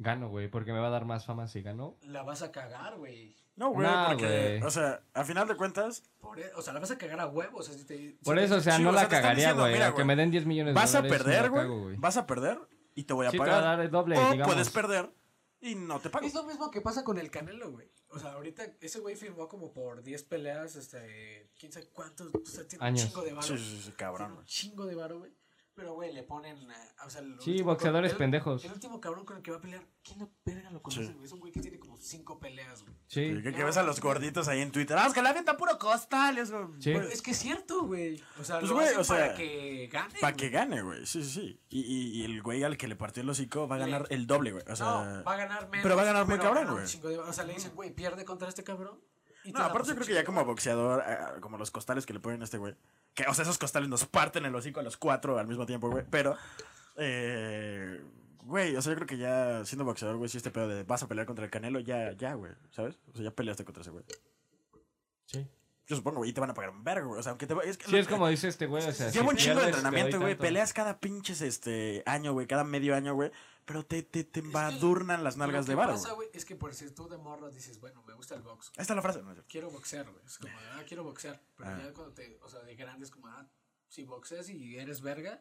S2: Gano, güey, porque me va a dar más fama si gano.
S3: La vas a cagar, güey.
S1: No, güey,
S2: Nah,
S1: porque...
S2: güey.
S1: O sea, a final de cuentas,
S3: Por e- o sea, la vas a cagar a huevos. así te-
S2: Por
S3: si te-
S2: eso, o sea,
S1: sí,
S2: no
S1: o sea,
S2: la
S1: te están
S2: cagaría,
S1: diciendo,
S2: güey.
S1: mira,
S2: Aunque
S1: güey,
S2: me den 10
S3: Pues
S2: millones de
S1: vas a
S2: dólares. no
S1: perder,
S2: la
S1: güey.
S2: cago, güey.
S1: Vas a perder y te voy a
S2: Sí, te
S1: pagar.
S2: va a dar el doble,
S1: o
S2: digamos.
S1: puedes perder y no te pago.
S3: Es lo mismo que pasa con el Canelo, güey. O sea, ahorita ese güey firmó como por 10 peleas, este, quién sabe cuántos, o sea, tiene
S2: Años.
S3: un chingo de varo.
S1: Sí, sí, sí, cabrón.
S3: Tiene un
S1: güey.
S3: chingo de varo, güey. Pero, güey, le ponen, eh, o sea, el
S2: Sí,
S3: último-
S2: boxeadores
S3: el-
S2: pendejos.
S3: El último cabrón con el que va a pelear, ¿quién la verga lo conoce,
S1: Sí.
S3: güey? Es un güey que tiene como 5 peleas, güey.
S1: Sí,
S2: Sí.
S1: Que, que ves a los gorditos ahí en Twitter. Vamos, que la avientan puro costal. "Pues, Eso,
S2: Sí.
S3: Pero es que es cierto, güey. O sea,
S1: Pues,
S3: lo
S1: güey,
S3: hacen
S1: o sea,
S3: para que gane.
S1: Para
S3: güey.
S1: que gane, güey. Sí, sí, sí. Y, y- y el güey al que le partió el hocico va a ganar el doble, güey. O sea,
S3: no, va a ganar menos.
S1: pero va a ganar muy cabrón,
S3: gana un
S1: güey.
S3: chingo de varo. O sea, le dicen, güey, pierde contra este cabrón. y te
S1: No,
S3: damos
S1: aparte yo
S3: un
S1: creo que ya
S3: chingo
S1: como
S3: de varo.
S1: boxeador, ah, como los costales que le ponen a este güey. Que, o sea, esos costales nos parten el hocico a los cuatro al mismo tiempo, güey. Pero, eh, güey, o sea, yo creo que ya siendo boxeador, güey, si este pedo de vas a pelear contra el Canelo, ya, ya, güey, ¿sabes? O sea, ya peleaste contra ese güey.
S2: Sí.
S1: Yo supongo, güey, y te van a pagar un vergo, güey. O sea, aunque te va- que-
S2: Sí, es como dice este güey, o sea,
S1: Lleva
S2: si
S1: un chingo de
S2: pierdes, te doy
S1: entrenamiento, güey.
S2: tanto.
S1: Peleas cada pinches este año, güey. Cada medio año, güey. Pero te, te, te embadurnan las
S3: Lo
S1: nalgas
S3: que
S1: de varo,
S3: pasa,
S1: güey.
S3: güey, es que por si tú de morro dices, bueno, me gusta el box,
S1: Ahí está la frase. No, es cierto.
S3: quiero boxear, güey. Es como, ah, quiero boxear. Pero
S1: Ah.
S3: ya cuando te, o sea, de grande es como, ah, si boxeas y eres verga,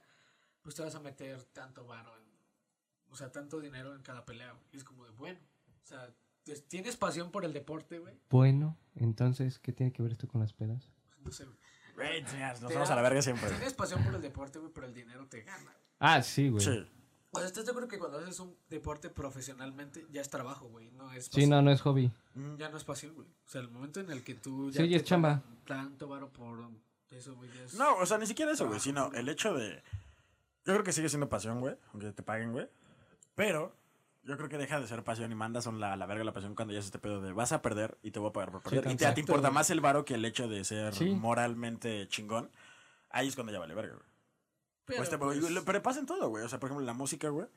S3: pues te vas a meter tanto varo, en- o sea, tanto dinero en cada pelea, güey. Y es como de, bueno, o sea, pues, tienes pasión por el deporte, güey.
S2: Bueno, entonces, ¿qué tiene que ver esto con las pedas?
S3: No sé, güey.
S1: Güey, chas, nos
S3: Te
S1: vamos
S3: da-
S1: a la verga siempre. güey.
S3: Tienes pasión por el deporte, güey, pero el dinero te gana. güey.
S2: Ah, sí, güey. Sí,
S1: Sí.
S3: O sea, estás de acuerdo que cuando haces un deporte profesionalmente, ya es trabajo, güey. No es
S2: no, no es hobby.
S3: Ya no es fácil, güey. O sea, el momento en el que tú
S2: Sí, ya es
S3: te
S2: chamba.
S3: pagan Tanto varo por eso, güey, ya es...
S1: No, o sea, ni siquiera eso, güey. Sino el hecho de. Yo creo que sigue siendo pasión, güey. Aunque te paguen, güey. Pero. Yo creo que deja de ser pasión y mandas a la, a la verga la pasión cuando ya es este pedo de vas a perder y te voy a pagar por perder. y te, ya te
S2: exacto,
S1: importa
S2: güey.
S1: más el varo que el hecho de ser
S2: Sí.
S1: moralmente chingón. Ahí es cuando ya vale verga, güey.
S3: Pero,
S1: O este,
S3: pues,
S1: pero, pero pasa en todo, güey. O sea, por ejemplo, en la música, güey.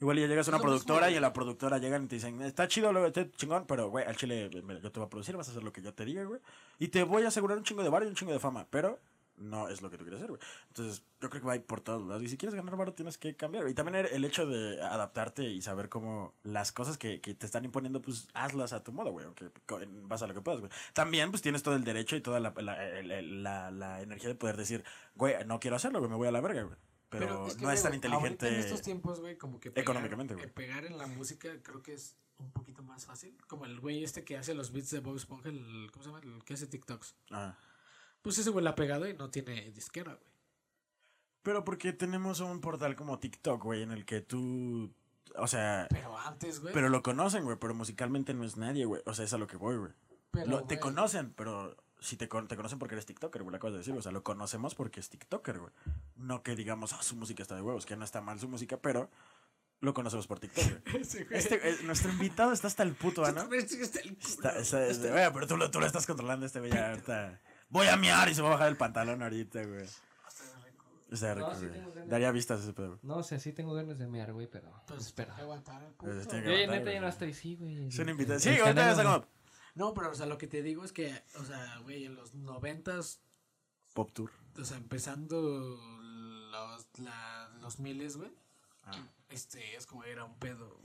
S1: Igual ya llegas a una
S3: Es lo mismo,
S1: productora y
S3: güey.
S1: a la productora llegan y te dicen, está chido, lo está chingón, pero, güey, al chile, mira, yo te voy a producir, vas a hacer lo que yo te diga, güey. Y te voy a asegurar un chingo de bar y un chingo de fama, pero no es lo que tú quieres hacer, güey. Entonces, yo creo que va a ir por todos lados. Y si quieres ganar varo, tienes que cambiar. Y también el- el hecho de adaptarte y saber cómo las cosas que, que te están imponiendo, pues hazlas a tu modo, güey. Aunque co- en base a lo que puedas, güey. También, pues tienes todo el derecho y toda la, la- el- el- la- la energía de poder decir, güey, no quiero hacerlo, güey, me voy a la verga, güey. Pero,
S3: es que,
S1: no
S3: güey,
S1: es tan
S3: güey,
S1: inteligente.
S3: ahorita En estos tiempos, güey, como que. pegar-
S1: económicamente, güey.
S3: eh, Pegar en la música creo que es un poquito más fácil. Como el güey este que hace los beats de Bob Esponja, el, ¿cómo se llama? El que hace TikToks.
S1: Ah.
S3: Pues ese güey la ha pegado y no tiene disquera, güey.
S1: Pero porque tenemos un portal como TikTok, güey, en el que tú. O sea.
S3: Pero antes, güey.
S1: Pero lo conocen, güey, pero musicalmente no es nadie, güey. O sea, es a lo que voy, güey.
S3: pero,
S1: Lo- te
S3: güey,
S1: conocen, pero si te, con- te conocen porque eres TikToker, güey, lo acabas de decir. O sea, lo conocemos porque es TikToker, güey. No que digamos, ah, su música está de huevos, que no está mal su música, pero lo conocemos por TikTok, güey.
S3: Ese güey.
S1: Este, eh, nuestro invitado está hasta el puto, ¿no?
S3: Este güey está el culo.
S1: Está, está-
S2: Este
S1: está- güey, pero tú lo, tú lo estás controlando este güey ya ahorita. Voy a miar y se va a bajar el pantalón ahorita, güey. Está rico,
S2: No, sí
S1: güey.
S2: tengo ganas.
S1: Daría vistas ese pedo, güey.
S2: No, o sea, sí tengo ganas de mear, güey, pero. pues,
S1: Pues,
S3: Entonces,
S2: espera.
S3: Pues, espera. Aguantar el
S1: Pero se
S3: puto.
S1: tiene que
S2: Yo ya
S1: aguantar,
S2: neta ya no
S1: güey.
S2: estoy, sí, güey.
S1: Es un invitado.
S2: El-
S1: Sí,
S2: el
S1: ahorita ya
S2: Canelo.
S1: está como
S3: No, pero, o sea, lo que te digo es que, o sea, güey, en los noventas,
S1: Pop Tour.
S3: o sea, empezando los, la- los miles, güey.
S1: Ah.
S3: Este, es como era un pedo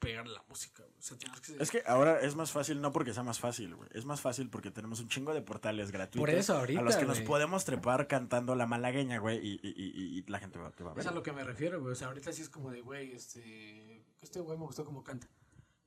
S3: pegar la música, güey. O sea, tienes que...
S1: Es que ahora es más fácil, no porque sea más fácil, güey. Es más fácil porque tenemos un chingo de portales gratuitos.
S3: Por eso ahorita,
S1: A los que nos
S3: güey.
S1: podemos trepar cantando la malagueña, güey. Y, y- y- y la gente va, te va a ver.
S3: Es a lo que me refiero, güey. O sea, ahorita sí es como de, güey, este... Este güey me gustó como canta.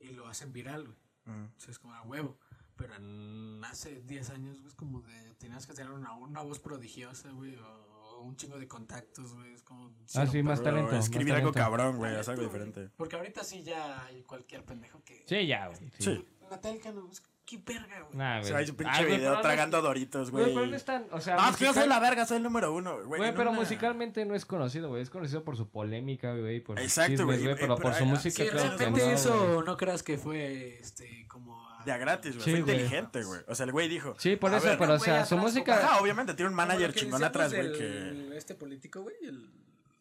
S3: Y lo hacen viral, güey.
S1: Mm.
S3: O sea, es como a huevo. Pero en- hace 10 años, güey, es como de... Tenías que tener una, una voz prodigiosa, güey. O, o un chingo de contactos, güey. Es como.
S2: Ah, sí, más
S1: Pero
S2: talento.
S1: Escribir
S2: más
S1: algo
S2: talento.
S1: cabrón, güey, es
S3: Talento,
S1: algo
S3: güey.
S1: diferente.
S3: Porque ahorita sí ya hay cualquier pendejo que.
S2: Sí, ya, güey. Sí.
S1: Sí.
S3: Natal Cano, es- qué verga, güey.
S2: Nah,
S1: O
S2: güey.
S1: sea, hay un
S2: Ah,
S1: pinche
S2: güey, pero
S1: video
S2: no-
S1: tragando doritos, güey.
S2: Güey, pero no están, o sea,
S1: No, es que yo soy
S2: musical-
S1: la verga, soy el número uno, güey.
S2: Güey,
S1: en
S2: pero
S1: una-
S2: musicalmente no es conocido, güey. Es conocido por su polémica, güey. Por sus
S1: Exacto,
S2: chismes,
S1: güey,
S2: güey.
S1: eh,
S2: Pero
S1: pero
S2: por su
S1: hay-
S2: música,
S1: sí,
S3: Sí,
S2: claro que
S3: realmente
S2: no,
S3: eso
S2: güey.
S3: no creas que fue este como a-
S1: De a gratis, güey.
S2: Sí,
S1: fue
S2: güey.
S1: inteligente, güey. O sea, el güey dijo.
S2: Sí, por
S1: a
S2: eso,
S1: ver,
S2: pero o
S3: güey,
S2: sea, su
S3: atrás,
S2: música.
S1: Ajá, obviamente tiene un
S3: Como
S1: manager
S3: lo que
S1: chingón
S3: decíamos
S1: atrás, güey, que.
S3: del- Este político, güey. el-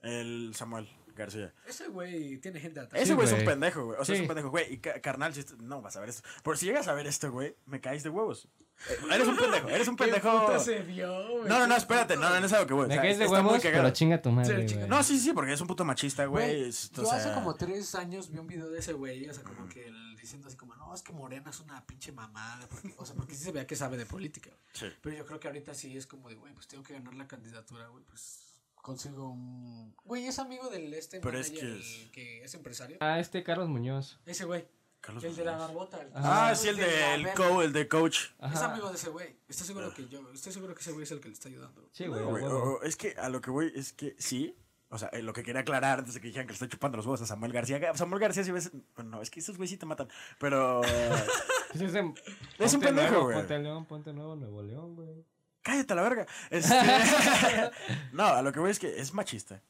S1: El Samuel García.
S3: Ese güey tiene gente atrás.
S1: Ese güey es un
S2: güey.
S1: pendejo, güey. O sea, es
S2: Sí.
S1: un pendejo, güey. Y ca- carnal, si esto- no vas a ver esto. Pero si llegas a ver esto, güey, me caes de huevos. Eh, Eres un pendejo, eres un
S3: Qué
S1: pendejo.
S3: puta se vio, güey.
S1: No, no, no, espérate. No, no, no es algo que, güey. o
S2: Me
S1: sea,
S2: caes de
S1: está muy
S2: huevos,
S1: cagado.
S2: pero chinga tu
S3: Sí,
S2: madre,
S3: chinga-
S2: güey.
S1: No, sí, sí, porque es un puto machista, güey.
S3: Güey,
S1: es- o
S3: yo hace
S1: sea,
S3: como tres años vi un video de ese güey, o sea, como que él diciendo así como, no, es que Morena es una pinche mamada, porque, o sea, porque sí se vea que sabe de política. güey.
S1: Sí.
S3: Pero yo creo que ahorita sí es como de, güey, pues tengo que ganar la candidatura, güey, pues consigo un... Güey, es amigo del este
S1: Pero es
S3: manager,
S1: que
S3: el
S1: es-
S3: que es empresario.
S2: Ah, este Carlos Muñoz.
S3: Ese güey,
S1: Carlos
S3: el de la
S1: Muñoz.
S3: barbota. el-
S1: Ah, sí, el
S3: de la
S1: del
S3: verga.
S1: co- Ah. el de coach.
S2: Ajá.
S3: Es amigo de ese güey. Estoy seguro que yo, estoy seguro que ese güey es el que le está ayudando.
S2: Sí, güey.
S1: No,
S2: a
S1: güey,
S2: huevo.
S1: o- o- es que a lo que voy es que sí. O sea, eh, lo que quería aclarar antes de que dijeran que le está chupando los huevos a Samuel García. Ga- Samuel García, si ves. bueno, No, es que esos güey sí te matan. Pero.
S2: Es, ese-
S1: Es un
S2: Ponte
S1: pendejo,
S2: Nuevo,
S1: güey.
S2: Ponte León, Ponte Nuevo, Nuevo León, güey.
S1: cállate a la verga. Este, no, a lo que voy es que es machista.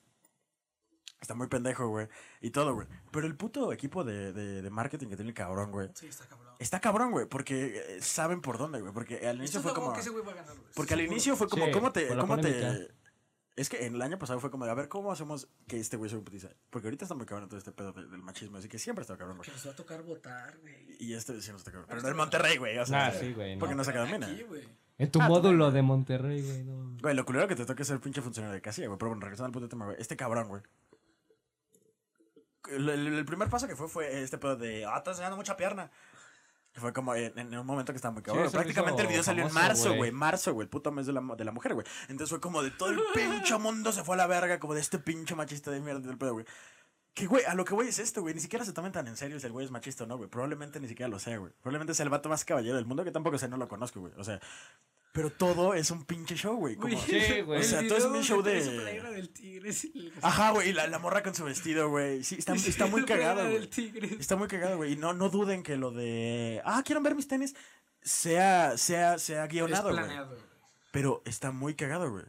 S1: Está muy pendejo, güey. Y todo, güey. Pero el puto equipo de, de, de marketing que tiene el cabrón, güey.
S3: Sí, está cabrón.
S1: Está cabrón, güey. Porque eh, saben por dónde, güey. Porque al inicio
S3: Esto
S1: fue
S3: fue
S1: como.
S3: que ese güey va a ganar, güey.
S1: Porque al inicio fue como,
S2: Sí,
S1: ¿cómo te...?
S2: por la
S1: cómo te
S2: polémica.
S1: es que en el año pasado fue como, de, a ver, ¿cómo hacemos que este güey se putiza? Porque ahorita está muy cabrón todo este pedo de- del machismo, así que siempre está cabrón, güey.
S3: Que nos va a tocar votar, güey.
S1: Y este sí no está cabrón. Pero no en Monterrey, güey, o sea.
S2: Ah, sí, güey.
S1: Porque no
S2: No.
S1: se domina.
S3: Aquí, güey.
S2: En tu
S1: Ah, tú-
S2: módulo de Monterrey, güey. No.
S1: Güey, lo culero que te toca es ser pinche funcionario de casilla, güey. Pero bueno, regresando al puto tema, güey. Este cabrón, güey. El, el- el primer paso que fue fue este pedo de, ah, estás enseñando mucha pierna. Que fue como en, en un momento que estaba muy cabrón.
S2: eso lo
S1: Prácticamente
S2: hizo
S1: el video salió en
S2: famoso,
S1: marzo,
S2: güey.
S1: güey. Marzo, güey. El puto mes de la, de la mujer, güey. Entonces fue como de todo el pinche mundo se fue a la verga, como de este pinche machista de mierda del pedo, güey. Que, güey, a lo que voy es esto, güey. Ni siquiera se toman tan en serio si el güey es machista o no, güey. Probablemente ni siquiera lo sea, güey. Probablemente sea el vato más caballero del mundo, que tampoco sé, no lo conozco, güey. O sea, pero todo es un pinche show, güey. Como,
S2: Sí, güey.
S1: o sea, todo es un show de.
S3: de.
S1: Ajá, güey, y la, la morra con su vestido, güey. Sí, está, está muy cagada, güey.
S3: del tigre.
S1: Está muy cagado, güey. Y no, no duden que lo de. Ah, quieren ver mis tenis. Sea, sea, sea
S3: Es
S1: guionado, güey.
S3: planeado, güey.
S1: Pero está muy cagado, güey.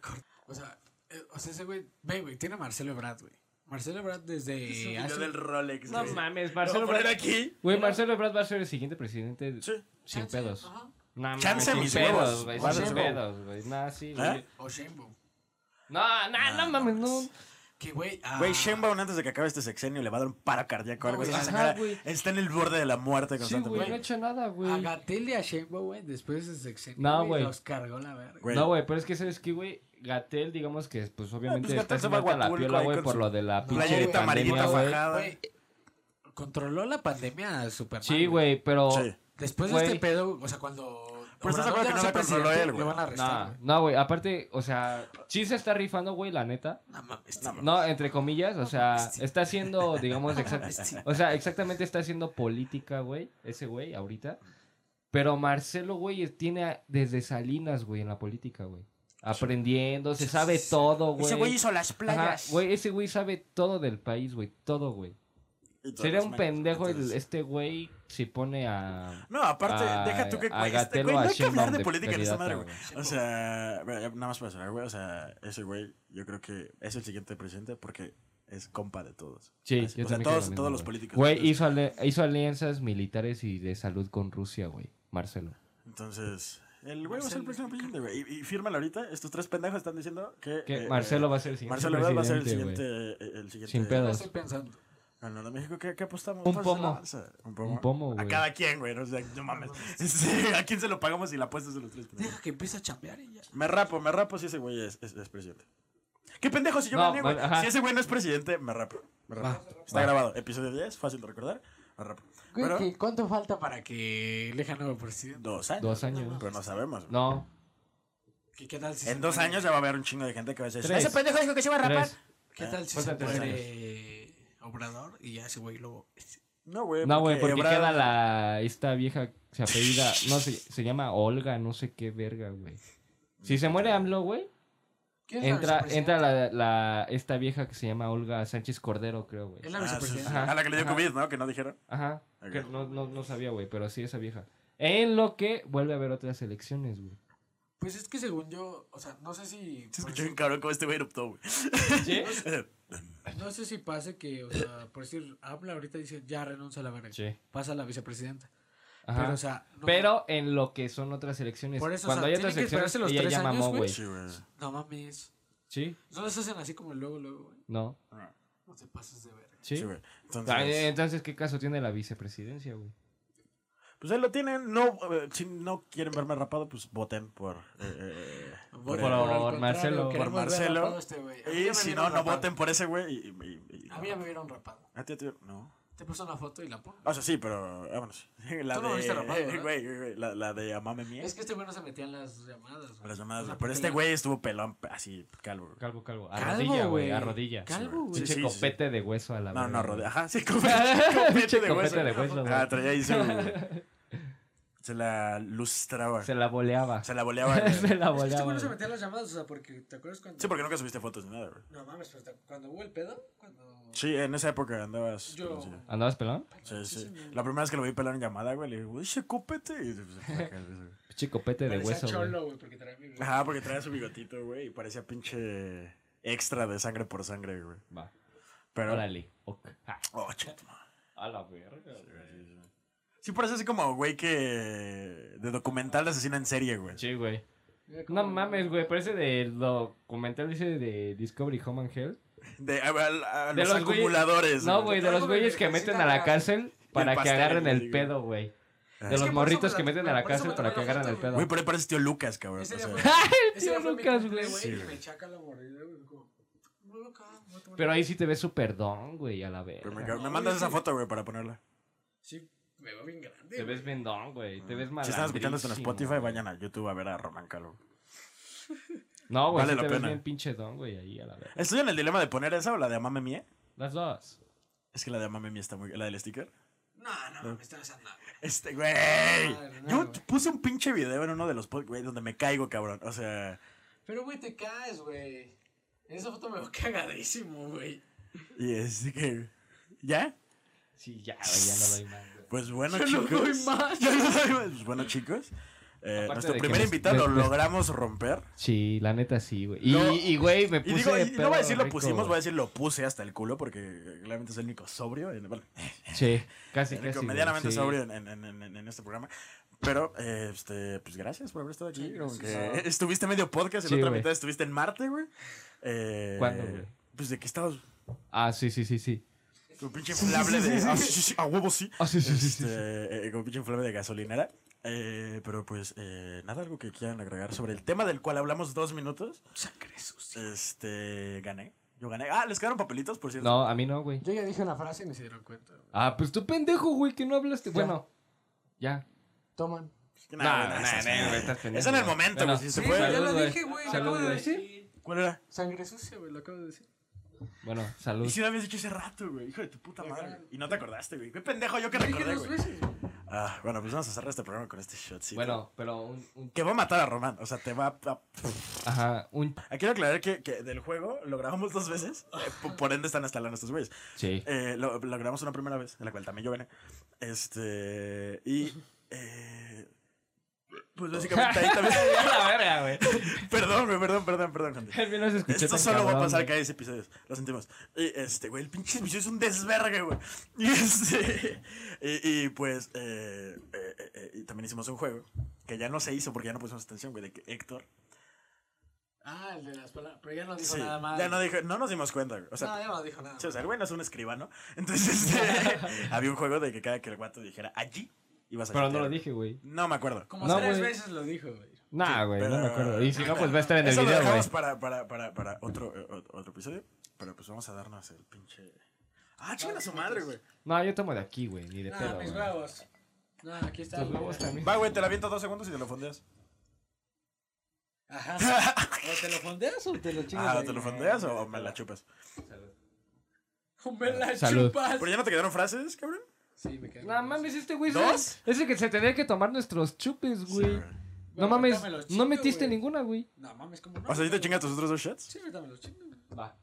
S3: O sea, eh, o sea, ese güey, ve, güey, tiene a Marcelo Ebrard, güey. Marcelo Ebrard desde hace...
S1: Rolex,
S2: No mames, Marcelo
S1: poner
S2: Ebrard-
S1: aquí.
S2: Güey, Marcelo Ebrard va a ser el siguiente presidente
S1: Sí.
S2: sin
S3: Chance,
S2: pedos.
S3: ajá.
S2: No,
S1: Chance
S2: mames,
S1: mis
S2: sin
S1: huevos.
S2: pedos, güey.
S1: Vas
S2: Sin
S1: a-
S2: pedos, güey. No, sí,
S1: ¿Eh?
S2: güey.
S3: O Sheinbaum.
S2: No, no, no mames, no.
S3: Que, güey... ah,
S1: Güey, Shenbaum, antes de que acabe este sexenio, le va a dar un paro cardíaco. o algo
S3: No,
S1: así.
S3: güey,
S1: Esa
S2: ajá,
S1: cara
S2: güey.
S1: está en el borde de la muerte
S2: Sí, güey, no ha
S1: constantemente.
S2: hecho nada,
S1: Ah,
S2: güey.
S3: Agatele a Sheinbaum, güey, después de sexenio,
S2: No,
S3: güey,
S2: güey.
S3: los cargó la verga.
S1: Güey.
S2: No, güey, pero es que sabes que, güey, Gatel, digamos que, pues obviamente
S1: pues,
S2: está
S1: Gatell se va a
S2: haciendo la
S1: Huatulco
S2: piola,
S1: ahí
S2: güey,
S1: con
S2: por
S1: su
S2: lo de la
S3: No,
S2: pinche
S3: güey,
S1: Playerita amarillita
S2: pandemia, güey.
S1: fajada.
S3: Güey, controló la pandemia super
S2: Sí, güey, pero.
S1: Sí.
S3: Después de
S2: Güey.
S3: este pedo, o sea, cuando.
S1: Pero estás de
S3: Obrador
S1: acuerdo
S3: ya
S1: que no
S3: sea
S1: la controló
S3: presidente,
S1: él, güey.
S3: Lo van a arrestar.
S2: No,
S3: güey.
S2: no, güey, aparte, o sea, sí se está rifando, güey, la neta.
S3: No mames,
S1: No,
S3: tío.
S2: No, entre comillas, o sea,
S1: Este.
S2: está haciendo, digamos, exact- o sea, exactamente está haciendo política, güey, ese güey, ahorita. Pero Marcelo, güey, tiene a- desde Salinas, güey, en la política, güey. Aprendiendo, se sabe todo, güey.
S1: Ese güey hizo las
S2: Ajá,
S1: playas.
S2: güey, ese güey sabe todo del país, güey, todo, güey.
S1: Y todas
S2: Sería
S1: las
S2: un
S1: mañanas,
S2: pendejo el-
S1: entonces-
S2: este güey si pone a...
S1: No, aparte,
S2: a-
S1: deja tú que.
S2: a
S1: güey, este,
S2: Gatell o
S1: güey, no
S2: a
S1: hay que hablar
S2: Sheinbaum
S1: de,
S2: de
S1: política en esta madre,
S2: candidata,
S1: güey. O sea, mira, ya nada más para cerrar, güey. O sea, ese güey, yo creo que es el siguiente presidente porque es compa de todos.
S2: Sí,
S1: Así,
S2: yo
S1: O sea,
S2: también creo
S1: todos,
S2: lo mismo,
S1: todos los
S2: güey.
S1: políticos.
S2: Güey,
S1: entonces-
S2: hizo, ale- hizo alianzas militares y de salud con Rusia, güey, Marcelo.
S1: Entonces, el güey va a ser el próximo presidente, güey. Y, y fírmalo ahorita. Estos tres pendejos están diciendo que.
S2: Que
S1: eh,
S2: Marcelo
S1: eh,
S2: va a ser el siguiente
S1: Marcelo Ebrard va a ser el
S2: presidente, güey.
S1: siguiente. eh, El siguiente
S2: Sin
S3: Yo
S2: pedo.
S3: estoy pensando.
S1: Bueno, de México, ¿qué, qué apostamos? Pues,
S2: Un
S1: Fuerza de
S2: pomo.
S1: la Barça. Un pomo.
S2: Un pomo,
S1: A
S2: güey.
S1: cada quien, güey. O sea, no mames. Sí, ¿A quién se lo pagamos si la apuestas de los tres pendejos?
S3: Deja que empiece a chambear y ya.
S1: Me rapo, me rapo si ese güey es, es- es presidente. ¿Qué pendejo si yo
S2: No,
S1: gané, güey?
S2: ajá. Ah,
S1: Si ese güey no es presidente, me rapo. Me rapo. Está grabado. Episodio 10, fácil de recordar. Me rapo.
S3: Güey,
S1: Pero
S3: ¿qué- ¿cuánto falta para que elija nuevo presidente?
S1: dos años.
S2: Dos años.
S1: Pero no sabemos. güey.
S2: No,
S3: ¿Qué, qué tal si se
S1: En dos
S3: muere-
S1: años ya va a haber un chingo de gente que va a decir:
S2: Tres.
S1: Ese pendejo dijo que se iba a rapar.
S2: tres.
S3: ¿Qué tal si
S2: Ah,
S3: se
S2: faltan tres
S3: muere Obrador y ya ese güey luego.
S1: No, güey.
S2: No, güey, porque
S1: Ebrard-
S2: queda la. Esta vieja se apellida. No sé, se llama Olga, no sé qué verga, güey. Si se muere AMLO, güey,
S3: ¿Quién es la
S2: Entra,
S3: vicepresidenta?
S2: entra la, la- esta vieja que se llama Olga Sánchez Cordero, creo, güey.
S3: Es la
S1: Ah, sí, sí.
S3: vicepresidenta.
S2: Ajá,
S1: A la que le dio
S2: ajá.
S1: COVID, ¿no? Que no dijeron.
S2: Ajá.
S1: Ok.
S2: que no, no, no sabía, güey, pero sí esa vieja. En lo que vuelve a haber otras elecciones, güey.
S3: Pues es que según yo, o sea, no sé si.
S1: Se
S3: por
S1: escuchó
S3: eso-
S1: bien cabrón como este güey eruptó, güey.
S3: No sé si pase que, o sea, por decir, habla ahorita y dice, ya renuncia a la verga.
S2: Sí.
S3: Pasa a la vicepresidenta.
S2: Ajá.
S3: Pero,
S2: Pero,
S3: o sea. no-
S2: en lo que son otras elecciones.
S3: Por eso, o
S2: Cuando
S3: sea,
S2: hay otras
S3: tienen que
S2: elecciones,
S3: esperarse los
S2: ella
S3: tres
S2: ya
S3: años,
S2: mamó,
S3: güey.
S2: güey.
S1: Sí, güey.
S3: No mames.
S2: ¿Sí?
S3: No les hacen así como luego, luego, güey.
S2: ¿No?
S3: No te pases de verga.
S2: ¿Sí?
S1: Sí, güey.
S2: Ah,
S1: Entonces.
S2: eh, Entonces, ¿qué caso tiene la vicepresidencia, güey?
S1: Pues ahí lo tienen. No, eh, si no quieren verme rapado, pues voten por. eh, eh,
S3: Voten
S1: por-
S2: por
S3: el contrario,
S2: Marcelo.
S3: queremos
S1: Por
S3: ver
S1: Marcelo.
S3: rapado a este güey. A mí ya
S1: y
S3: me
S1: si
S3: vieron
S1: no, no
S3: rapado.
S1: voten por ese güey. y- y- y- y-
S3: A mí ya me vieron rapado.
S1: A ti, a ti, no.
S3: Te puse una foto y la pongo.
S1: O sea, sí, pero vámonos. La
S3: Tú no
S1: de.
S3: viste rapado, ¿verdad?
S1: güey, güey, güey, la, la de Amame Mía.
S3: Es que este güey no se metía en las llamadas, güey.
S1: Las llamadas,
S3: O sea,
S1: güey. Pero este
S3: porque-
S1: güey estuvo pelón, así, calvo. güey.
S2: Calvo, calvo. A
S3: Calvo,
S2: rodilla, güey.
S3: güey.
S2: A rodilla.
S3: Calvo, güey.
S1: Sí,
S2: Pinche
S1: sí, sí.
S2: copete de hueso a la
S1: No,
S2: verga,
S1: no,
S2: güey.
S1: rodea. Ajá, sí, copete
S2: Pinche
S1: de hueso.
S2: copete de hueso, güey.
S1: Ah, traía ahí su. Se la lustraba.
S2: Se la boleaba.
S1: Se la boleaba. güey.
S2: Se la
S3: Es que este
S2: boleaba.
S3: güey no se
S2: güey.
S3: metía en las llamadas, o sea, porque te acuerdas cuando.
S1: Sí, porque nunca subiste fotos ni nada, güey.
S3: No mames, pero te- cuando hubo el pedo, cuando. Ah,
S1: Sí, en esa época andabas.
S3: Yo.
S1: Sí,
S2: ¿Andabas pelón?
S1: sí, sí. La primera vez que lo vi pelar en llamada, güey, le dije, güey, ese copete. Y se puso para acá, güey.
S2: Pinche copete de
S3: Parecía
S2: hueso, güey.
S3: cholo, güey, porque traía mi.
S1: Ajá, porque traía su bigotito, güey, y parecía pinche extra de sangre por sangre, güey.
S2: Va.
S1: Pero.
S2: Órale. ok. Ah,
S1: Oh, chinga tu madre.
S2: A la verga. güey.
S1: Sí, parece así como, güey, que. de documental de asesino en serie, güey.
S2: Sí, güey.
S3: Mira cómo-
S2: No mames, güey. Parece del documental ese de Discovery Home and Hell.
S1: De, a, a- a
S2: De
S1: los,
S2: los güey-
S1: acumuladores.
S2: No, güey, de los
S3: Algo de
S2: güeyes que
S3: viejecita
S2: meten a la
S3: rara.
S2: cárcel para que
S1: pastel,
S2: agarren
S1: güey,
S2: el
S1: güey.
S2: pedo, güey.
S1: Ah.
S2: De
S1: Es
S2: los
S3: que por eso
S2: morritos
S3: me
S2: que
S3: la-
S2: meten a la
S3: por eso me
S2: cárcel
S3: la
S2: para que
S3: tomé la
S2: agarren el
S3: foto,
S2: pedo.
S1: Güey, pero ahí parece tío Lucas, cabrón.
S3: Ese
S1: o
S3: día
S1: sea.
S3: fue. Ese
S2: tío
S3: día fue mi
S2: Lucas,
S3: cumple,
S2: güey.
S1: Sí,
S3: güey. Y
S1: güey.
S3: me chaca la mordida, güey. Como. "Voy acá, voy a tomar
S2: Pero ahí sí te ves súper don, güey, a la vez.
S1: Pero me, cago- me mandas esa foto, güey, para ponerla.
S3: Sí, me veo bien grande.
S2: Te
S3: güey.
S2: ves bien don, güey. Te ves mal.
S1: Si están escuchando esto en Spotify, vayan a YouTube a ver a Román Calvo.
S2: No, güey,
S1: Vale
S2: sí
S1: la
S2: te ves
S1: pena.
S2: bien pinche don, güey, ahí a la vez.
S1: Estoy en el dilema de poner esa o la de Amame Mía.
S2: Las dos.
S1: Es que la de Amame Mía está muy. La del sticker.
S3: No, no mames, te vas a nada.
S1: Este, güey. Yo t- puse un pinche video en uno de los podcasts, güey, donde me caigo, cabrón. O sea.
S3: Pero, güey, te caes, güey. En esa foto me veo cagadísimo, güey.
S1: Y es que. ¿Ya?
S2: Sí, ya, güey, ya no doy más, güey.
S1: Pues bueno,
S3: Yo no
S1: chicos.
S3: doy más.
S1: Yo no doy más. Pues bueno, chicos. eh,
S2: Aparte
S1: nuestro
S2: de que
S1: primer
S2: nos-
S1: invitado lo
S2: nos- nos-
S1: logramos romper.
S2: Sí, la neta sí, güey. Y,
S1: No.
S2: y, güey, me
S1: Y
S2: puse.
S1: digo, y no
S2: pedo
S1: voy a decir lo
S2: rico,
S1: pusimos, voy a
S2: güey.
S1: decir lo puse hasta el culo, porque eh, claramente es el único sobrio. En, bueno,
S2: Sí, casi,
S1: el único
S2: casi. güey,
S1: medianamente
S2: sí.
S1: sobrio en, en- en- en- en este programa. Pero, eh, este, pues gracias por haber estado aquí.
S3: Sí,
S1: aunque
S3: gracias.
S1: estuviste medio podcast, en
S2: Sí,
S1: otra
S2: güey.
S1: mitad estuviste en Marte, güey. Eh,
S2: ¿Cuándo, güey?
S1: Pues de que estabas
S2: Ah, sí, sí, sí, sí.
S1: como pinche inflable de. ah, sí, sí, sí, a huevo sí.
S2: Ah, sí, sí, sí, sí.
S1: Este, eh, como pinche inflable de gasolinera. Eh, pero pues, eh, nada, algo que quieran agregar sobre el tema del cual hablamos dos minutos.
S3: Sangre sucia.
S1: Este, gané. Yo gané. Ah, les quedaron papelitos, por cierto.
S2: No, a mí no, güey.
S3: Yo ya dije una frase y ni se dieron cuenta. güey.
S2: Ah, pues tú pendejo, güey, que no hablaste. Bueno, ya.
S3: Toman.
S1: No, no, no,
S2: no, no, no, estás
S1: no,
S2: pendejo,
S1: Es en el
S2: güey.
S1: momento, güey.
S2: Bueno,
S1: Si se
S2: sí,
S1: puede.
S3: ya
S2: salud,
S3: lo
S2: güey.
S3: dije, güey. Lo
S2: Salud,
S3: acabo de
S2: güey.
S3: decir.
S1: ¿Cuál era?
S3: Sangre sucia, güey. Lo acabo de decir.
S2: Bueno, salud.
S1: Y si lo habías dicho hace rato, güey. Hijo de tu puta madre. güey. Y no te acordaste, güey. Qué pendejo yo que
S3: Lo dije
S1: recordé,
S3: dos
S1: güey.
S3: veces, güey.
S1: Ah, bueno, pues vamos a cerrar este programa con este shotcito.
S2: Bueno, pero un, un-
S1: Que va a matar a Román. O sea, te va a.
S2: Ajá, un.
S1: Ah, Quiero aclarar que, que del juego lo grabamos dos veces. eh, po- por ende están hasta la estos güeyes.
S2: Sí.
S1: Eh, lo, lo grabamos una primera vez, en la cual también yo gané. Este. Y. Eh, pues básicamente ahí también.
S2: A la verga, güey.
S1: perdón, güey, perdón, perdón, perdón, gente.
S2: El mío no se escuchó
S1: Esto
S2: tan
S1: solo va a
S2: cabrón,
S1: pasar
S2: güey.
S1: cada 10 episodios. Lo sentimos. Y este, güey, el pinche episodio es un desvergue, güey. Y este. Y, y, pues. eh, eh, eh, eh, y también hicimos un juego que ya no se hizo porque ya no pusimos atención, güey, de que Héctor.
S3: Ah, el de las palabras. Pero ya no dijo
S1: sí,
S3: nada más.
S1: ya no dijo. No nos dimos cuenta, güey. O sea,
S3: no, ya no dijo nada.
S1: sí, o sea, el güey no es un escribano. Entonces, este, había un juego de que cada que el guato dijera allí, ibas a
S2: Pero no
S1: chatear.
S2: lo dije, güey.
S1: No me acuerdo.
S3: Como
S2: No,
S3: tres
S2: güey.
S3: veces lo dijo, güey.
S2: Nah, güey, no
S1: pero-
S2: me acuerdo. Y si no, pues va a estar en el
S1: Eso
S2: video,
S1: lo
S2: güey.
S1: dejamos para, para, para, para otro, eh, ot- otro episodio. Pero pues vamos a darnos el pinche. Ah, chingan a su madre, güey.
S2: No, yo tomo de aquí, güey, ni de
S3: Nah,
S2: pedo.
S3: mis
S2: güey.
S3: huevos. No, aquí está.
S2: Los
S3: güey.
S2: huevos también.
S1: Va, güey, te la aviento dos segundos y te lo fondeas.
S3: Ajá. ¿O te lo fondeas o te lo chingas?
S1: Ah,
S3: ahí?
S1: ¿te lo fondeas o me la chupas?
S3: O me la
S2: Salud.
S3: chupas.
S1: ¿Pero ya no te quedaron frases, cabrón?
S3: Sí, me quedo.
S2: No mames, este güey
S1: ¿Dos?
S2: es el que se tenía que tomar nuestros chupes, güey. No mames,
S3: ahorita me los
S2: no
S3: chingo,
S2: metiste
S3: güey.
S2: ninguna, güey.
S3: No mames, como no.
S1: O sea, ¿sí te chingas tus otros dos shots?
S3: Sí, ahorita me los chingo. güey.
S2: Va.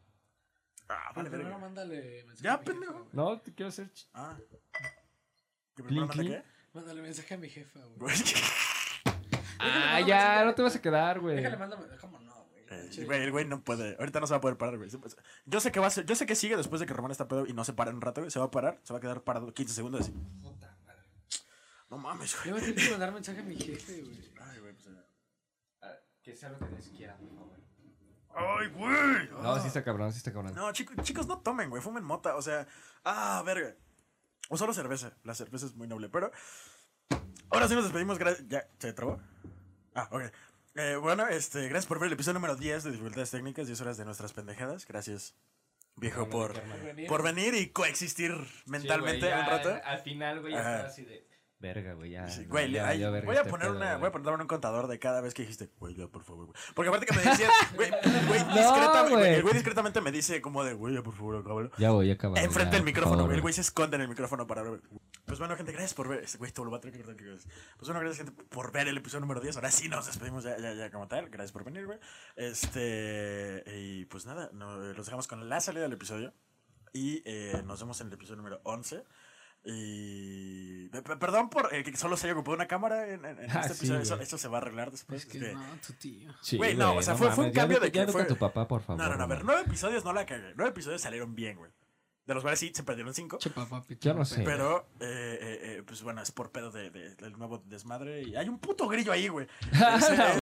S1: Ah, vale,
S3: Pero primero
S1: verga.
S3: mándale mensaje.
S1: Ya,
S3: a mi jefa,
S1: pendejo.
S3: güey.
S2: No, te quiero hacer. ch-
S1: Ah. ¿Que primero manda
S2: Clinky.
S1: qué?
S3: Mándale mensaje a mi jefa, güey.
S1: Güey,
S2: Ah,
S3: mando
S2: ya,
S3: mensaje.
S2: no te vas a quedar, güey.
S3: Déjale, mándame. ¿Cómo no, güey?
S1: Eh,
S3: Chile.
S1: güey, el güey no puede. Ahorita no se va a poder parar, güey. Yo sé que va a ser- yo sé que sigue después de que Román está pedo y no se para en un rato, güey. Se va a parar, se va a quedar parado 15 segundos así.
S3: Puta madre.
S1: No mames,
S3: Le
S1: güey.
S3: voy a tener que mandar mensaje a mi jefe, güey.
S1: Ay, güey, pues, eh.
S2: Que sea lo que les quiera, por favor.
S1: Ay, güey.
S2: No,
S1: Ah.
S2: sí está cabrón, sí está cabrón.
S1: No, chicos, chicos, no tomen, güey. Fumen mota. O sea, ah, verga. O solo cerveza. La cerveza es muy noble, pero. Ahora sí nos despedimos. Gracias. ¿Ya? ¿Se trabó? Ah, ok. Eh, bueno, este, gracias por ver el episodio número 10 de Dificultades Técnicas, 10 horas de nuestras pendejadas. Gracias, viejo, por, por venir y coexistir mentalmente un rato.
S2: Al final, güey,
S1: ya Ajá. estaba
S2: así de. Verga, güey, ya.
S1: Sí,
S2: no,
S1: güey, le-
S2: ya
S1: ay,
S2: valió verga
S1: voy a
S2: este
S1: poner
S2: pedo,
S1: una, voy
S2: güey.
S1: a poner un contador de cada vez que dijiste, güey, ya, por favor, güey. Porque aparte que me decías, güey, güey,
S2: No,
S1: discretamente,
S2: güey.
S1: el güey discretamente me dice como de, güey, ya, por favor, acábalo.
S2: Ya voy, ya acabamos.
S1: Enfrente
S2: ya,
S1: del
S2: por
S1: micrófono,
S2: favor,
S1: güey. El güey se esconde en el micrófono para ver. Pues bueno, gente, gracias por ver. Este güey, todo lo va a tener que cortar, que gracias. Pues bueno, gracias, gente, por ver el episodio número 10. Ahora sí nos despedimos ya, ya, ya como tal. Gracias por venir, güey. Este. Y pues nada, no, eh, los dejamos con la salida del episodio. Y eh, nos vemos en el episodio número 11. Y. pe- pe- Perdón por eh, que solo se haya ocupado una cámara en, en- en
S2: Ah,
S1: este
S2: sí,
S1: episodio. Eso,
S2: güey.
S1: eso se va a arreglar después.
S4: Es que
S1: este.
S4: no, tu tío.
S2: Sí,
S1: Güey, no, o sea, fue- fue un
S2: mames, ya
S1: cambio
S2: educa-
S1: de que
S2: Ya educa
S1: fue-
S2: a tu papá, por favor.
S1: No, no, no. A ver,
S2: mames.
S1: nueve episodios no la cagué. Nueve episodios salieron bien, güey. De los cuales sí se perdieron cinco.
S4: Che, papá, pichón.
S2: Yo no sé.
S1: Pero, eh, eh, eh, pues bueno, es por pedo de- de- del nuevo desmadre. Y hay un puto grillo ahí, güey. Ese-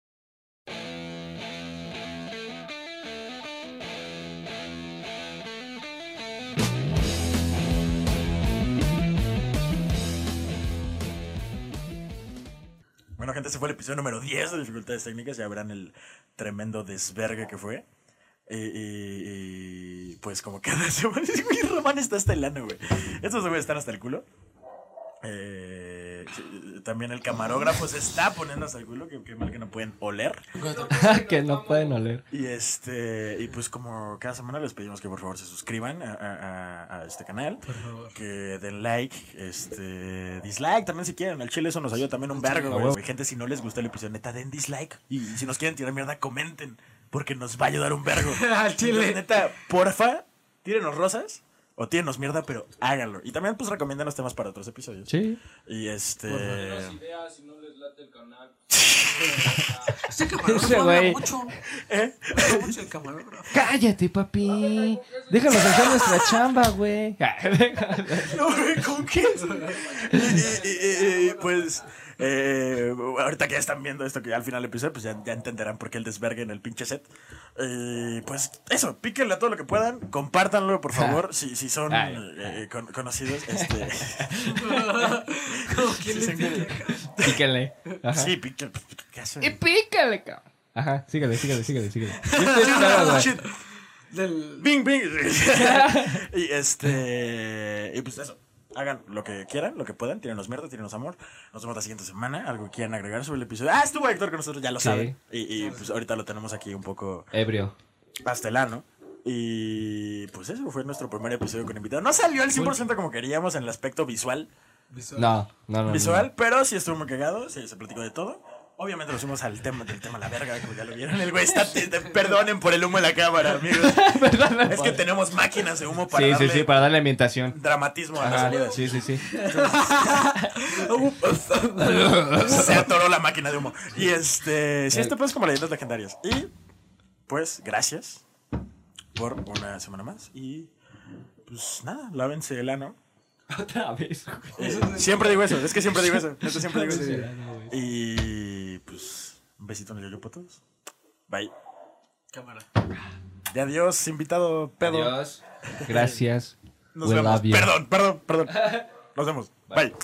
S1: Bueno, gente, ese fue el episodio número 10 de Dificultades Técnicas. Ya verán el tremendo desvergue que fue. Y, y- y, pues como cada semana, güey, Román está hasta el ano, güey. Estos güeyes están hasta el culo. Eh, sí, también el camarógrafo se está poniendo hasta el culo, que, que mal que no pueden oler.
S2: que no pueden oler.
S1: Y este, y pues como cada semana les pedimos que por favor se suscriban a, a- a- a este canal, que den like, este, dislike también si quieren, al chile eso nos ayuda también un vergo, güey. Gente, si no les gustó el episodio, neta, den dislike. Y si nos quieren tirar mierda, comenten, porque nos va a ayudar un vergo.
S4: Al
S1: Entonces, neta, porfa, tírenos rosas o tírenos mierda, pero háganlo. Y también pues recomiendan los temas para otros episodios.
S2: Sí.
S1: Y este...
S5: ideas si no les late el canal.
S4: Este camarógrafo
S2: Ese
S4: habla
S2: güey.
S4: mucho.
S1: ¿Eh?
S4: Habla mucho el camarógrafo.
S2: Cállate, papi. Déjanos hacer nuestra chamba, güey.
S1: No, güey, ¿Con qué? Y- y- y- y- y, pues, eh, ahorita que ya están viendo esto, que ya al final del episodio, pues ya, ya entenderán por qué el desvergue en el pinche set. Eh, pues eso, píquenle a todo lo que puedan, compártanlo, por favor, si, si son
S2: Ay.
S1: eh, con- conocidos. Este, si son-
S2: Pícale. Ajá.
S1: sí, píquenle. ¿Qué hacen?
S2: Y pícale, cabrón. Ajá, sígale, sígale, sígale, sígale.
S1: Shit.
S4: Del.
S1: Bing, bing. y este. Y pues eso. Hagan lo que quieran, lo que puedan. Tírenos mierda, tírenos amor. Nos vemos la siguiente semana. Algo que quieran agregar sobre el episodio. Ah, estuvo Héctor con nosotros, ya lo
S2: Sí.
S1: saben. Y, y, pues ahorita lo tenemos aquí un poco
S2: Ebrio.
S1: hasta el ano. Y pues eso fue nuestro primer episodio con invitado. No salió al 100% como queríamos en el aspecto visual,
S2: No, no, no.
S1: visual pero sí estuvo muy cagado. Sí, se platicó de todo. Obviamente nos fuimos al tema del tema a la verga, como ya lo vieron. El güey está. Perdonen por el humo de la cámara, amigos. Es que tenemos máquinas de humo para
S2: Sí, sí,
S1: darle
S2: sí, para darle ambientación.
S1: dramatismo a las
S2: Ajá,
S1: salidas.
S2: sí, sí, sí.
S1: Se atoró la máquina de humo. Y este, sí, esto pues como leyendas legendarias. Y pues gracias por una semana más y pues nada, lávense el ano.
S2: Otra vez, güey.
S1: Eh, siempre digo eso, es que siempre digo eso, neta, siempre digo eso. Y pues un besito en el yoyopo a todos. Bye.
S4: Cámara.
S1: Y adiós, invitado pedo.
S2: Adiós. Gracias.
S1: Nos
S2: We
S1: vemos.
S2: love you.
S1: Perdón, perdón, perdón. Nos vemos. Bye.